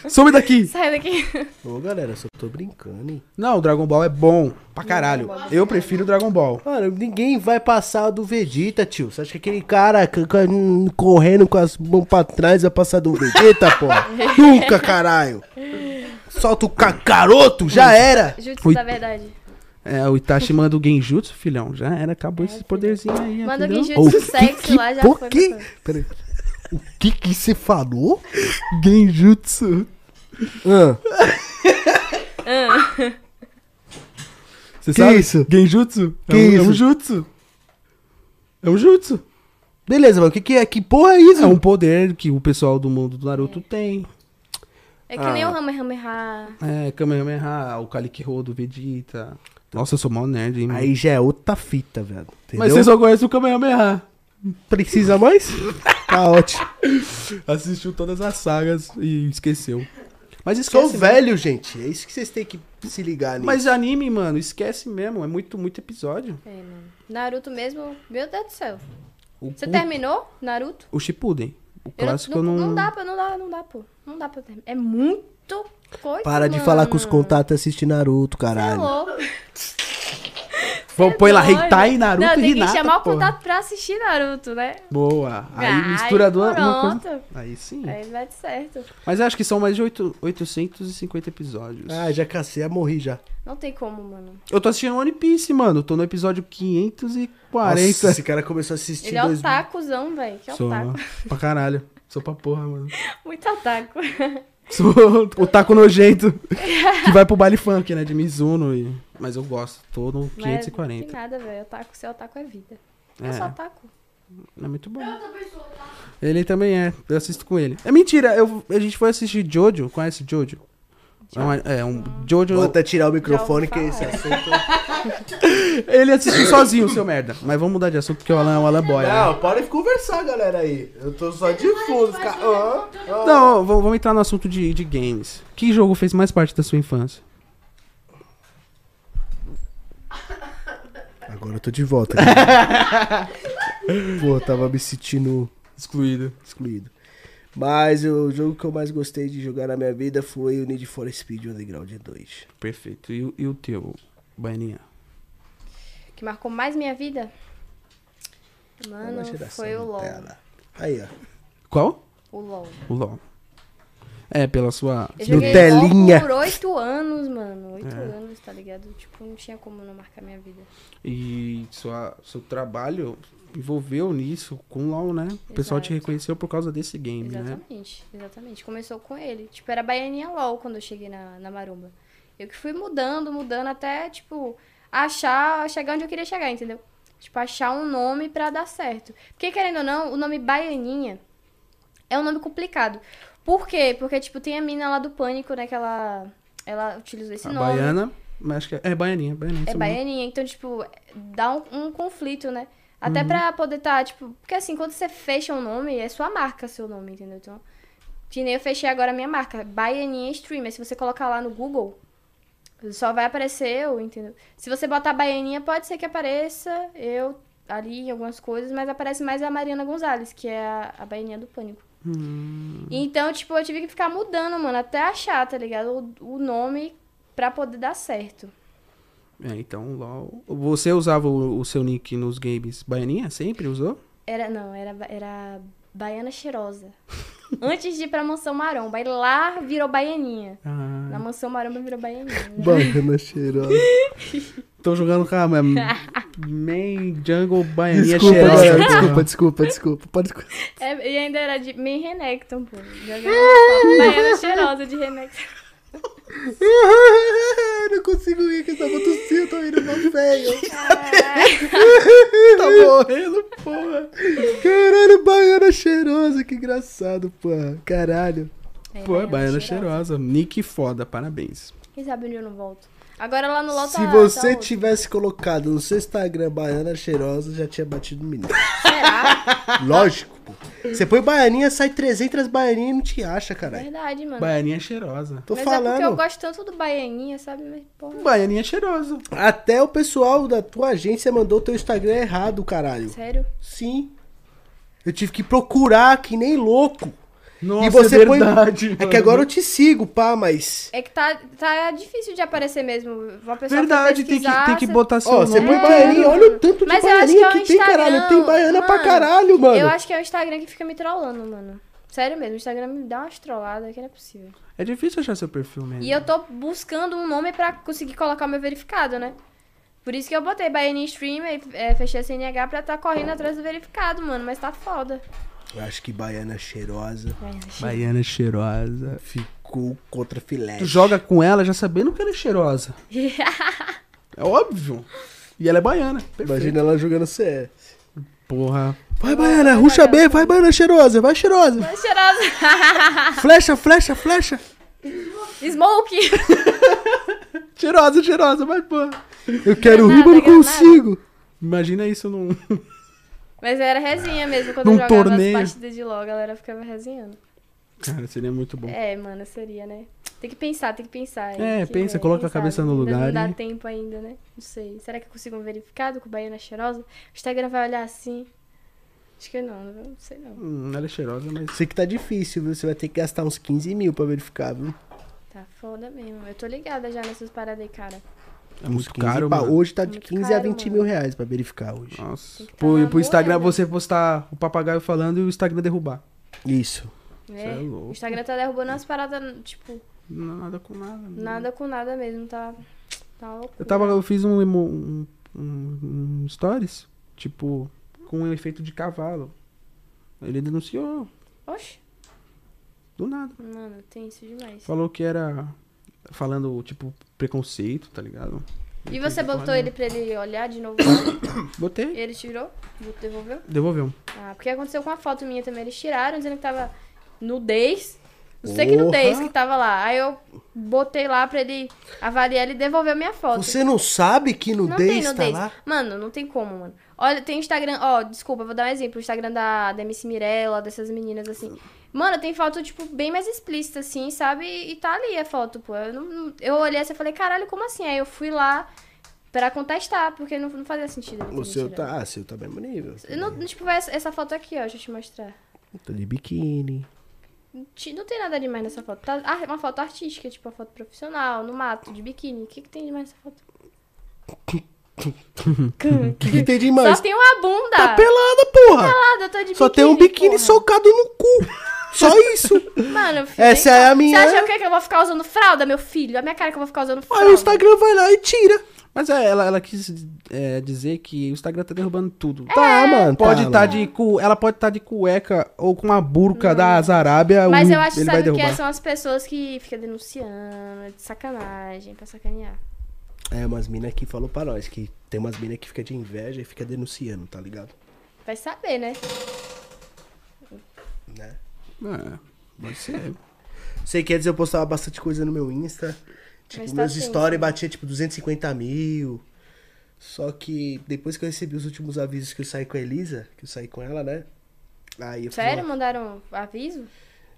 B: Some daqui.
C: Sai daqui.
A: Ô, galera, eu só tô brincando, hein?
B: Não, Dragon Ball é bom pra caralho. Eu prefiro Dragon Ball.
A: Mano, ninguém vai passar do Vegeta, tio. Você acha que aquele cara c- c- hum, correndo com as mãos pra trás vai passar do Vegeta, porra? Nunca, caralho! Solta o cacaroto, já era!
C: Jutsu
B: Ui.
C: da verdade.
B: É, o Itachi manda o Genjutsu, filhão. Já era, acabou esse poderzinho aí.
C: É, Manda o
B: entendeu?
C: Genjutsu
A: Ô,
C: sexy lá, já
A: por
C: foi.
A: que-
C: pra-
A: Peraí. O que que você falou? Ah,
B: Genjutsu.
A: Hã?
B: Você
A: Que
B: sabe?
A: isso?
B: Genjutsu?
A: Que
B: é um, É
A: isso?
B: um jutsu. É um jutsu.
A: Beleza, mano, o que que é? Que porra é isso?
B: É um poder que o pessoal do mundo do Naruto tem.
C: É que
B: Ah.
C: nem o Hammerhammer.
B: É, Kamehameha, o Kalikiro do Vegeta. Nossa, eu sou mal nerd, hein? mano.
A: Aí já é outra fita, velho. Entendeu?
B: Mas você só conhece o Kamehameha.
A: precisa mais? tá ótimo.
B: Assistiu todas as sagas e esqueceu. Mas esquece.
A: Sou
B: né?
A: velho, gente. É isso que vocês têm que se ligar nisso.
B: Mas anime, mano, esquece mesmo. É muito, muito episódio.
C: É, mano. Naruto mesmo, meu Deus do céu.
B: O,
C: Você
B: o-
C: terminou, Naruto?
B: o Shippuden. O
C: Eu
B: clássico eu
C: não,
B: não...
C: não dá pra, não dá, não dá, pô. Não dá pra terminar. É muito coisa,
A: Para de falar com os
C: mano.
A: contatos e assistir Naruto,
C: Você é
A: caralho.
C: louco. é
B: Vou põe lá,
C: Doido.
B: Heitai, Naruto
C: Não,
B: e
C: tem que
B: Hinata,
C: chamar o
B: porra.
C: contato pra assistir Naruto, né?
B: Boa. Aí
C: Ai,
B: mistura duas, uma
C: pronto. É.
B: coisa. Aí sim.
C: Aí vai de certo.
B: Mas eu acho que são mais de oito- 850 episódios.
A: Ah, já cacei, já morri já.
C: Não tem como, mano.
B: Eu tô assistindo One Piece, mano. Tô no episódio 540.
A: Nossa, esse cara começou a assistir
C: Ele é
A: dois...
C: otacuzão, velho. Que é
B: Sou
C: otaku.
B: pra caralho. Sou pra porra, mano.
C: Muito otaku.
B: Sou o taco nojento. que vai pro baile funk, né? De Mizuno. E... Mas eu gosto. Tô no
C: Mas não tem
B: 540.
C: nada, velho. Otaku, ser otaku é vida. Eu sou
B: É,
C: otaku.
B: é muito bom.
E: Outra pessoa, tá?
B: Ele também é. Eu assisto com ele. É mentira. Eu, a gente foi assistir Jojo. Conhece Jojo? É um, é um Jojo.
A: Vou até tirar o microfone
C: Já
A: que
C: ouvi
A: esse
C: falar.
A: assunto...
B: Ele assistiu sozinho, seu merda. Mas vamos mudar de assunto porque o Alan é um Alan Boy. né?
A: Não, para de conversar, galera aí. Eu tô só de fundo. Fica... Ah, ah.
B: Não, vamos vamos entrar no assunto de, de games. Que jogo fez mais parte da sua infância?
A: Agora eu tô de volta. cara. Pô, eu tava me sentindo
B: Excluído.
A: excluído. Mas o jogo que eu mais gostei de jogar na minha vida foi o Need for Speed Underground 2.
B: Perfeito. E, o- e o teu, Baianinha?
C: que marcou mais minha vida?
A: Nova
C: Mano,
A: geração
C: Ah, foi o LOL.
A: Nutella. Aí, ó.
B: Qual?
C: O LOL.
B: O LOL. É, pela sua.
C: Eu joguei
A: Nutelinha. É.
C: LOL por oito anos, mano. Oito anos, tá ligado? Tipo, não tinha como não marcar minha vida.
B: E sua, seu trabalho envolveu nisso com o LOL, né? O pessoal te
C: Exato.
B: reconheceu por causa desse game, né?
C: Exatamente, exatamente. Começou com ele. Tipo, era Baianinha LOL quando eu cheguei na, na Marumba. Eu que fui mudando, mudando até, tipo, achar, chegar onde eu queria chegar, entendeu? Tipo, achar um nome pra dar certo. Porque, querendo ou não, o nome Baianinha é um nome complicado. Por quê? Porque, tipo, tem a mina lá do Pânico, né, que ela, ela utilizou esse
B: A
C: nome.
B: baiana, mas acho que é, é baianinha, baianinha.
C: É
B: seu nome.
C: baianinha, então, tipo, dá um, um conflito, né? Até pra poder tá, tipo, porque assim, quando você fecha um nome, é sua marca seu nome, entendeu? Então, que nem eu fechei agora a minha marca, Baianinha Streamer. Se você colocar lá no Google, só vai aparecer eu, entendeu? Se você botar Baianinha, pode ser que apareça eu ali em algumas coisas, mas aparece mais a Mariana Gonzalez, que é a, a Baianinha do Pânico. Então, tipo, eu tive que ficar mudando, mano, até achar, tá ligado? O, o nome pra poder dar certo.
B: É, então, LOL. Você usava o, o seu nick nos games baianinha? Sempre usou?
C: Era, não, era, ba- era Baiana Cheirosa. Antes de ir pra Mansão Maromba. Aí lá virou Baianinha.
B: Ah.
C: Na Mansão Maromba virou Baianinha. né?
A: Banana cheirosa.
B: Tô jogando com a ma- main jungle baianinha
A: Desculpa,
B: cheirosa.
A: galera, desculpa,
B: porra.
A: desculpa, desculpa. Pode...
C: É, e ainda era de main Renekton, pô. Jogando só Baiana Cheirosa de Renekton.
A: não consigo ir, que eu tava tossindo, eu tô indo mal feio. tá morrendo, porra. Caralho, baiana cheirosa, que engraçado, porra. Caralho.
C: É,
B: Pô, é baiana cheirosa. Nick foda, parabéns.
C: Quem sabe onde eu não volto. Agora lá no LOL tá
A: Se
C: tá
A: você
C: outro.
A: tivesse colocado no seu Instagram baiana cheirosa, já tinha batido no menino.
C: Será?
A: Lógico, pô. Você põe baianinha, sai 300 baianinhas e não te acha, caralho.
C: Verdade, mano.
B: Baianinha cheirosa.
A: Tô
C: Mas é porque eu
A: falando.
C: gosto tanto do Baianinha, sabe? Mas, porra,
A: é
B: Baianinha cheirosa.
A: Até o pessoal da tua agência mandou teu Instagram errado, caralho.
C: sério.
A: Sim. Eu tive que procurar que nem louco.
B: Nossa,
A: e você
B: é
A: põe.
B: verdade.
A: É
B: mano.
A: que agora eu te sigo, pá, mas.
C: É que tá, tá difícil de aparecer mesmo. Uma pessoa foi
B: Verdade, tem que,
C: pesquisar,
B: tem que
C: você-
B: botar seu
A: Ó, você
B: nome.
A: põe
C: É.
A: baianinha, olha o tanto de
C: Mas eu acho
A: baianinha
C: que é o
A: tem, caralho.
C: Instagram,
A: Tem baiana pra
C: mano.
A: caralho, mano.
C: Eu acho que é o Instagram que fica me trollando, mano. Sério mesmo, o Instagram me dá umas trolladas que não é possível.
B: É difícil achar seu perfil mesmo.
C: E eu tô buscando um nome pra conseguir colocar o meu verificado, né? Por isso que eu botei Baianinha Streamer e é, fechei a CNH pra tá correndo atrás do verificado, mano. Mas tá foda.
A: Eu acho que baiana é cheirosa
B: Baiana é cheirosa.
A: ficou contra filé.
B: Tu joga com ela já sabendo que ela é cheirosa. é óbvio. E ela é baiana. Perfeito.
A: Imagina ela jogando CE.
B: Porra.
A: Vai, baiana, ruxa B, vai, baiana cheirosa, vai, cheirosa.
C: Tá cheirosa.
A: Flecha, flecha, flecha.
C: Smoke!
B: Cheirosa, cheirosa, vai, porra.
A: Eu quero rir, mas não
C: Granada,
A: consigo.
B: Imagina isso num.
C: Mas era resenha mesmo quando
B: Num
C: eu jogava
B: torneio.
C: as partidas de LOL, a galera ficava resenhando.
B: Cara, seria muito bom.
C: É, mano, seria, né? Tem que pensar, tem que pensar. hein?
B: É,
C: Que,
B: pensa,
C: né,
B: coloca
C: quem
B: a cabeça
C: sabe?
B: no
C: Ainda
B: lugar
C: Não
B: e-
C: dá tempo ainda, né? Não sei. Será que eu consigo um verificado com Baiana Cheirosa? O Instagram vai olhar assim? Acho que não, não sei não.
B: Hum, ela é cheirosa, mas.
A: Sei que tá difícil, viu? Você vai ter que gastar uns 15 mil pra verificar, viu?
C: Tá foda mesmo. Eu tô ligada já nessas paradas aí, cara.
B: É muito
A: 15
B: caro,
A: pa-
B: mano. Ah.
A: Hoje tá de
C: Muito
A: 15 a
C: caro,
A: 20
C: mano.
A: mil reais pra verificar hoje.
B: Nossa.
C: que tá
B: Pro, pro
C: moeda.
B: Instagram você postar o papagaio falando e o Instagram derrubar.
A: Isso.
C: É,
B: é louco.
C: o Instagram tá derrubando umas paradas, tipo,
B: Nada com nada. mano.
C: nada com nada mesmo, tá. Tá louco.
B: Eu tava. Eu fiz um, emo- um, um- um stories, tipo, com um efeito de cavalo. Ele denunciou,
C: Oxe,
B: do nada.
C: mano, tem isso demais.
B: Falou que era. Falando, tipo, preconceito, tá ligado?
C: E você botou ele pra ele olhar de novo? e
B: Botei.
C: ele tirou? Bot- Devolveu?
B: Devolveu.
C: Ah, porque aconteceu com a foto minha também. Eles tiraram dizendo que tava nudez. Não sei que
A: Porra!
C: nudez que tava lá. Aí eu botei lá pra ele avaliar ele devolveu minha foto.
A: Você não sabe que
C: Não tem
A: nudez tá
C: nudez.
A: lá?
C: Mano, não tem como, mano. Olha, tem Instagram. Ó, desculpa, vou dar um exemplo. O Instagram da, da MC Mirella, dessas meninas assim. Mano, tem foto, tipo, bem mais explícita, assim, sabe? E tá ali a foto, pô. Eu, não- não- eu olhei assim e falei, caralho, como assim? Aí eu fui lá pra contestar, porque não, não fazia sentido. ele ter
A: O seu
C: me tirado.
A: tá, ah, seu tá mesmo nível.
C: Eu Não, não, tipo, vai essa, essa foto aqui, ó, deixa eu te mostrar.
A: Tá de biquíni.
C: Não ti- Não tem nada demais nessa foto. Tá, ah, uma foto artística, tipo, uma foto profissional, no mato, de biquíni. O que, que tem demais nessa foto?
A: O que, que tem de
C: Só
A: mais?
C: tem uma bunda.
A: Tá pelada, porra!
C: Pelada, eu tô de biquíni.
A: Só tem um biquíni
C: porra.
A: socado no cu. Só isso.
C: Mano, filho,
A: Essa é a minha.
C: Você acha o quê? que eu vou ficar usando fralda, meu filho? A minha cara que eu vou ficar usando fralda.
A: Aí o Instagram vai lá e tira.
B: Mas é, ela, ela quis é, dizer que o Instagram tá derrubando tudo.
C: É.
A: Tá, mano.
B: Pode
A: tá,
B: estar
A: mano.
B: de cu, ela pode estar de cueca ou com uma burca da Zarábia.
C: Mas
B: o-
C: eu acho,
B: ele vai
C: sabe o
B: derrubar.
C: que é? São as pessoas que ficam denunciando, é de sacanagem, pra sacanear.
A: É, umas minas que falou pra nós que tem umas minas que fica de inveja e fica denunciando, tá ligado?
C: Vai saber, né?
A: Né?
B: É, pode ser.
A: Sei que antes eu postava bastante coisa no meu Insta. Tipo,
C: Mas tá
A: meus
C: tenso,
A: stories
C: né?
A: batia tipo 250 mil. Só que depois que eu recebi os últimos avisos que eu saí com a Elisa, que eu saí com ela, né? Aí eu fiz
C: Sério?
A: uma-
C: Mandaram um aviso?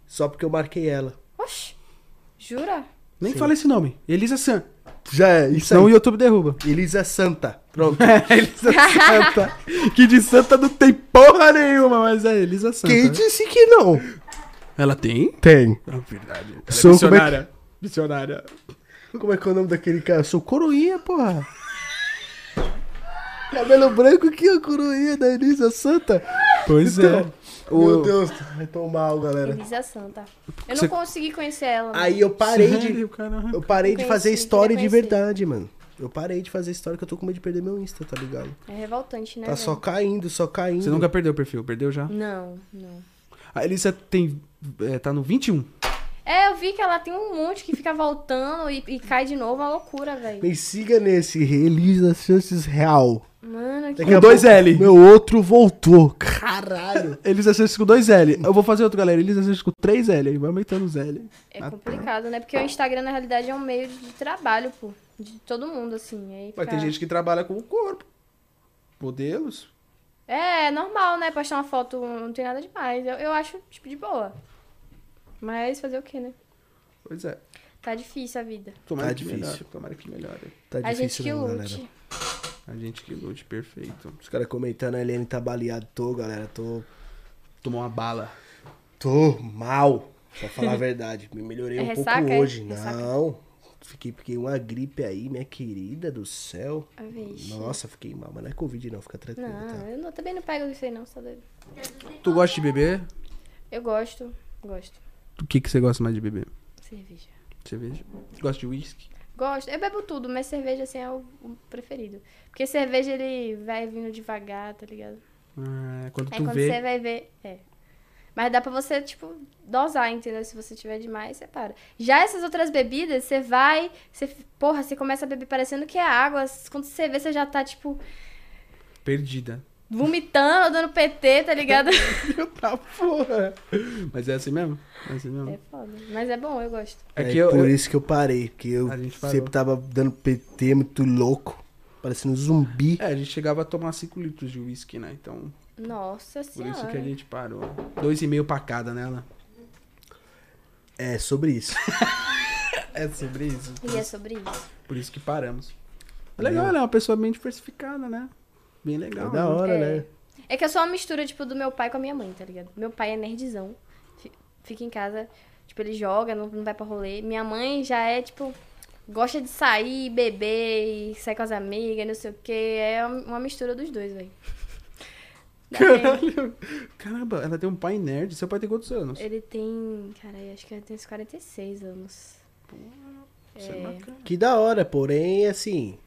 A: Só porque eu marquei ela.
C: Oxi, jura?
B: Nem fala esse nome. Elisa San.
A: Já é, isso
B: Senão o
A: aí.
B: YouTube derruba.
A: Elisa Santa. Pronto.
B: É, Elisa tá. Santa. que de santa não tem porra nenhuma, mas é Elisa Santa.
A: Quem disse que não?
B: Ela tem?
A: Tem.
B: É verdade. Ela
A: Sou
B: é
A: como é que-
B: missionária. Missionária.
A: Como é que é o nome daquele cara? Eu sou coroinha, porra. Cabelo branco que é coroinha da Elisa Santa.
B: Pois é.
A: Meu
B: O-
A: Deus, vai tomar mal, galera.
C: Elisa Santa. Eu
B: Você-
C: não consegui conhecer ela. mano.
A: É. Aí eu parei de.
B: Sério, cara?
A: Eu parei de
C: Conheci,
A: fazer
C: queria
A: história de
C: conhecer.
A: verdade, mano. Eu parei de fazer história que eu tô com medo de perder meu Insta, tá ligado?
C: É revoltante, né?
A: Tá
C: velho?
A: só caindo, só caindo.
B: Você nunca perdeu o perfil, perdeu já?
C: Não, não.
B: A Elisa tem. é, tá no 21.
C: É, eu vi que ela tem um monte que fica voltando e, e cai de novo. é Uma loucura, velho.
A: Me siga nesse, Elisa Chances Real.
C: Mano, que
A: Daqui a
B: Com dois
A: pouco,
B: L.
A: Meu outro voltou. Caralho.
B: Elisa Santos com 2L. Eu vou fazer outro, galera. Elisa Santos com 3L. aí Vai aumentando os L.
C: É complicado, né? Porque o Instagram, na realidade, é um meio de trabalho, pô. De todo mundo, assim. Aí
B: Mas
C: fica-
B: tem gente que trabalha com o corpo. Modelos.
C: É, é normal, né? Postar uma foto não tem nada demais. Eu, eu acho, tipo, de boa. Mas fazer o quê, né?
B: Pois é.
C: Tá difícil a vida.
B: Tomara
A: Tá
B: que
A: difícil.
B: melhore. Tomara que melhore.
A: Tá
C: a gente
A: difícil
C: que
A: não,
C: lute.
A: galera.
B: A gente que lute, perfeito.
A: Os caras comentando, a Helene tá baleado. Tô, galera, tô.
B: Tomou uma bala.
A: Tô mal. Pra falar a verdade. Me melhorei
C: É
A: um pouco
C: ressaca, é?
A: hoje.
C: Ressaca.
A: Não. Fiquei, fiquei uma gripe aí, minha querida do céu.
C: Ah, vixe.
A: Nossa, fiquei mal, mas não é Covid não, fica tranquilo, tá?
C: Não, eu não- também não pego isso aí, não. Só doido.
B: Tu gosta de beber?
C: Eu gosto, gosto.
B: O que, que você gosta mais de beber?
C: Cerveja.
B: Cerveja. Gosta de uísque?
C: Gosto. Eu bebo tudo, mas cerveja, assim, é o, o preferido. Porque cerveja, ele vai vindo devagar, tá ligado?
B: Ah, quando
C: Aí
B: tu
C: quando
B: vê.
C: você vai ver. É. Mas dá pra você, tipo, dosar, entendeu? Se você tiver demais, você para. Já essas outras bebidas, você vai. Você, porra, você começa a beber parecendo que é água. Quando você vê, você já tá, tipo,
B: Perdida.
C: vomitando, dando PT, tá ligado?
B: tá porra. Mas é assim mesmo? É assim mesmo?
C: é foda. Mas é bom, eu gosto.
B: É,
A: É
B: que eu,
A: por
B: eu-
A: isso que eu parei, porque eu
B: A gente parou.
A: sempre tava dando PT muito louco, parecendo um zumbi.
B: É, a gente chegava a tomar 5 litros de uísque, né? Então,
C: Nossa
B: por
C: senhora.
B: isso que a gente parou. Dois e meio pra cada, né, Alan?
A: É sobre isso.
B: É sobre isso.
C: E é sobre isso.
B: Por isso que paramos. É legal, ela é uma pessoa bem diversificada, né? Bem legal.
A: É da
B: né?
A: hora,
C: é.
A: né?
C: É que eu sou uma mistura, tipo, do meu pai com a minha mãe, tá ligado? Meu pai é nerdzão. Fi- Fica em casa, Tipo, ele joga, não, não vai pra rolê. Minha mãe já é, tipo, gosta de sair, beber, e sair com as amigas, não sei o quê. É uma mistura dos dois, velho.
B: Caralho. Caramba, ela tem um pai nerd. Seu pai tem quantos anos?
C: Ele tem. Cara, eu acho que ele tem uns 46 anos.
B: Isso é bacana.
A: Que da hora, porém, assim,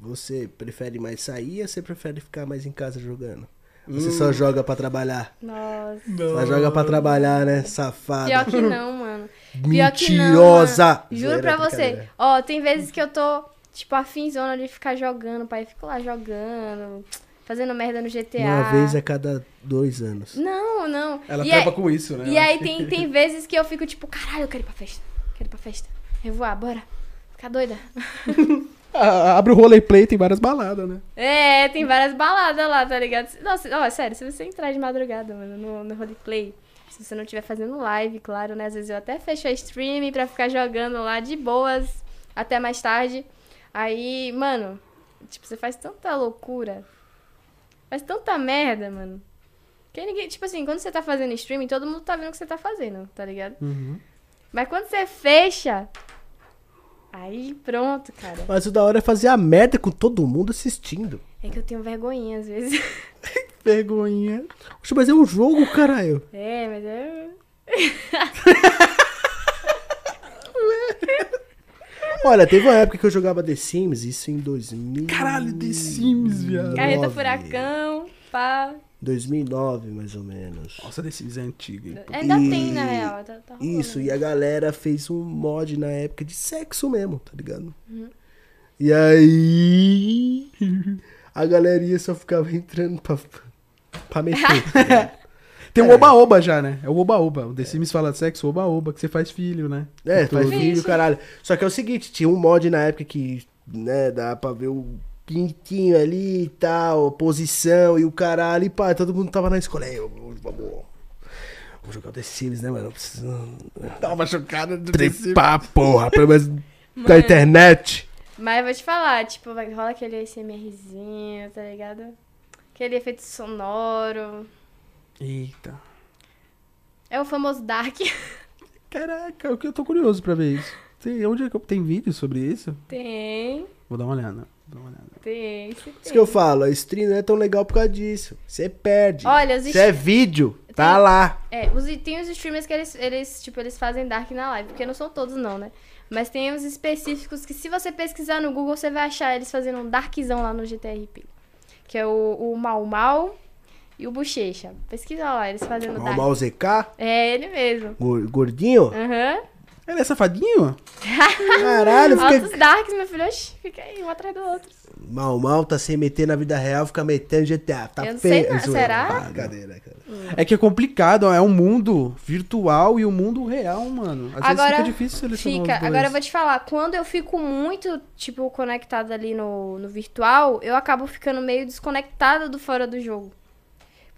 A: você prefere mais sair ou você prefere ficar mais em casa jogando? Você
B: Hum.
A: só joga pra trabalhar.
C: Nossa.
A: Só joga pra trabalhar, né? Safada.
C: Pior que não, mano. Pior que não,
A: Mentirosa!
C: mano. Juro
A: Zoeira,
C: pra você.
A: brincadeira.
C: Ó, tem vezes que eu tô, tipo, afinzona de ficar jogando, pai. Fico lá jogando, fazendo merda no GTA.
A: Uma vez é a cada dois anos.
C: Não, não.
B: Ela
C: e
B: trepa
C: aí,
B: com isso, né?
C: E aí tem, tem vezes que eu fico tipo, caralho, eu quero ir pra festa. Quero ir pra festa. Eu vou, ah, bora. Ficar doida.
B: Ah, abre o rolê play, tem várias baladas, né?
C: É, tem várias baladas lá, tá ligado? Nossa, ó, sério, se você entrar de madrugada, mano, no, no roleplay, se você não estiver fazendo live, claro, né? Às vezes eu até fecho a stream pra ficar jogando lá de boas até mais tarde. Aí, mano, tipo, você faz tanta loucura, faz tanta merda, mano. Que ninguém, tipo assim, quando você tá fazendo streaming, todo mundo tá vendo o que você tá fazendo, tá ligado? Mas quando você fecha, aí pronto, cara.
A: Mas o da hora é fazer a merda com todo mundo assistindo.
C: É que eu tenho vergonhinha às vezes.
A: Vergonha. Oxe, mas é um jogo, caralho.
C: É, mas é.
A: Olha, teve uma época que eu jogava The Sims, isso em 2000.
B: Caralho, The Sims, viado.
C: Carreta
A: Nove.
C: Furacão, pá.
A: 2009, mais ou menos.
B: Nossa, The Sims é antiga. hein?
C: Ainda
A: E-
C: tem, na real. Tá, tá rolando.
A: Isso, e a galera fez um mod na época de sexo mesmo, tá ligado?
C: Uhum.
A: E aí. A galeria só ficava entrando pra, pra meter. tá ligado?
B: Tem o Oba-Oba já, né? É o Oba-Oba. O The Sims fala sexo, Oba-Oba, que você faz filho, né?
A: É,
B: Com tudo.
A: faz vídeo, caralho. Só que é o seguinte, tinha um mod na época que, né, dá pra ver o pintinho ali e tal, posição e o caralho, e pá, todo mundo tava na escola. "É, Vamos, vamos, vamos jogar o The Sims, né, mano? Precisando
B: Dá uma chocada do The Sims.
A: trepar, porra, pelo menos na internet.
C: Mas eu vou te falar, tipo, vai- rola aquele ASMRzinho, tá ligado? Aquele efeito sonoro.
B: Eita.
C: É o famoso Dark.
B: Caraca, eu que- eu tô curioso pra ver isso. Tem, onde é que eu- tem vídeo sobre isso?
C: Tem,
B: Vou dar uma olhada. Vou dar uma olhada.
C: tem, se tem.
A: Isso que eu falo, a stream não é tão legal por causa disso. Você perde.
C: Olha, os
A: Se é vídeo, tá
C: Tem-
A: lá.
C: É, os, tem os streamers que eles, eles, tipo, eles fazem dark na live, porque não são todos não, né? Mas tem uns específicos que se você pesquisar no Google, você vai achar eles fazendo um darkzão lá no GTRP. Que é o, o Mal Mal e o Bochecha. Pesquisa lá, eles fazendo dark.
A: Normal ZK,
C: É ele mesmo.
A: gor- gordinho.
C: Aham.
B: Ele é safadinho?
A: Caralho, fica.
C: Altos darks, meu filho. Oxi, fica aí, um atrás do outro.
A: Mal, mal, tá sem meter na vida real, fica metendo GTA. Tá
C: Eu não
A: feio.
C: sei não,
A: zoeira.
C: será?
A: Ah, Brincadeira, cara.
B: É que é complicado, é um mundo virtual e um mundo real, mano. Às
C: Agora
B: vezes fica difícil selecionar
C: Fica.
B: os dois.
C: Agora eu vou te falar, quando eu fico muito, tipo, conectada ali no, no virtual, eu acabo ficando meio desconectada do fora do jogo.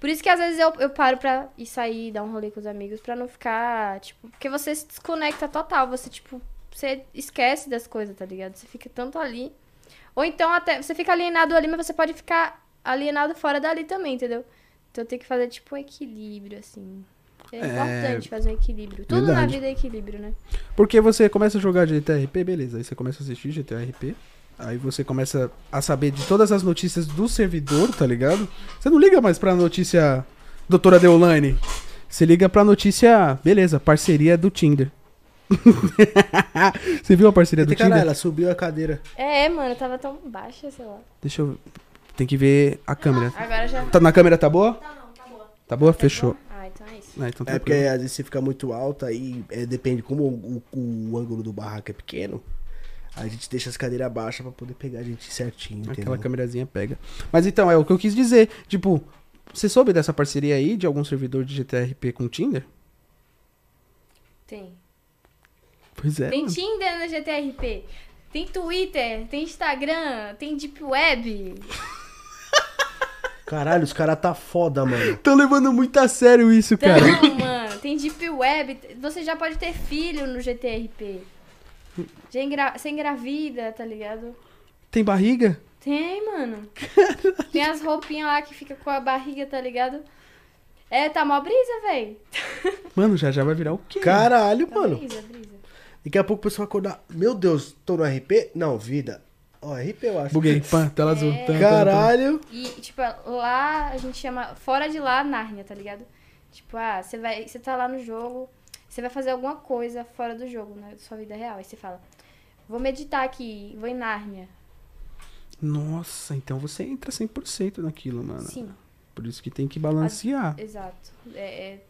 C: Por isso que às vezes eu, eu paro pra ir sair, dar um rolê com os amigos, pra não ficar, tipo... Porque você se desconecta total, você, tipo, você esquece das coisas, tá ligado? Você fica tanto ali... Ou então até, você fica alienado ali, mas você pode ficar alienado fora dali também, entendeu? Então tem que fazer, tipo, um equilíbrio, assim... É importante fazer um equilíbrio. Tudo na
B: Verdade.
C: vida é equilíbrio, né?
B: Porque você começa a jogar GTRP, beleza. Aí você começa a assistir GTRP. Aí você começa a saber de todas as notícias do servidor, tá ligado? Você não liga mais pra notícia Doutora Deolane. Você liga pra notícia, beleza, parceria do Tinder. você viu a parceria do
A: Eita, caralho,
B: Tinder?
A: ela subiu a cadeira.
C: É, mano, tava tão baixa, sei lá.
B: Deixa eu. Tem que ver a câmera.
C: Agora já.
B: Tá na câmera, tá boa?
E: Tá não, tá boa.
B: Tá boa? Fechou.
C: Ah, então é isso.
B: Ah, então
A: É
B: tá
A: porque às vezes você fica muito alta aí é, depende como o, o- o ângulo do barraco é pequeno. A gente deixa as cadeiras baixas pra poder pegar a gente certinho, entendeu?
B: Aquela câmerazinha pega. Mas então, é o que eu quis dizer. Tipo, você soube dessa parceria aí de algum servidor de GTRP com o Tinder?
C: Tem.
B: Pois é.
C: Tem
B: mano.
C: Tinder no GTRP. Tem Twitter, tem Instagram, tem Deep Web.
A: Caralho, os caras tá foda, mano.
B: Tão levando muito a sério isso,
C: Então,
B: cara.
C: mano, tem Deep Web. Você já pode ter filho no GTRP. Já engra... Você engravida, tá ligado?
B: Tem barriga?
C: Tem, mano. Tem as roupinhas lá que fica com a barriga, tá ligado? É, tá mó brisa, véi.
B: Mano, já já vai virar o quê?
A: Caralho,
C: Tá
A: mano.
C: brisa, brisa.
A: Daqui a pouco o pessoal acordar. Meu Deus, tô no RP? Não, vida. Ó, RP eu acho. é.
B: Buguei, pã, tela azul. Tan, tan, tan.
A: Caralho.
C: E, tipo, lá a gente chama. Fora de lá, Nárnia, tá ligado? Tipo, ah, você vai. Você tá lá no jogo, você vai fazer alguma coisa fora do jogo, na sua vida real. Aí você fala, vou meditar aqui, vou em Nárnia.
B: Nossa, então você entra 100% naquilo, mano.
C: Sim,
B: Por isso que tem que balancear.
C: exato. É, é,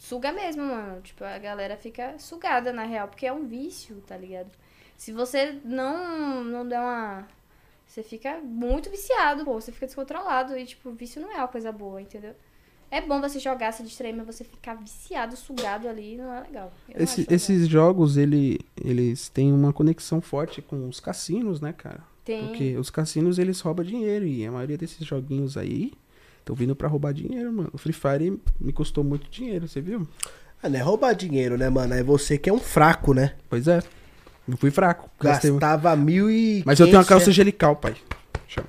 C: suga mesmo, mano. Tipo, a galera fica sugada, na real, porque é um vício, tá ligado? Se você não, não der uma. Você fica muito viciado, pô. Você fica descontrolado. E, tipo, vício não é uma coisa boa, entendeu? É bom você jogar, se distrair, mas você ficar viciado, sugado ali, não é legal. Eu não
B: Esse-
C: acho legal.
B: esses jogos, ele, eles têm uma conexão forte com os cassinos, né, cara?
C: Tem.
B: Porque os cassinos, eles roubam dinheiro e a maioria desses joguinhos aí estão vindo pra roubar dinheiro, mano. O Free Fire me custou muito dinheiro, você viu?
A: Ah, não é roubar dinheiro, né, mano? É você que é um fraco, né?
B: Pois é. Não fui fraco. Gastei...
A: Gastava mil e.
B: Mas eu tenho uma calça angelical, pai. Chama.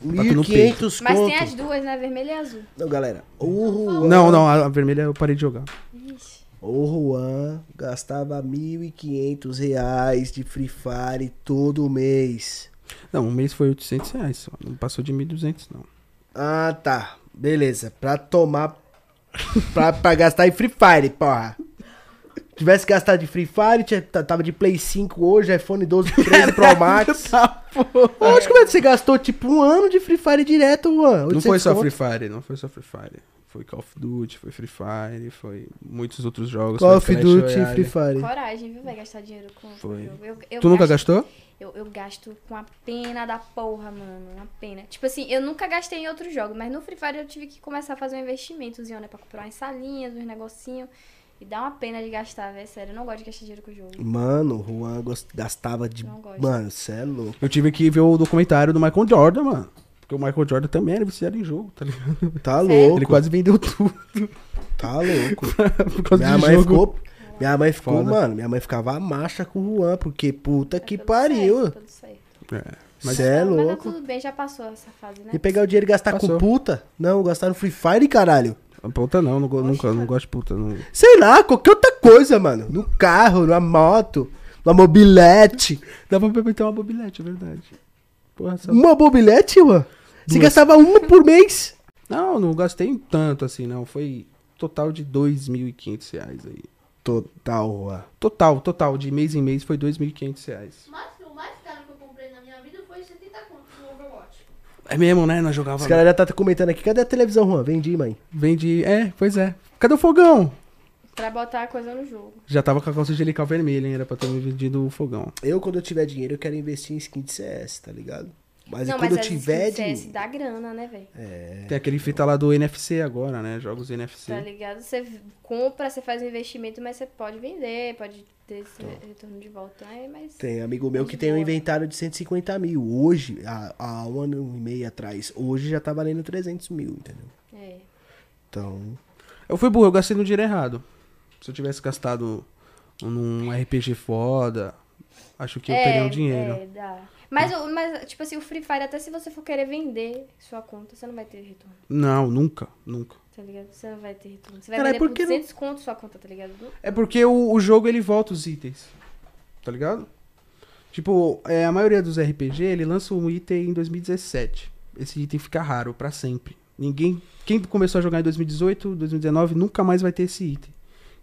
A: Mil
B: no
A: e quinhentos
C: Mas
A: conto.
C: tem as duas, né? Vermelha e azul.
A: Não, galera. O Juan,
B: Não, não, a a vermelha eu parei de jogar.
C: Ixi.
A: O Juan gastava mil e quinhentos reais de Free Fire todo mês.
B: Não, um mês foi 800 reais só. Não passou de 1.200, não.
A: Ah, tá. Beleza. Pra tomar. pra, pra gastar em Free Fire, porra. Tivesse gastado de Free Fire, tinha- tá- tava de Play 5 hoje, iPhone 12 13 Pro Max.
B: tá,
A: Lógico, como é que você gastou tipo um ano de Free Fire direto, Juan?
B: Não foi
A: 800
B: só
A: conto.
B: Free Fire, não foi só Free Fire. Foi Call of Duty, foi Free Fire, foi muitos outros jogos.
A: Call
B: foi
A: of
B: Clash
A: Duty e
B: Royale.
A: Free Fire.
C: Coragem, viu, velho? Gastar dinheiro com com
B: Foi.
C: jogo. Eu, eu
B: Tu nunca
C: gasto-
B: gastou?
C: Eu, eu gasto com a pena da porra, mano. Uma pena. Tipo assim, eu nunca gastei em outros jogos, mas no Free Fire eu tive que começar a fazer um investimentozinho, né? Pra comprar umas salinhas, uns negocinhos. E dá uma pena de gastar, velho. Sério, eu não gosto de gastar dinheiro com o jogo.
A: Mano, o Juan gos- gastava de.
C: Não gosto.
A: Mano, cê é louco.
B: Eu tive que ver o documentário do Michael Jordan, mano. Porque o Michael Jordan também era viciado em jogo, tá ligado?
A: Tá
B: Ele
A: louco,
B: quase vendeu tudo
A: tá louco.
B: por causa
A: Minha
B: de
A: mãe
B: jogo.
A: ficou. Minha mãe ficou,
B: Foda.
A: mano. Minha mãe ficava macha com o Juan, porque puta que
C: Pelo
A: pariu.
C: É certo, pelo certo.
B: É.
A: Mas é
C: Mas tá
A: louco.
C: tudo bem, já passou essa fase, né?
A: E pegar o dinheiro e gastar com
B: Passou.
A: puta? Não, gastar no Free Fire, caralho.
B: Puta não, não, go- nunca, não gosto de puta. Não.
A: Sei lá, qualquer outra coisa, mano. No carro, na moto, na mobilete.
B: Dá pra aproveitar uma bobilete, é verdade. Porra, só...
A: Uma mobilete, Juan? Você
B: Duas.
A: gastava uma por mês?
B: Não, não gastei tanto assim, não. Foi total de 2.500 reais aí.
A: Total, Juan.
B: Total, total, de mês em mês foi 2.500 reais.
E: Mas o mais caro que eu comprei na minha vida foi 70 contos no Overwatch.
B: É mesmo, né? Nós jogava.
A: Os caras já tá comentando aqui. Cadê a televisão, Juan? Vendi, mãe.
B: Vende. É, pois é. Cadê o fogão?
C: Pra botar a coisa no jogo.
B: Já tava com a calça angelical vermelha, hein? Era pra ter me vendido o fogão.
A: Eu, quando eu tiver dinheiro, eu quero investir em skin de CS, tá ligado? Mas
C: não,
A: quando eu
C: mas
A: É.
C: às vezes
A: tiver
C: o CS
A: dinheiro.
C: dá grana, né, velho?
B: Tem aquele fita lá do NFC agora, né? Jogos
C: Tá
B: NFC.
C: ligado? Você compra, você faz um investimento, mas você pode vender, pode ter esse retorno de volta. É, mas...
A: Tem amigo meu
C: Tá
A: que
C: de
A: tem um
C: boa.
A: inventário de 150 mil. Hoje, há, há um ano e meio atrás, hoje já tá valendo 300 mil, entendeu?
C: É.
A: Então,
B: Eu fui burro, eu gastei no dinheiro errado. Se eu tivesse gastado num RPG foda, acho que eu teria um dinheiro.
C: É, dá. Mas, o- mas, tipo assim, o Free Fire, até se você for querer vender sua conta, você não vai ter retorno,
B: Não, nunca, nunca.
C: tá ligado? Você não vai ter retorno. Você vai
B: Cara, é
C: vender por
B: porque não-
C: 200 conto sua conta, tá ligado?
B: É porque o, o jogo ele volta os itens. Tá ligado? Tipo, é, a maioria dos RPG ele lança um item em 2017. Esse item fica raro pra sempre. Ninguém. Quem começou a jogar em 2018, 2019, nunca mais vai ter esse item.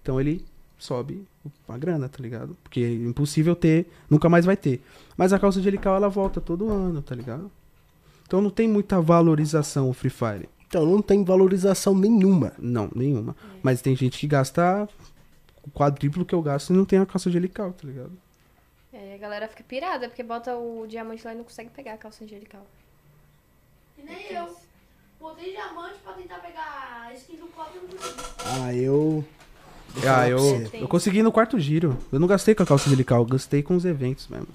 B: Então ele sobe a grana, tá ligado? Porque é impossível ter, nunca mais vai ter. Mas a calça angelical ela volta todo ano, tá ligado? Então não tem muita valorização o Free Fire.
A: então não tem valorização nenhuma.
B: Não, nenhuma. Mas tem gente que gasta o quadriplo que eu gasto e não tem a calça angelical, tá ligado?
C: É, a galera fica pirada, porque bota o diamante lá e não consegue pegar a calça angelical.
E: E nem eu. Botei diamante pra tentar pegar a skin do copo e não consegui.
A: Ah, eu. Vou falar
B: Ah,
A: pra
B: eu,
A: você.
B: eu consegui no quarto giro. Eu não gastei com a calça angelical, eu gastei com os eventos mesmo.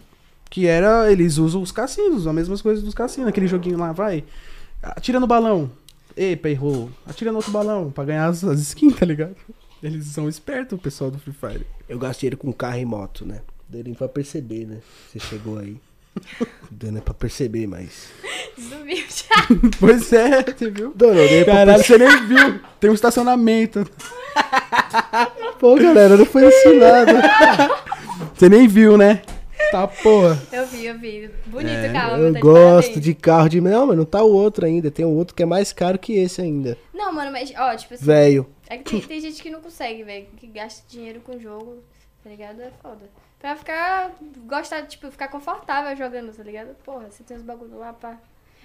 B: Que era, eles usam os cassinos, as mesmas coisas dos cassinos. Aquele joguinho lá, vai, atira no balão. Epa, errou. Atira no outro balão, pra ganhar as, as skins, tá ligado? Eles são espertos, o pessoal do Free Fire.
A: Eu gasto dinheiro com carro e moto, né? Daí nem pra perceber, né? Você chegou aí. Dando é pra perceber, mas.
C: Desumilde.
B: Pois é, você viu?
A: Dono, eu dei pra
B: Caralho, você nem viu. Tem um estacionamento.
A: Pô, galera, não foi ensinado.
B: Você nem viu, né? Tá porra.
C: Eu vi, eu vi. Bonito,
B: É,
C: cara.
A: né? Eu gosto de carro de. Não, mas não tá o outro ainda. Tem um outro que é mais caro que esse ainda.
C: Não, mano, mas, ó, tipo assim.
A: Velho.
C: É que tem, tem gente que não consegue, velho. Que gasta dinheiro com jogo, tá ligado? É foda. Pra ficar. Gostar, tipo, ficar confortável jogando, tá ligado? Porra, você tem os bagulho lá, pá.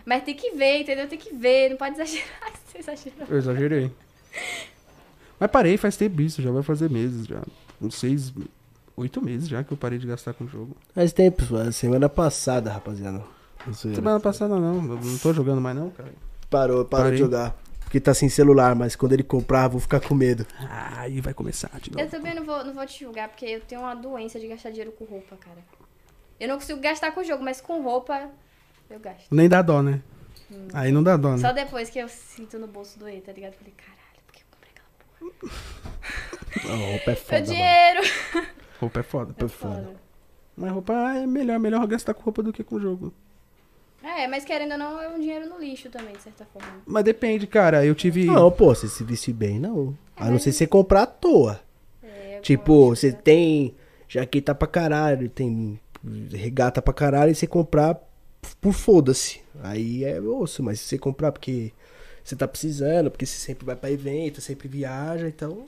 C: Mas tem que ver, entendeu? Tem que ver, não pode exagerar. Você exagerou.
B: Eu exagerei. Mas parei faz tempo isso, já vai fazer meses já. Uns seis, oito meses já que eu parei de gastar com o jogo.
A: Faz tempo, mano, semana passada, rapaziada. Não sei, né?
B: Semana passada não, eu não tô jogando mais não, cara.
A: Parou, parou
B: Parei.
A: de jogar. Porque tá sem celular, mas quando ele comprar, eu vou ficar com medo.
B: Aí vai começar de
C: Eu também não vou, não vou te julgar, porque eu tenho uma doença de gastar dinheiro com roupa, cara. Eu não consigo gastar com jogo, mas com roupa eu gasto.
B: Nem dá dó, né? Aí não dá dó,
A: Uhum.
B: né?
C: Hum. Só depois que eu sinto no bolso doer, tá ligado? Eu Falei, caralho, por que eu comprei aquela porra?
A: A roupa é
C: Meu
A: foda, mano.
C: dinheiro!
B: Roupa é foda.
A: É foda.
B: Mas roupa é melhor, melhor gastar com roupa do que com jogo.
C: É, mas querendo ou não, é um dinheiro no lixo também, de certa forma.
B: Mas depende, cara. Eu tive.
A: Não, pô, você se vestir bem, não. A não ser você comprar à toa.
C: É, eu
A: Tipo, você tem jaqueta pra caralho, tem regata pra caralho, e você comprar por foda-se. Aí é osso, mas se você comprar porque você tá precisando, porque você sempre vai pra evento, sempre viaja, então.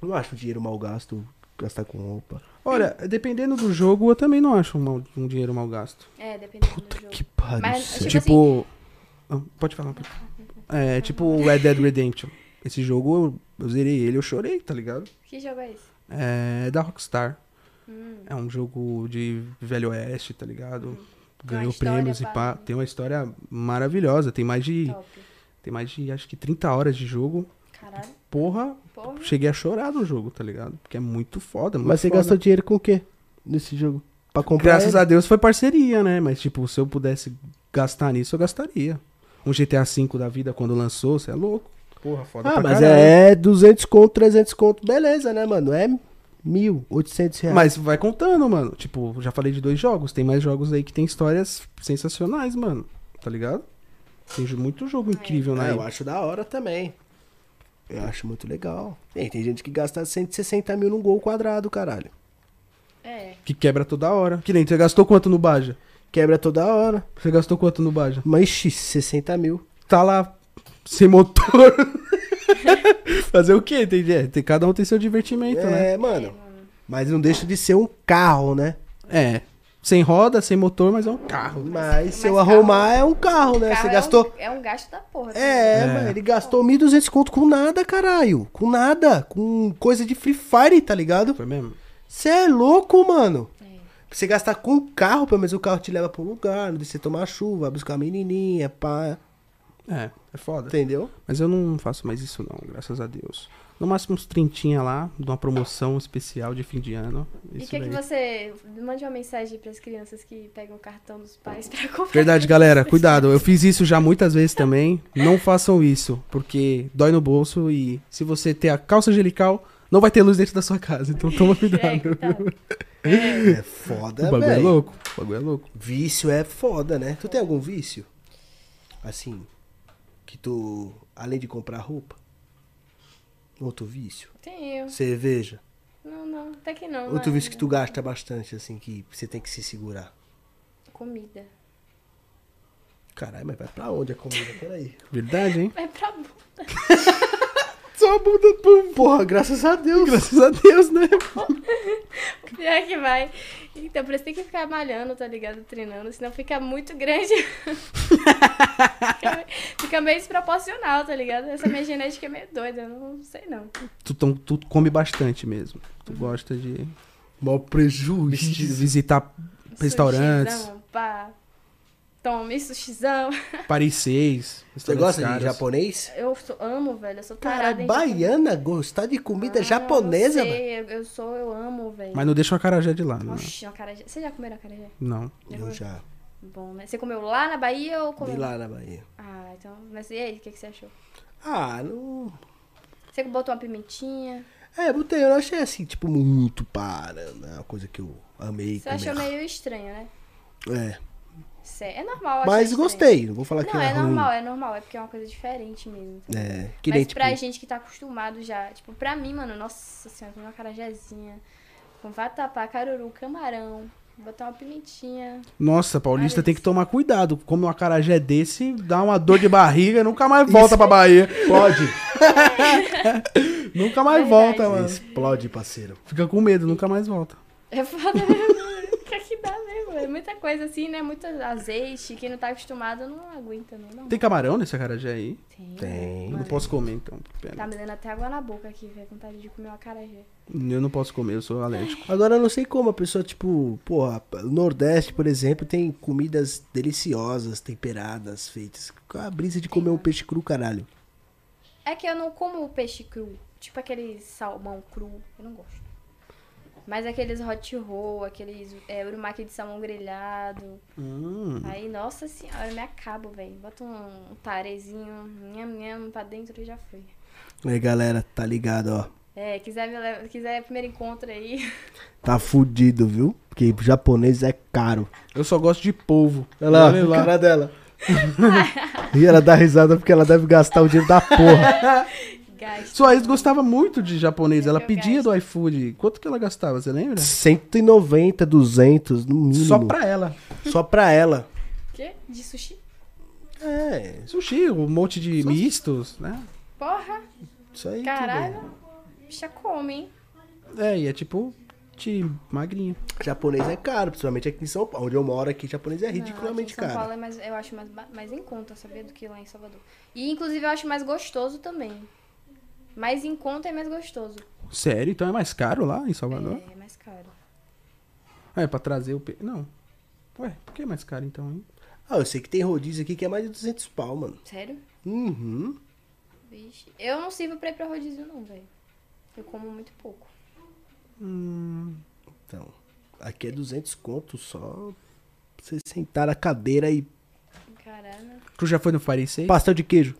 A: Não acho dinheiro mal gasto gastar com roupa.
B: Olha, dependendo do jogo, eu também não acho um, mal- um dinheiro mal gasto.
C: É, dependendo do jogo.
A: Que pariu.
C: Mas,
A: céu.
B: Tipo.
C: Tipo
B: Ah, Pode falar, pode falar. É, tipo o Red Dead Redemption. Esse jogo eu, eu zerei ele, eu chorei, tá ligado?
C: Que jogo é esse?
B: É da Rockstar.
C: Hum.
B: É um jogo de Velho Oeste, tá ligado?
C: Tem uma
B: Ganhou
C: história,
B: prêmios e pá.
C: pá.
B: Tem uma história maravilhosa. Tem mais de.
C: Top.
B: Tem mais de acho que 30 horas de jogo.
C: Caralho,
B: Porra,
C: porra.
B: cheguei a chorar no jogo, tá ligado? Porque é muito foda, muito
A: Mas você
B: foda.
A: gastou dinheiro com o quê? Nesse jogo? Pra comprar.
B: Então, Graças a Deus foi parceria, né? Mas, tipo, se eu pudesse gastar nisso, eu gastaria. Um GTA V da vida quando lançou, você é louco. Porra, foda
A: Ah,
B: pra
A: mas
B: caralho.
A: é 200 conto, 300 conto, beleza, né, mano? É 1.800 reais.
B: é. Mas vai contando, mano. Tipo, já falei de dois jogos. Tem mais jogos aí que tem histórias sensacionais, mano. Tá ligado? Tem ju- muito jogo incrível,
A: Ah,
B: né?
A: eu acho da hora também. Eu acho muito legal. Tem, tem gente que gasta 160 mil num gol quadrado, caralho.
C: É.
B: Que quebra toda hora. Que nem, você gastou quanto no Baja?
A: Quebra toda hora.
B: Você gastou quanto no Baja?
A: Mas, x, 60 mil.
B: Tá lá, sem motor. Fazer o quê? Tem, é, tem- cada um tem seu divertimento, né?
A: é, mano. Mas não deixa de ser um carro, né?
B: É. Sem roda, sem motor, mas é um carro.
A: Mas se eu
C: mas
A: arrumar, é um carro, né?
C: Carro
A: Você
C: é um-
A: gastou.
C: É um gasto da porra.
A: É,
B: É.
A: mano, ele gastou 1.200 conto com nada, caralho. Com nada. Com coisa de Free Fire, tá ligado?
B: Foi mesmo?
A: Você é louco, mano.
C: É.
A: Pra Você gastar com o carro, pelo menos o carro te leva pra um lugar, não deixa você tomar chuva, vai buscar a menininha, pá.
B: É, é foda.
A: Entendeu?
B: Mas eu não faço mais isso não, graças a Deus. No máximo uns trintinha lá, de uma promoção especial de fim de ano.
C: E
B: Isso
C: o que, é que
B: daí.
C: você. Mande uma mensagem pras crianças que pegam o cartão dos pais pra comprar.
B: Verdade, galera, cuidado. Eu fiz isso já muitas vezes também. Não façam isso, porque dói no bolso e se você ter a calça angelical, não vai ter luz dentro da sua casa. Então toma cuidado.
C: É, coitado.
A: É
B: O
A: foda,
B: bagulho é
A: velho.
B: louco. O bagulho é louco.
A: Vício é foda, né? Tu tem algum vício? Assim, que tu, além de comprar roupa, outro vício?
C: Tenho.
A: Cerveja?
C: Não, não. Até que não.
A: Outro
C: mas-
A: vício que tu gasta bastante, assim, que você tem que se segurar.
C: Comida.
A: Caralho, mas vai pra onde a comida? Peraí.
B: Verdade, hein?
C: É pra bu-
A: Só a bunda, pum. Porra, graças a Deus.
B: Graças a Deus, né?
C: Pior que vai. Então, por isso tem que ficar malhando, tá ligado? Treinando, senão fica muito grande. Fica- fica meio desproporcional, tá ligado? Essa minha genética é meio doida, eu não sei não.
B: Tu, tom- tu come bastante mesmo. Tu gosta de
A: Mó
B: de
A: prejuízo.
B: visitar restaurantes,
C: Sushizão, pá. Tome sushizão.
B: Paris 6.
A: Você gosta de japonês?
C: Eu sou- amo, velho. Eu sou tarada
A: Caralho,
C: em
A: baiana gostar de
C: japonês.
A: comida
C: Ah,
A: japonesa,
C: eu
A: mano.
C: sei, eu, eu sou, eu amo, velho.
B: Mas não deixa o acarajé de lado, né?
C: Oxi, uma acarajé. Você já comeu acarajé?
B: Não.
A: Eu já
C: Bom, né? Você comeu lá na Bahia ou
A: comi
C: comeu?
A: lá na Bahia.
C: Ah, então. Mas e aí, o que, que você achou?
A: Ah, não...
C: Você botou uma pimentinha?
A: É, botei, eu não achei assim, tipo, muito para. né? É Uma coisa que eu amei
C: Você achou
A: comer.
C: meio estranho, né?
A: É,
C: Sé- É normal. achar
A: Mas
C: estranho.
A: gostei, não vou falar que
C: Não, é
A: ruim.
C: normal, é normal. É porque é uma coisa diferente mesmo. tá?
A: É, que nem,
C: Mas
A: tipo,
C: pra gente que tá acostumado já, tipo, pra mim, mano, nossa senhora, comer uma carajazinha, com vatapá, caruru, camarão, botar uma pimentinha.
B: Nossa, paulista
C: Olha
B: tem que tomar cuidado. Come um acarajé desse, dá uma dor de barriga, nunca mais volta pra Bahia.
A: explode.
B: Nunca mais
C: Verdade.
B: volta, mano.
A: explode, parceiro.
B: Fica com medo, nunca mais volta.
C: É foda mesmo, o que é que dá mesmo? É muita coisa assim, né? Muito azeite, quem não tá acostumado não aguenta, não. não.
B: Tem camarão nesse acarajé aí?
C: Tem.
A: Tem.
B: Não
C: Mano,
B: posso comer, então. Pena.
C: Tá me dando até água na boca aqui, velho, vontade de comer uma acarajé.
B: Eu não posso comer, eu sou alérgico.
A: Agora eu não sei como a pessoa, tipo, porra, o Nordeste, por exemplo, tem comidas deliciosas, temperadas, feitas. A brisa de comer um peixe cru, caralho.
C: É que eu não como peixe cru, tipo aquele salmão cru, eu não gosto. Mas aqueles hot roll, aqueles é, urumaki de salmão grelhado,
B: Hum,
C: Aí, nossa senhora, eu me acabo, velho. Bota um tarezinho, nham, nham, pra dentro e já foi.
A: Aí, galera, tá ligado, ó.
C: É, quiser, me leva- quiser primeiro encontro aí.
A: Tá fudido, viu? Porque japonês é caro.
B: eu só gosto de polvo.
A: Olha lá,
B: Olha
A: a
B: lá.
A: cara dela. e ela dá risada porque ela deve gastar o dinheiro da porra.
C: Gasta.
B: Sua ex gostava muito de japonês. Ela
C: Eu
B: pedia do iFood. Quanto que ela gastava, você lembra?
A: 190, 200, no mínimo.
B: Só pra ela.
A: Só pra ela.
C: Quê? De sushi?
A: É,
B: Sushi, um monte de mistos, né?
C: Porra,
A: isso aí. tudo.
C: caralho. Bicha come, hein?
B: É, e é tipo de magrinho.
A: Japonês é caro, principalmente aqui em São Paulo. Onde eu moro aqui, japonês é
C: Não,
A: ridiculamente
C: aqui em São
A: caro.
C: Paulo é mais, eu acho mais, ba- mais em conta, sabia? Do que lá em Salvador. E, inclusive, eu acho mais gostoso também. Mais em conta é mais gostoso.
B: Sério? Então é mais caro lá em Salvador?
C: É, é mais caro.
B: É, pra trazer o... pe- Não. Ué, por que é mais caro então, hein?
A: Ah, eu sei que tem rodízio aqui que é mais de 200 pau, mano.
C: Sério?
A: Uhum.
C: Vixe. Eu não sirvo pra ir pra rodízio, não, velho. Eu como muito pouco.
B: Hum,
A: Então, aqui é 200 conto só. pra Você sentar na cadeira e.
C: Caralho.
B: tu já foi no Farisei?
A: Pastel de queijo.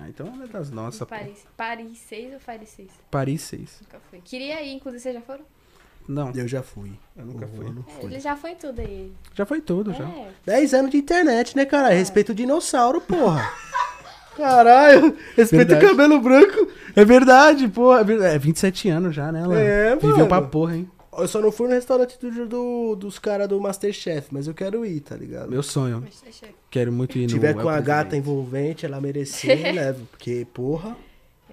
B: Ah, então ela é das nossas. pô.
C: Paris, Paris 6 ou Paris 6?
B: Paris 6.
C: Nunca fui. Queria ir, inclusive, vocês já foram?
B: Não,
A: Eu já fui.
B: eu nunca fui.
A: Eu não
C: É,
A: fui.
C: ele já foi em tudo aí.
B: Já foi tudo, já.
C: É,
A: 10 anos de internet, né, cara? Respeita o dinossauro, porra. Caralho, respeita
B: Verdade.
A: o cabelo branco.
B: É verdade, pô. É, verdade. é 27 anos já, né, Lan?
A: É,
B: Viveu
A: mano.
B: pra porra, hein?
A: Eu só não fui no restaurante do, do- dos caras do Masterchef, mas eu quero ir, tá ligado?
B: Meu sonho.
C: mas deixa eu-
B: Quero muito ir
A: Se
B: no...
A: tiver com
B: El
A: a gata
B: Presidente.
A: envolvente, ela merecer, eu levo. Porque, porra.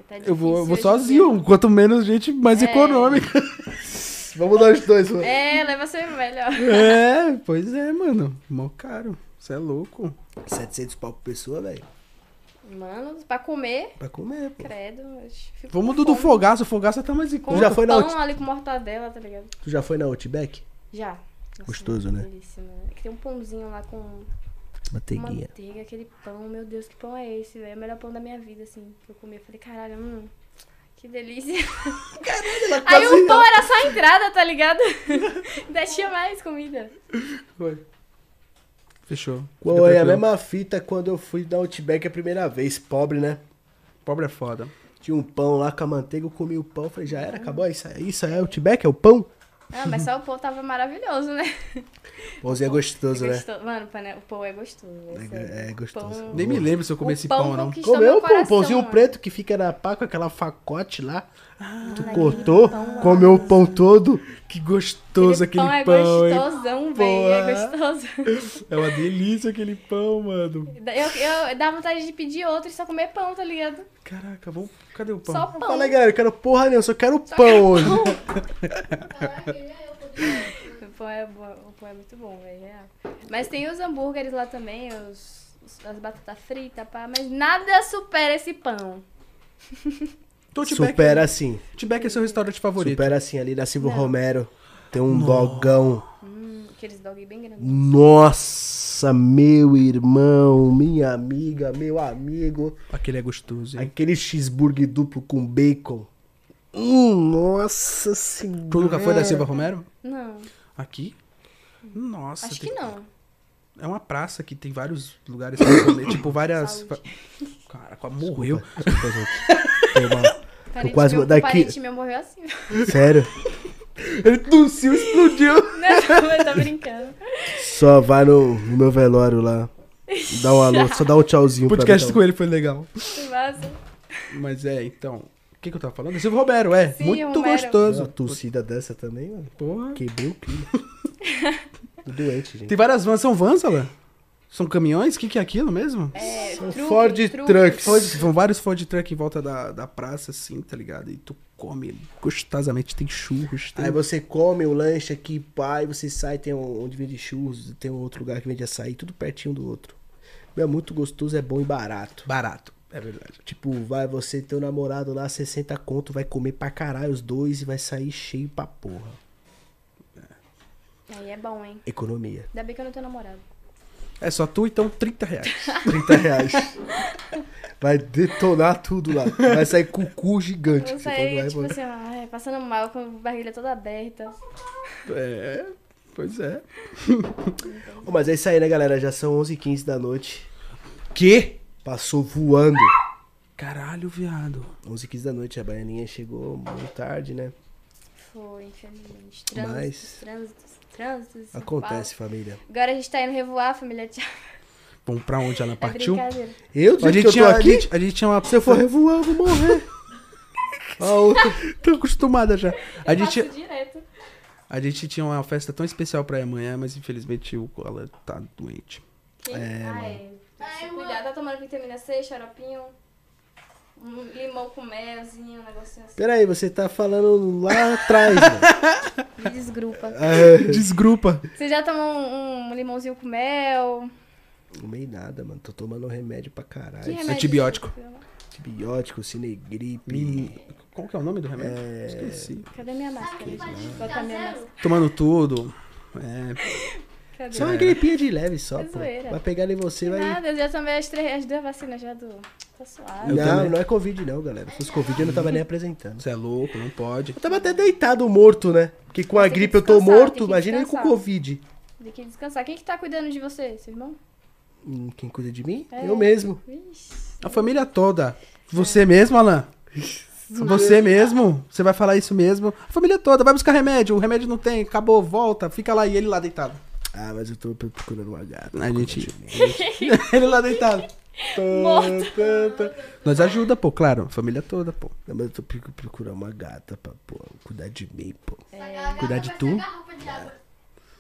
C: tá
B: Eu vou, eu vou
C: difícil É. hoje em
B: sozinho. Quanto menos gente, mais econômica.
A: Vamos nós dois,
C: dia.
A: mano.
C: É, leva seu melhor.
B: É, pois é, mano. Mó caro. Você é louco.
A: 700 pau por pessoa, velho.
C: Mano, pra comer,
A: Pra comer, pô.
C: credo. eu Fico
B: Vamos
C: com
B: do, do
C: fome.
B: Fogaça. O Fogaça tá mais em
C: Com
B: conta.
A: Já foi na
C: pão
A: ulti-
C: ali com mortadela, tá ligado?
A: Tu já foi na Outback?
C: Já. Nossa,
A: Gostoso, né?
C: Delícia, mano. É que tem um pãozinho lá com
A: Manteiguinha.
C: manteiga, aquele pão. Meu Deus, que pão é esse, velho? É o melhor pão da minha vida, assim. Que eu comi. Eu falei, caralho, hum, que delícia. Aí o pão era só a entrada, tá ligado? Ainda tinha mais comida.
B: Foi. Fechou.
A: Pô, é
B: Fica
A: a
B: tranquilo.
A: mesma fita quando eu fui na Outback a primeira vez. Pobre, né?
B: Pobre é foda.
A: Tinha um pão lá com a manteiga, eu comi o pão, falei, já era, acabou, isso aí, isso aí é Outback, é o pão?
C: Ah, mas só o pão tava maravilhoso, né?
A: Pãozinho é gostoso,
C: É
A: né?
C: gostoso. Mano, pane- o pão é gostoso.
A: É,
C: sério.
A: é gostoso.
C: Pão-
B: Nem me lembro se eu comi
C: o
B: esse pão, não.
C: conquistou
A: Comeu,
C: meu
A: pô, um
C: coração,
A: pãozinho
C: mano.
A: preto que fica na pá com aquela facote lá. tu cortou, comeu o Ah, pão todo.
B: Que gostoso
C: Aquele pão
B: aquele
C: é
B: pão, hein?
C: gostosão, velho. É gostoso.
B: É uma delícia aquele pão, mano.
C: Eu, eu dá vontade de pedir outro e só comer pão, tá ligado?
B: Caraca, vamos. Cadê o pão?
C: Só
A: Eu
C: pão.
A: falei, galera, eu quero porra nenhuma, eu só quero pão hoje.
C: O pão é, bo- o pão é muito bom, velho. é. Mas tem os hambúrgueres lá também, os, os- as batatas fritas, pá. Mas nada supera esse pão.
B: Então, Outback-
A: Supera assim,
B: Outback é seu restaurante favorito.
A: supera assim, ali da Silva
C: Não.
A: Romero. Tem um dogão.
C: Hum, aqueles dog bem grandes.
A: Nossa, meu irmão, minha amiga, meu amigo.
B: Aquele é gostoso, hein?
A: Aquele cheeseburger duplo com bacon. Hum, nossa senhora.
B: Tu nunca foi
C: É.
B: da Silva Romero?
C: Não,
B: Aqui? Nossa.
C: acho
B: tem-
C: que não.
B: É uma praça que tem vários lugares pra comer. tipo, várias. Cara, quase morreu.
A: Desculpa, gente. Foi mal.
C: Parente
A: quase-
C: meu,
A: daqui-
C: parente meu morreu assim.
A: Sério?
B: Ele tossiu, explodiu.
C: Não, eu tô brincando.
A: Só vai no, no meu velório lá. Dá um alô, só dá um tchauzinho
B: O podcast
A: pra
B: com ele foi legal.
C: Que massa.
B: Mas é, então. O que, que eu tava falando? Silvio Romero, é.
C: Sim,
B: muito
C: Romero.
A: Uma
B: gostoso.
A: torcida dessa também, mano.
B: Porra.
A: Quebrei o clima. Tô Doente, gente.
B: Tem várias vans, são vans, Alan? São caminhões? O que, que é aquilo mesmo?
C: É,
A: São
C: truque,
A: Ford
C: truque.
A: Trucks.
B: Ford, vão vários Ford Truck em volta da, da praça, assim, tá ligado? E tu come gostosamente, tem churros, tem...
A: Aí você come o lanche aqui, pai, você sai, tem um- onde vende churros, tem um outro lugar que vende açaí, tudo pertinho do outro. Meu, é muito gostoso, é bom e barato.
B: Barato, é verdade.
A: Tipo, vai você e teu namorado lá, 60 conto, vai comer pra caralho os dois e vai sair cheio pra porra.
C: Aí é bom, hein?
A: Economia.
C: Ainda bem que eu não tenho namorado.
B: É só tu, então, 30 reais.
A: 30 reais. Vai detonar tudo lá. Vai sair com o cu gigante.
C: Eu
A: que você falou,
C: saí,
A: vai-
C: tipo assim, ai, passando mal, com a barriga toda aberta.
B: é, pois é.
A: Ô, mas é isso aí, né, galera? Já são 11h15 da noite.
B: Que?
A: Passou voando.
B: Caralho, viado.
A: 11h15 da noite, a baianinha chegou muito tarde, né?
C: Foi, infelizmente.
A: Mas-
C: Trânsitos, trânsitos, trânsitos. São
A: Acontece, família.
C: Paulo. Agora a gente tá indo revoar, família. Tchau.
B: Vamos pra onde ela
C: É
B: partiu?
C: brincadeira.
A: Eu, do
B: a,
A: jeito
B: gente
A: que eu
B: tinha,
A: tô
B: a,
A: aqui,
B: gente, a gente tinha uma...
A: se eu for revoar, eu vou morrer. A outra.
B: Tô acostumada já. A gente,
C: Passo direto.
B: a gente tinha uma festa tão especial pra amanhã, mas infelizmente o ela tá doente.
C: Quem? ah, é. Tem que se cuidar. Tá tomando vitamina C, xaropinho. um limão com melzinho, um negocinho assim.
A: Peraí, você tá falando lá atrás, mano.
C: Me desgrupa.
B: É. Desgrupa.
C: Você já tomou um, um limãozinho com mel?
A: Tomei nada, mano. Tô tomando remédio pra caralho.
C: Que é? remédio?
B: É antibiótico.
A: Antibiótico, cinegripe.
B: Qual que é o nome do remédio? Esqueci.
C: Cadê minha máscara, gente? Vou botar minha máscara.
B: Tomando tudo. É,
C: Cadê?
A: Só uma gripinha de leve só,
C: É
A: pô.
C: zoeira.
A: Vai pegar em você,
C: Que
A: vai.
C: Nada, eu já tomei as, três, as duas vacinas já do... Tá suave.
B: Eu
A: não,
B: também.
A: não é Covid, não, galera. Se fosse Covid, eu não tava nem apresentando.
B: Você é louco, não pode.
A: Eu tava até deitado morto, né? Porque com a
C: Tem que
A: gripe eu tô
C: descansar,
A: morto,
C: tem que
A: imagina com
C: descansar.
A: Covid.
C: Tem que descansar. Quem que tá cuidando de você? Seu irmão?
A: Hum, Quem cuida de mim?
C: É.
A: Eu mesmo.
C: Vixe.
B: A família toda. Você mesmo, Alan? Você mesmo? Você vai falar isso mesmo? A família toda, vai buscar remédio. O remédio não tem, acabou, volta, fica lá e ele lá deitado.
A: Ah, mas eu tô procurando uma gata.
B: A gente. ele lá deitado.
C: Morto.
B: Nós ajuda, pô, claro. A família toda, pô.
A: Não, mas eu tô procu- procurando uma gata pra, pô, cuidar de mim, pô.
E: É. Cuidar
A: de tu?
E: Garrafa de água.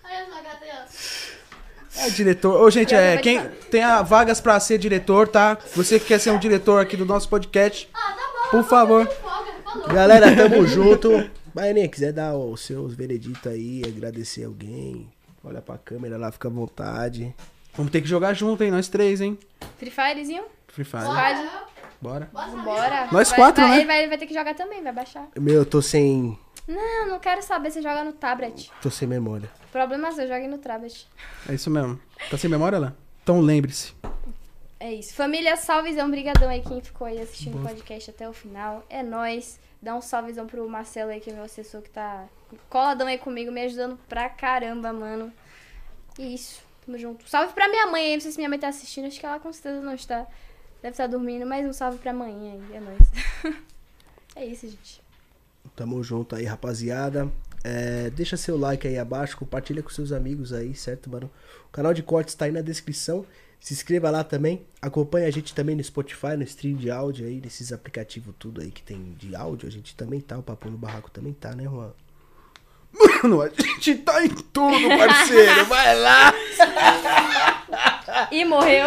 E: Olha só, gata aí, ó.
B: É diretor. Ô, gente, é,
C: Obrigada,
B: quem tem a vagas pra ser diretor, tá? Você que quer ser um diretor aqui do nosso podcast,
E: Ah, tá bom.
B: por favor.
E: Folga, falou.
A: Galera, tamo junto. Baianinha, quiser dar os seus vereditos aí, agradecer alguém, olha pra câmera lá, fica à vontade.
B: Vamos ter que jogar junto, hein? Nós três, hein?
C: Free Firezinho?
B: Free Fire.
C: Squad?
B: Bora.
C: Vambora.
B: Nós
C: Vai-
B: quatro,
C: vai-
B: né?
C: Ele vai, vai ter que jogar também, vai baixar.
A: Meu, eu tô sem.
C: Não, não quero saber se joga no tablet.
A: tô sem memória.
C: Problema seu, jogue no tablet.
B: É isso mesmo. Tá sem memória, Alan? Então lembre-se.
C: É isso. Família, salvezão, brigadão aí quem ficou aí assistindo o podcast até o final. É nóis. Dá um salvezão pro Marcelo aí, que é meu assessor que tá coladão aí comigo, me ajudando pra caramba, mano. E isso. Tamo junto. Salve pra minha mãe aí. Não sei se minha mãe tá assistindo, acho que ela com certeza não está. Deve estar dormindo, mas um salve pra mãe aí. É nóis. é isso, gente.
A: Tamo junto aí, rapaziada. É, deixa seu like aí abaixo, compartilha com seus amigos aí, certo, mano? O canal de cortes tá aí na descrição. Se inscreva lá também. Acompanha a gente também no Spotify, no stream de áudio aí, nesses aplicativos tudo aí que tem de áudio. A gente também tá, o Papo no Barraco também tá, né, Juan?
B: Mano, a gente tá em tudo, parceiro. Vai lá.
C: E morreu.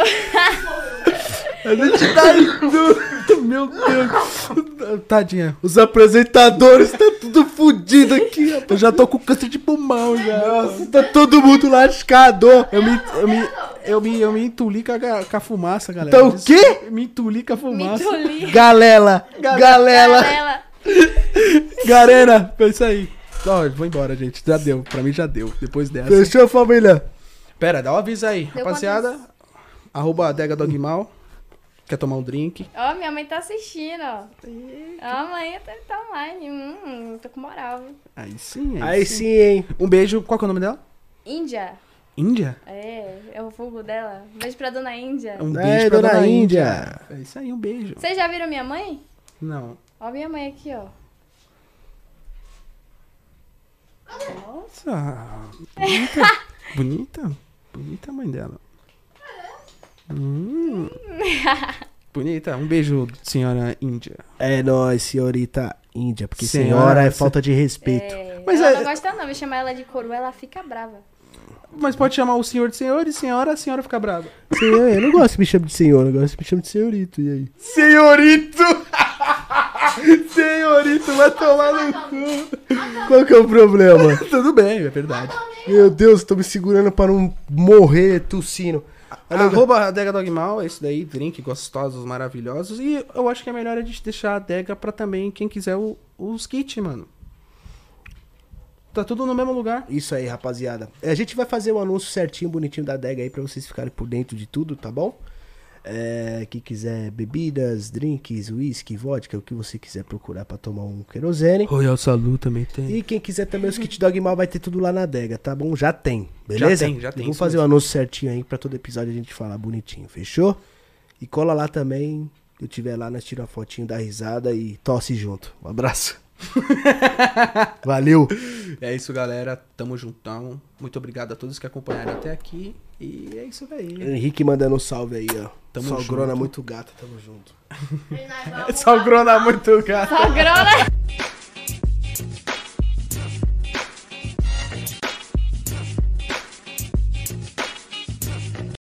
B: A gente tá em tudo. Meu Deus. Tadinha.
A: Os apresentadores tá tudo fudido aqui, rapaz.
B: Eu já tô com câncer de pulmão já.
A: Nossa, tá todo mundo lascado.
B: Eu me, eu me, eu me, eu me entuli com a, ga- com a fumaça, galera.
A: Tá o
B: Des-
A: quê?
B: Me entuli com a
C: Me
B: fumaça.
C: tolhi.
A: Galela, galela,
C: Ela.
B: Galera, é isso aí. Ó, vou embora, gente. Já deu. Pra mim já deu. Depois dessa.
A: fechou família?
B: Pera, dá um aviso aí.
C: Deu
B: Rapaziada, arroba adega dogmal. Quer tomar um drink?
C: Ó, minha mãe tá assistindo, ó. Ó, mãe tá, tá online. Hum, tô com moral. viu?
B: Aí sim, aí,
A: Aí sim, hein?
B: Um beijo. Qual que é o nome dela?
C: Índia.
B: Índia?
C: É, é o vulgo dela. Beijo pra dona Índia.
B: Um
A: É,
B: beijo pra
A: dona
B: dona,
A: Índia.
B: Índia. É isso aí, um beijo.
C: Vocês já viram minha mãe?
B: Não.
C: Ó minha mãe aqui, ó.
B: Nossa. Bonita. bonita. Bonita a mãe dela. Hum. Bonita. Um beijo, senhora Índia.
A: É nóis, senhorita Índia, porque
B: Senhora,
A: senhora, é
B: você-
A: falta de respeito.
B: Mas
C: Mas ela
B: é-
C: não gosta não, eu chamar ela de coroa, ela fica brava.
B: Mas pode chamar o senhor de senhor e senhora, a senhora fica brava.
A: Senhor, eu não gosto que me chame de senhora, eu gosto que me chame de senhorito. E aí?
B: Senhorito! Senhorito, vai tomar no cu.
A: Qual que é o problema?
B: Tudo bem, é verdade.
A: Meu Deus, tô me segurando pra não morrer tossindo.
B: Arroba Adega Dogmal, é isso daí, drink gostosos, maravilhosos. E eu acho que é melhor a gente deixar a adega pra também quem quiser o- os kits, mano. Tá tudo no mesmo lugar.
A: Isso aí, rapaziada. É, A gente vai fazer o anúncio certinho, bonitinho da adega aí pra vocês ficarem por dentro de tudo, tá bom? É, quem quiser bebidas, drinks, whisky, vodka, o que você quiser procurar pra tomar um querosene.
B: Royal Salu também tem.
A: E quem quiser também os kit dog mal vai ter tudo lá na adega, tá bom? Já tem, beleza?
B: tem, já tem,
A: Vou
B: isso
A: fazer o
B: mesmo.
A: anúncio certinho aí pra todo episódio a gente falar bonitinho, fechou? E cola lá também. Se eu tiver lá, nós tiramos uma fotinho da risada e tosse junto. Um abraço. Valeu.
B: É isso, galera. Tamo juntão. Muito obrigado a todos que acompanharam até aqui. E é isso daí.
A: Henrique mandando um salve aí, ó.
B: Tamo
A: Salgrona
B: junto.
A: muito gata, tamo junto.
E: Ele vai voltar.
B: Salgrona muito gato.
C: Sogrona!